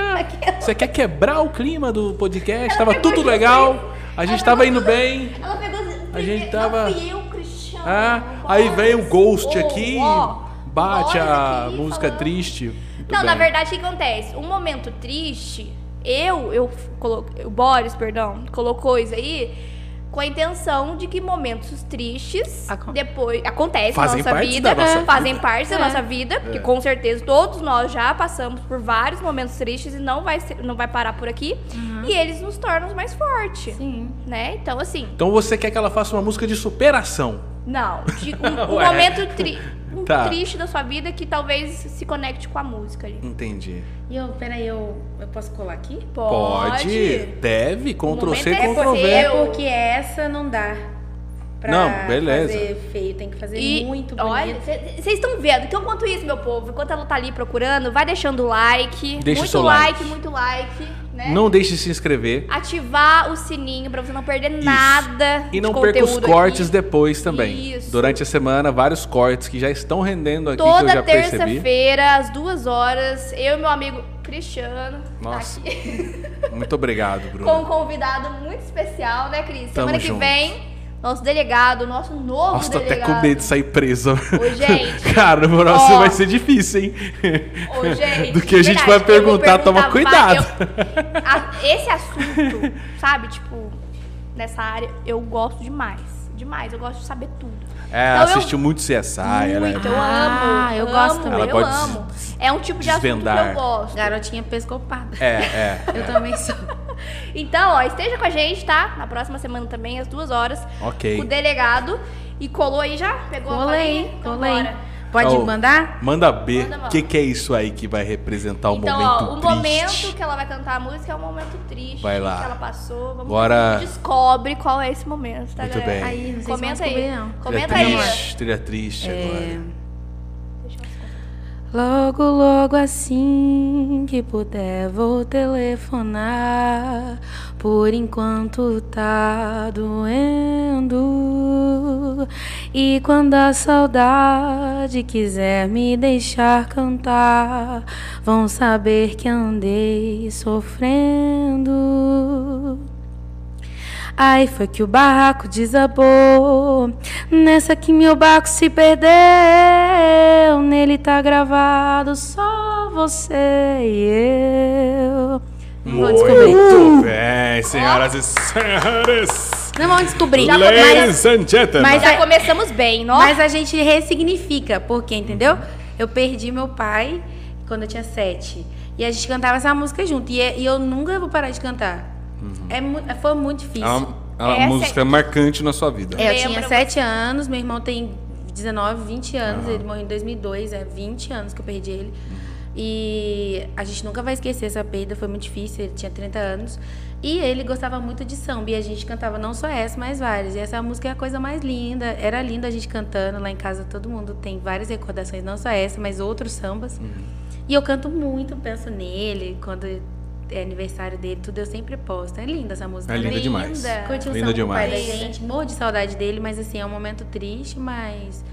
S1: Você quer quebrar o clima do podcast? Tava tudo legal, a gente tava indo bem.
S2: Ela pegou.
S1: A gente
S2: Não
S1: tava-
S2: fui eu, Cristiano.
S1: Ah, aí vem o ghost
S2: Ó,
S1: aqui,
S2: ó,
S1: bate
S2: nós
S1: a
S2: aqui
S1: música
S2: falando.
S1: triste. Muito
S2: Não, na
S1: bem.
S2: verdade, o que acontece? Um momento triste, eu, eu coloquei, o Boris, perdão, colocou isso aí com a intenção de que momentos tristes
S3: Acon-
S2: depois acontecem
S1: Fazem
S2: na nossa
S1: parte
S2: vida,
S1: da nossa
S2: fazem parte da
S3: É.
S2: nossa vida, porque com certeza todos nós já passamos por vários momentos tristes e não vai ser- não vai parar por aqui, e eles nos tornam mais fortes,
S3: Uhum. Sim.
S2: né? Então assim,
S1: Então você quer que ela faça uma música de superação?
S2: não, de um, um
S1: Ué.
S2: momento tri- um
S1: é. Tá.
S2: triste da sua vida que talvez se conecte com a música ali.
S1: Entendi.
S3: E eu, peraí, eu, eu posso colar aqui?
S1: deve, Ctrl
S2: momento
S1: C,
S2: é
S1: Ctrl
S2: seu.
S1: V.
S3: É porque essa não dá. Pra
S1: Não, beleza.
S3: fazer feio, tem que fazer muito bonito.
S2: olha, vocês estão vendo. Então, enquanto isso, meu povo, enquanto ela tá ali procurando, vai deixando o like.
S1: Deixa o
S2: muito
S1: seu
S2: like,
S1: like.
S2: muito like, né?
S1: Não deixe de se inscrever.
S2: Ativar o sininho pra você não perder nada.
S1: E não
S2: de
S1: perca os
S2: conteúdo
S1: cortes
S2: aqui.
S1: depois também.
S2: Isso.
S1: Durante a semana, vários cortes que já estão rendendo aqui, que eu
S2: Toda
S1: já percebi.
S2: terça-feira, às duas horas, eu e meu amigo Cristiano
S1: Nossa.
S2: tá aqui
S1: Muito obrigado, Bruno.
S2: com um convidado muito especial, né, Cris?
S1: Tamo
S2: Semana que
S1: junto.
S2: vem, nosso delegado, nosso novo
S1: Nossa, tô até
S2: delegado.
S1: com medo de sair presa.
S2: Ô, gente.
S1: Cara, o próximo
S2: Ó.
S1: vai ser difícil, hein?
S2: Ô, gente,
S1: Do que a gente
S2: verdade,
S1: vai
S2: eu vou
S1: perguntar, toma
S2: vai,
S1: cuidado.
S2: eu- a- esse assunto, sabe, tipo, nessa área, eu gosto demais. Demais, eu gosto de saber tudo.
S1: É,
S2: Então, eu-
S1: assistiu muito CSI, ela
S2: Muito, eu
S3: Ah,
S2: amo.
S3: eu
S2: amo,
S3: gosto também.
S1: Ela
S2: eu
S1: pode
S2: amo. É um tipo de assunto
S1: desvendar.
S2: que eu gosto.
S3: Garotinha pescopada.
S1: é, é.
S3: Eu também sou.
S2: Então, ó, esteja com a gente, tá? Na próxima semana também, às duas horas, com o
S1: Ok.
S2: delegado. E colou aí já? Pegou a
S3: Colei,
S2: colinha? Então,
S3: colei.
S2: bora.
S3: Pode
S1: Ô,
S3: mandar?
S1: Manda B.
S2: Manda
S1: O
S2: bala.
S1: que, que é isso aí que vai representar Tá o
S2: Então,
S1: momento
S2: ó, o
S1: triste?
S2: momento que ela vai cantar a música é um momento triste
S1: Vai lá.
S2: que ela passou. Vamos
S1: Bora.
S2: ver se descobre qual é esse momento, tá,
S1: Muito
S2: galera?
S1: bem.
S3: Aí, não sei
S2: Comenta
S3: se vão
S2: aí.
S3: descobrir, não.
S1: Trilha
S2: Comenta aí.
S1: triste, trilha triste agora.
S2: Deixa eu escutar.
S3: Logo, logo assim que puder, vou telefonar. Por enquanto tá doendo. E quando a saudade quiser me deixar cantar, vão saber que andei sofrendo. Aí foi que o barraco desabou. Nessa que meu barco se perdeu. Nele tá gravado só você e eu. Vou descobrir.
S4: Muito bem, senhoras e senhores.
S3: Não vão descobrir. Mas,
S4: Ladies and gentlemen.
S3: mas
S1: né?
S2: Já
S3: é-
S2: começamos bem, nossa.
S3: mas a gente ressignifica, porque, entendeu? Eu perdi meu pai quando eu tinha sete. E a gente cantava essa música junto. E, é- e eu nunca vou parar de cantar. É mu- foi muito difícil.
S1: É uma, é uma
S2: Essa-
S1: música marcante na sua vida.
S3: É, eu
S2: Lembra
S3: tinha
S2: você-
S3: 7 anos,
S1: Ah. Uhum.
S3: meu irmão tem 19, 20 anos, ele morreu em 2002, é 20 anos que eu perdi ele. E a gente nunca vai esquecer essa perda, foi muito difícil, ele tinha 30 anos. E ele gostava muito de samba, e a gente cantava não só essa, mas várias. E essa música é a coisa mais linda, era linda a gente cantando lá em casa, todo mundo tem várias recordações, não só essa, mas outros sambas.
S1: Uhum.
S3: E eu canto muito, penso nele, quando é aniversário dele, tudo eu sempre posto. É linda essa música.
S1: É linda
S3: né?
S1: demais.
S2: Linda.
S3: Curti um
S1: Linda
S3: samba
S1: demais.
S3: com o pai da gente. Morro de saudade dele, mas assim, é um momento triste, mas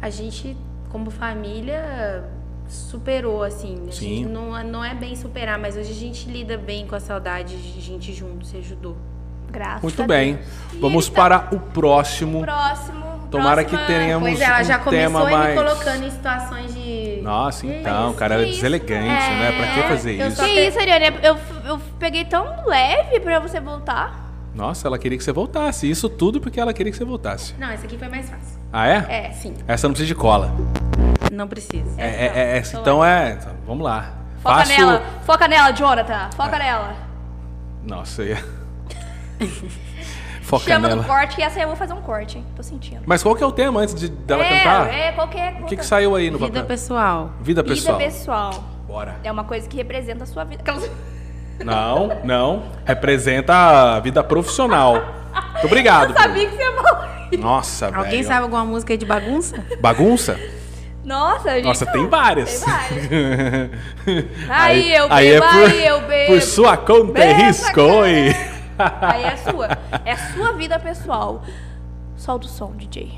S3: a gente, como família, superou, assim. A
S1: Sim.
S3: gente não, não é bem superar, mas hoje a gente lida bem com a saudade, a gente junto se ajudou.
S2: Graças
S1: Muito
S2: a
S1: bem.
S2: Deus. E
S1: Vamos
S2: ele tá
S1: para o próximo.
S2: Próximo.
S1: Tomara que
S2: próxima-
S1: tenhamos-
S3: Pois é, ela já
S1: um
S3: começou
S1: tema
S3: ele
S1: mais-
S3: colocando em situações de.
S1: Nossa,
S3: Que
S1: então,
S3: isso,
S1: o cara é
S2: que isso,
S1: deselegante,
S2: é.
S1: né? Pra que fazer
S3: Eu
S1: isso?
S3: só-
S2: Que isso, Ariane? Eu, eu peguei tão leve pra você voltar.
S1: Nossa, ela queria que você voltasse. Isso tudo porque ela queria que você voltasse.
S3: Não, essa aqui foi mais fácil.
S1: Ah, é?
S2: É.
S3: Sim.
S1: Essa não precisa de cola.
S3: Não precisa.
S1: É, é, é, essa, então é. então, vamos lá.
S2: Foca nela. Foca nela, Jonathan.
S1: É.
S2: Foca nela.
S1: Nossa, eu ia. Foca
S2: Chama
S1: nela.
S2: no corte, que essa aí eu vou fazer um corte, hein? Tô sentindo.
S1: Mas qual que é o tema antes de dela
S2: é,
S1: cantar?
S2: É, qualquer.
S1: O que, que saiu aí no
S3: Vida
S1: papel?
S3: pessoal.
S1: Vida pessoal.
S2: Vida pessoal.
S1: Bora.
S2: É uma coisa que representa a sua vida. Aquelas-
S1: Não, não. Representa a vida profissional. Muito obrigado.
S2: Eu sabia que você ia falar.
S1: Bruno. Nossa, velho.
S3: Alguém sabe alguma música aí de bagunça?
S1: Bagunça?
S2: Nossa, gente.
S1: Nossa, tem várias.
S2: Então,
S1: é
S2: Tem várias. Aí eu bebo, aí eu bebo.
S1: Por sua conta
S2: Beba,
S1: e risco, oi.
S2: Aí é sua. É a sua vida pessoal. Solta o som, DJ.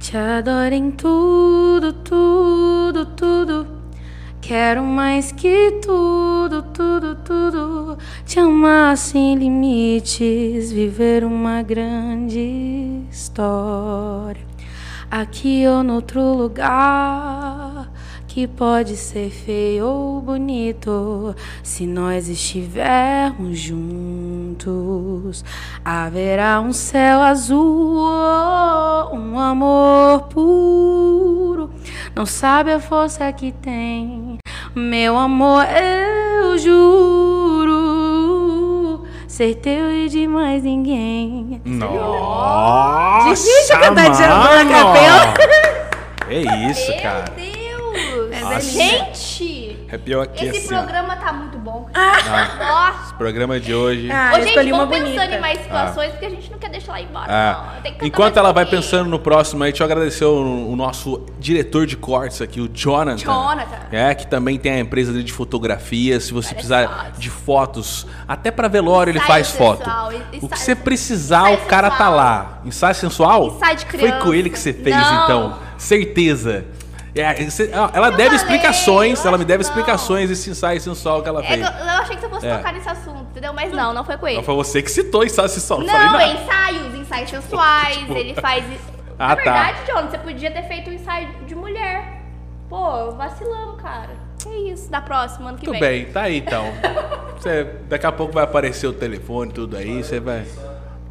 S3: Te adoro em tudo, tudo, tudo. Quero mais que tudo, tudo, tudo. Te amar sem limites, viver uma grande história. Aqui ou noutro lugar, que pode ser feio ou bonito, se nós estivermos juntos, haverá um céu azul, um amor puro. Não sabe a força que tem, meu amor, eu juro. Ser teu e de mais ninguém.
S1: Nossa,
S3: Difícil cantar de Jerônimo
S1: mano.
S3: da Capela.
S1: É isso, cara.
S2: Deus!
S1: Nossa.
S2: Gente!
S1: É pior que
S2: Esse
S1: assim, ó.
S2: programa tá muito bom.
S1: Ah,
S2: Nossa!
S1: esse programa de hoje.
S3: Ah,
S2: Ô,
S3: eu
S2: gente,
S3: escolhi uma
S2: vamos pensando
S3: bonita.
S2: em mais situações, porque a gente não quer deixar ela ir embora.
S1: Ah,
S2: não. Tem que cantar
S1: enquanto
S2: mais
S1: ela vai
S2: pouquinho.
S1: pensando no próximo aí, deixa eu agradecer o, o nosso diretor de cortes aqui, o Jonathan.
S2: Jonathan.
S1: É, que também tem a empresa dele de fotografia. Se você precisar
S2: fotos.
S1: de fotos, até pra velório ele
S2: Ensaio
S1: faz foto.
S2: sensual, e-
S1: o que
S2: ensaio-
S1: você precisar, o
S2: ensaio
S1: cara tá
S2: sensual.
S1: lá. Ensaio sensual?
S2: Ensaio de
S1: Foi com
S2: criança.
S1: ele que você fez,
S2: Não.
S1: então. Certeza. É, você- ela deve
S2: falei,
S1: explicações,
S2: eu
S1: ela
S2: acho
S1: me deve
S2: que não.
S1: explicações esse ensaio sensual que ela
S2: É
S1: fez.
S2: que eu, eu achei que você fosse
S1: É.
S2: tocar nesse assunto, entendeu? Mas
S3: Hum.
S2: não, não foi com ele.
S1: Não foi você que citou ensaio sensual, não, falei
S2: Não,
S1: nada.
S2: é ensaios, ensaios sensuais, ele faz.
S1: Ah,
S2: Na
S1: tá.
S2: verdade, John, você podia ter feito um ensaio de mulher. Pô, vacilamos, cara. Que isso, da próxima, ano que
S1: Muito
S2: vem.
S1: bem, tá aí então. Você, daqui a pouco vai aparecer o telefone, tudo aí, você vai.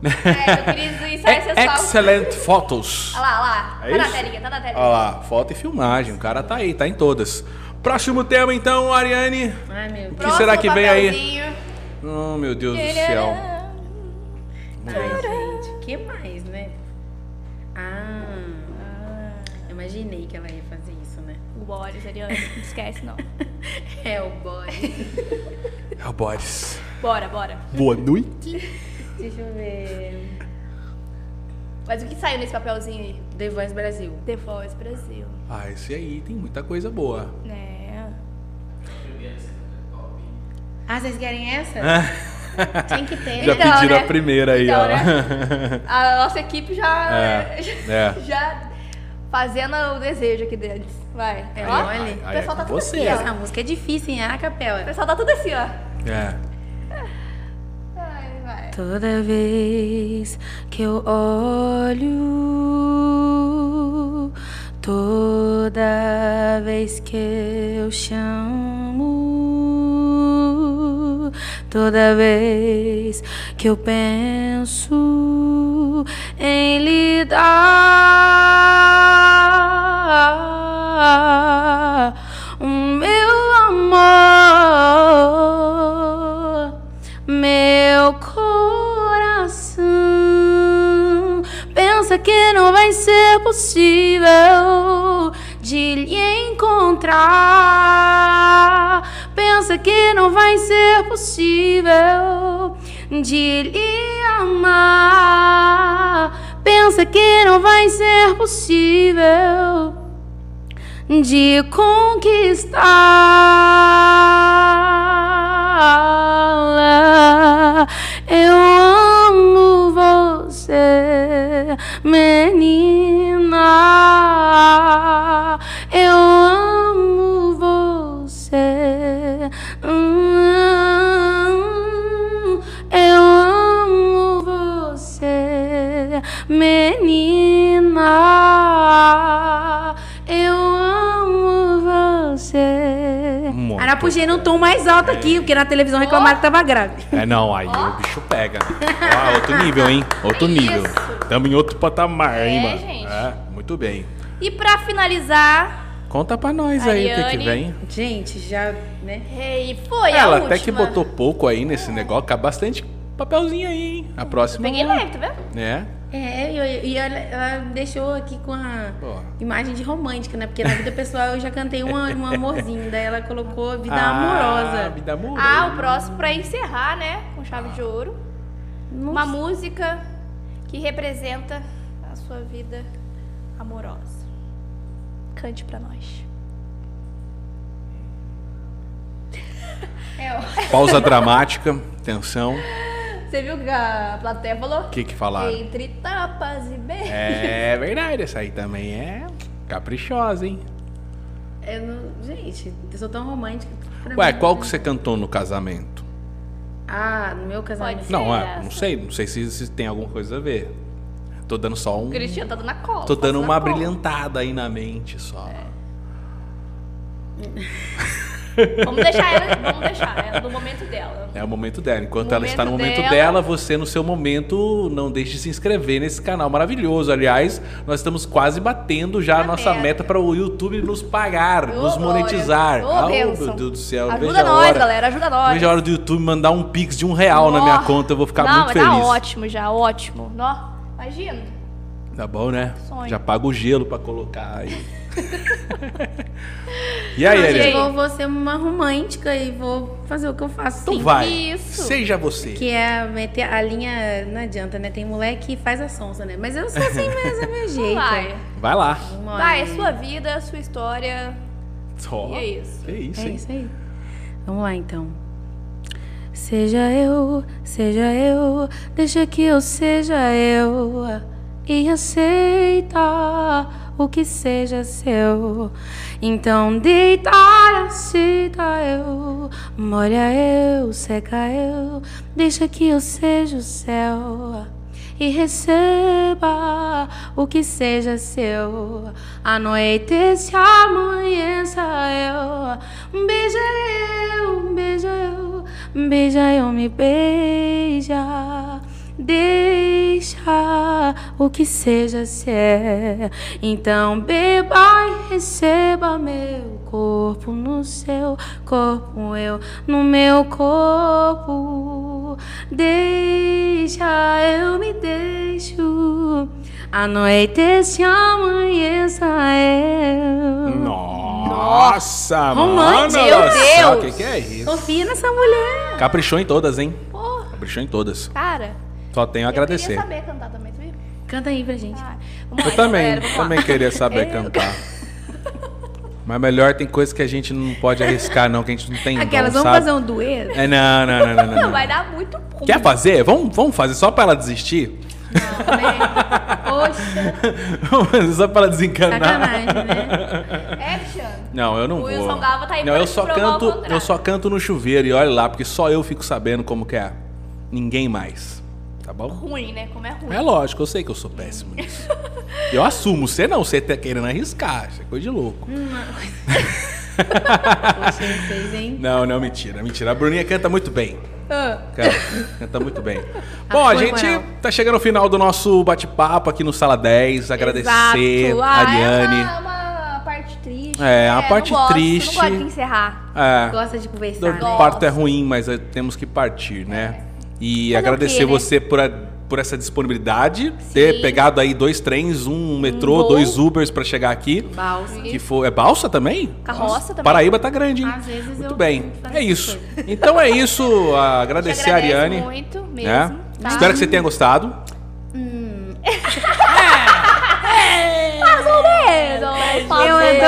S2: É, eu queria dizer ensaio
S1: É,
S2: sensual.
S1: Excellent Photos.
S2: Olha lá, olha
S1: É
S2: lá. tá na
S1: isso?
S2: telinha, tá na telinha.
S1: Olha lá, foto e filmagem, o cara tá aí, tá em todas. Próximo tema então, Ariane.
S3: Ai, meu
S1: O que será que vem aí?
S2: papelzinho.
S1: Oh, meu Deus do céau.
S3: Ai, gente, o que mais, né? Ah, eu imaginei que ela ia fazer isso, né?
S2: O Boris, Ariane, não esquece não.
S3: É o boy.
S1: É o Boris.
S2: Bora, bora.
S1: Boa noite.
S3: Deixa eu ver.
S2: Mas o que saiu nesse papelzinho aí?
S3: The Voice Brasil.
S2: The Voice Brasil.
S1: Ah, esse aí tem muita coisa boa.
S2: Né?
S3: Ah, vocês querem essa? Tem que ter.
S1: Já
S2: Então,
S1: pediram
S2: né?
S1: a primeira aí,
S2: Então,
S1: ó.
S2: A nossa equipe já.
S1: É, é.
S2: Já fazendo o desejo aqui deles. Vai.
S3: É,
S2: Ó,
S3: olha.
S2: O
S1: Aí é
S2: pessoal tá
S1: com
S2: tudo
S1: você.
S2: assim,
S3: Essa
S2: ó.
S3: música é difícil, hein? É na
S2: O
S3: capela.
S2: pessoal tá tudo assim, ó.
S1: É.
S2: Vai, vai.
S3: Toda vez que eu olho, toda vez que eu chamo, toda vez que eu penso em lidar o meu amor, meu coração
S6: promessa
S3: pensa
S6: que não vai ser possível de lhe encontrar. Pensa que não vai ser possível de lhe amar. Pensa que não vai ser possível de conquistá-la. Eu amo você, menina. Eu amo você. Hum, Eu amo você, menina. Eu amo você.
S1: Muito
S3: Aí ela puxei num tom mais alto aqui, porque na televisão reclamaram que tava grávida.
S1: É, não, aí o bicho pega. né? Ó, outro nível, hein? Outro nível. Tamo em outro patamar, hein,
S2: É,
S1: mano?
S2: gente.
S1: É, muito bem.
S2: E pra finalizar,
S1: Conta pra nós aí o que, que
S2: Ariane.
S1: vem.
S3: Gente, já, né?
S2: e foi É a
S1: Ela
S2: última.
S1: até que botou pouco aí nesse negócio, cai bastante papelzinho aí, hein? A próxima.
S2: Peguei leve, tá vendo?
S1: É.
S3: É, e eu- e ela, ela me deixou aqui com a
S1: Pô.
S3: imagem de romântica, né? Porque na vida pessoal eu já cantei uma, um amorzinho, daí ela colocou vida
S1: Ah,
S3: amorosa.
S1: vida amorosa.
S2: Ah, o próximo pra encerrar, né? Com chave de ouro. Uma música que representa a sua vida amorosa. Cante pra nós. É, ó.
S1: Pausa dramática, tensão.
S2: Você viu que a plateia falou?
S1: O que que falaram?
S2: Entre tapas e beijos.
S1: É verdade, essa aí também é caprichosa, hein?
S3: Eu não- gente, eu sou tão romântica. pra
S1: Ué,
S3: mim.
S2: é.
S1: qual que você cantou no casamento?
S3: Ah, no meu casamento.
S1: Não,
S2: Sei
S1: é,
S2: essa.
S1: não sei, não sei se, se tem alguma coisa a ver. Tô dando só um.
S2: O Cristiano tá dando a cola.
S1: Tô dando
S2: passando
S1: uma
S2: a cola.
S1: brilhantada aí na mente só.
S2: É. Vamos deixar ela, vamos deixar ela no momento dela.
S1: É o momento dela. Enquanto ela
S2: Momento
S1: está no momento dela.
S2: dela.
S1: você no seu momento, não deixe de se inscrever nesse canal maravilhoso. Aliás, nós estamos quase batendo já a
S2: Na
S1: nossa
S2: meta.
S1: meta para o YouTube nos pagar,
S2: Ô,
S1: nos
S2: glória.
S1: monetizar.
S2: Ô,
S1: Ah,
S2: bênção.
S1: meu Deus do céu. veja
S2: Ajuda
S1: a
S2: nós,
S1: hora.
S2: galera, ajuda nós.
S1: Veja a hora do YouTube mandar um pix de um real na
S2: Nó.
S1: minha conta, eu vou ficar
S2: Não,
S1: muito
S2: mas
S1: feliz.
S2: Tá ótimo já, ótimo. Nó. Imagina.
S1: Tá bom, né?
S2: Sonho.
S1: Já paga o gelo pra colocar aí. e aí,
S3: Eu
S1: Ariane?
S3: vou, vou ser uma romântica e vou fazer o que eu faço.
S1: Então
S3: sim.
S1: vai.
S2: isso.
S1: Seja você.
S3: Que é meter a linha. Não adianta, né? Tem moleque que faz a sonsa, né? Mas eu sou assim mesmo, é meu jeito.
S2: Então Vai.
S1: Então Vai lá.
S3: Vamos lá.
S2: Vai, é sua vida, é sua história.
S1: Ó,
S2: E é isso.
S1: É isso,
S3: É
S1: hein?
S3: isso aí. Vamos lá então. Seja eu, seja eu, deixa que eu seja eu e aceita o que seja seu. Então deita, cita eu, molha eu, seca eu, deixa que eu seja o céu e receba o que seja seu. Anoiteça, amanheça eu, beija eu, beija eu, beija eu, me beija. Deixa o que seja ser. Então beba e receba meu corpo no seu corpo, eu no meu corpo. Deixa eu me deixo. Anoitece, amanheça eu.
S4: Nossa, mano.
S3: Romântico.
S2: Meu
S1: Olha só,
S2: Deus.
S1: O que, que é isso?
S3: Confia nessa mulher.
S1: Caprichou em todas, hein?
S2: Porra,
S1: Caprichou em todas.
S2: cara.
S1: Só tenho a
S2: Eu
S1: agradecer.
S2: queria saber cantar também, tu viu?
S3: Canta aí pra gente.
S2: Ah, vamos
S1: Eu
S2: lá,
S1: também,
S2: galera, vamos lá.
S1: também queria saber cantar. Mas melhor tem coisa que a gente não pode arriscar, não, que a gente não tem
S3: Aquelas,
S1: dom,
S3: vamos
S1: sabe?
S3: fazer um dueto?
S1: É, não, não, não, não, não,
S2: Não,
S1: não.
S2: vai dar muito pulo.
S1: Quer fazer? Vamos, vamos fazer só pra ela desistir?
S3: Poxa,
S1: Vamos fazer só pra ela desencanar.
S3: sacanagem, né?
S2: Action.
S1: Não, eu não
S2: O
S1: vou.
S2: Wilson Gava tá aí
S1: não,
S2: pra
S1: eu só
S2: provar o
S1: canto,
S2: contrário.
S1: eu só canto no chuveiro e olha lá, porque só eu fico sabendo como que é. Ninguém mais. Tá bom?
S2: Ruim, né? Como é ruim.
S1: É lógico, eu sei que eu sou péssimo nisso. Eu assumo, você não, você tá querendo arriscar, isso é coisa de louco.
S3: Poxa, vocês, hein?
S1: Não, não, mentira, mentira. A Bruninha canta muito bem. Canta, canta muito bem. Bom, a
S3: Apoio
S1: gente
S3: moral.
S1: tá chegando ao final do nosso bate-papo aqui no Sala 10. Agradecer
S2: Exato.
S1: a
S2: Ah,
S1: Ariane.
S2: É uma, uma parte triste.
S1: É, a
S2: né?
S1: parte
S2: não gosto,
S1: triste.
S2: Não gosto de encerrar.
S1: É.
S3: Gosta de
S1: Dor
S3: conversar,
S1: do
S3: né?
S2: Gosto.
S1: parto é ruim, mas eh, temos que partir, né? E
S2: Fazer o
S1: agradecer
S2: quê, né?
S1: você por a- por essa disponibilidade,
S2: Sim.
S1: ter pegado aí dois trens, um metrô,
S2: voo.
S1: dois Ubers pra chegar aqui.
S3: Balsa.
S1: Que foi, é balsa também?
S2: Carroça
S1: Nossa,
S2: também.
S1: Paraíba tá grande, hein?
S5: Às vezes
S1: Muito
S5: eu
S1: bem.
S5: faço
S1: É
S5: essas
S1: isso.
S5: coisas.
S1: Então é isso. Agradecer a
S2: agradeço
S1: Ariane.
S2: muito mesmo.
S1: né?
S2: tá?
S1: Espero que você tenha gostado.
S3: Eu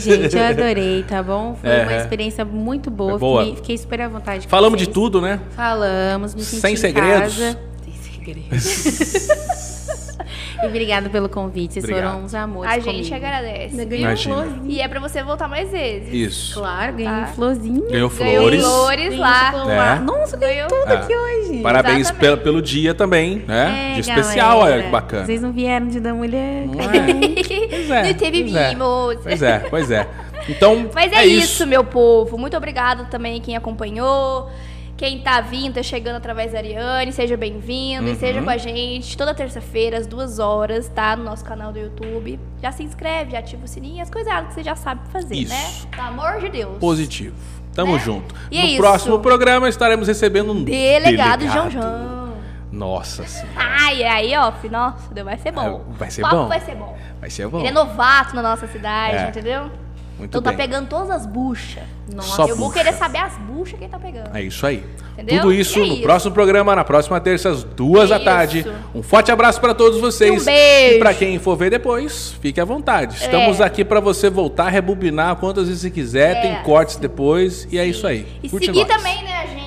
S3: gente. Eu adorei, tá bom? Foi
S1: É,
S3: uma
S1: é.
S3: experiência muito boa.
S1: Foi boa.
S3: Fiquei, fiquei super à vontade. com
S1: Falamos de
S3: vocês.
S1: tudo, né?
S3: Falamos, me senti
S1: Sem
S3: em
S1: segredos.
S3: casa. Sem segredos. e obrigado pelo convite. Vocês
S1: Obrigado.
S3: foram uns amores.
S2: A gente
S3: comigo.
S5: Ainda
S2: agradece.
S5: ganhou um
S1: Imagina.
S5: florzinho.
S2: E é pra você voltar mais vezes.
S1: Isso.
S3: Claro, ganhei
S2: Tá.
S3: um florzinho.
S1: Ganhou
S2: Ganhou
S1: flores.
S2: flores lá.
S1: É.
S3: Nossa, ganhei
S2: Ganhou.
S3: tudo
S1: É.
S3: aqui hoje.
S1: Parabéns
S2: Exatamente.
S1: pelo, pelo dia também, né?
S3: É,
S1: de especial,
S3: galera.
S1: olha que bacana.
S3: Vocês não vieram de da mulher.
S1: Não é? é,
S2: Não teve
S1: pois é.
S2: mimos.
S1: Pois é, pois é. Então,
S2: Mas é, isso. meu povo. Muito obrigado também quem acompanhou. Quem tá vindo, tá chegando através da Ariane, seja bem-vindo e
S1: Uhum.
S2: seja com a gente toda terça-feira, às duas horas, tá? No nosso canal do YouTube. Já se inscreve, já ativa o sininho, as coisas que você já sabe fazer,
S1: Isso.
S2: né? Pelo amor de Deus.
S1: Positivo. Tamo
S2: Né?
S1: junto.
S2: E
S1: no
S2: é isso.
S1: próximo programa estaremos recebendo um
S2: Delegado,
S1: delegado.
S2: João João.
S1: Nossa senhora.
S2: Ai, aí, ó, fi, nossa, vai ser bom.
S1: Ah, vai ser
S2: O papo
S1: bom.
S2: vai ser bom.
S1: Vai ser bom.
S2: Ele é novato na nossa cidade,
S1: É.
S2: entendeu?
S1: Muito
S2: então
S1: bem.
S2: tá pegando todas as buchas.
S1: Nossa. Só
S2: Eu vou
S1: bucha.
S2: querer saber as buchas que ele tá pegando.
S1: É isso aí.
S2: Entendeu?
S1: Tudo isso
S2: E é
S1: no
S2: isso.
S1: próximo programa, na próxima terça, às duas da
S2: Isso.
S1: tarde. Um forte abraço pra todos vocês.
S2: Um beijo. É.
S1: E pra quem for ver depois, fique à vontade. Estamos aqui pra você voltar, rebobinar quantas vezes você quiser.
S2: É.
S1: Tem cortes depois. E é isso aí.
S2: E
S1: Curte
S2: seguir
S1: nós.
S2: também, né, a gente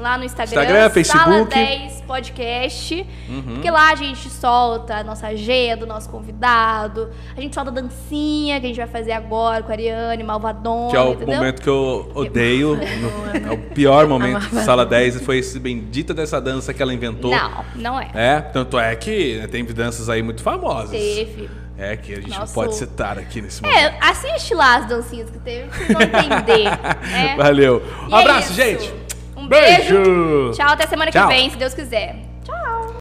S2: lá no Instagram.
S1: Instagram,
S2: Sala
S1: Facebook. Uhum.
S2: 10 Podcast. Porque lá a gente solta a nossa agenda, o nosso convidado. A gente solta a dancinha que a gente vai fazer agora com a Ariane, Malvadona,
S1: Que é o
S2: entendeu?
S1: momento que eu odeio. no- é o pior momento do Sala 10 foi esse bendita dessa dança que ela inventou.
S2: Não, não é.
S1: É, tanto é que né, tem danças aí muito famosas.
S2: Teve.
S1: É, que a gente não
S2: Nosso-
S1: pode citar aqui nesse momento.
S2: É, assiste lá as dancinhas que teve, pra vocês vão entender. né?
S1: Valeu.
S2: E
S1: Um
S2: é
S1: abraço,
S2: isso.
S1: gente.
S2: Um beijo.
S4: Beijo.
S2: Tchau, até semana
S1: Tchau.
S2: que vem, se Deus quiser.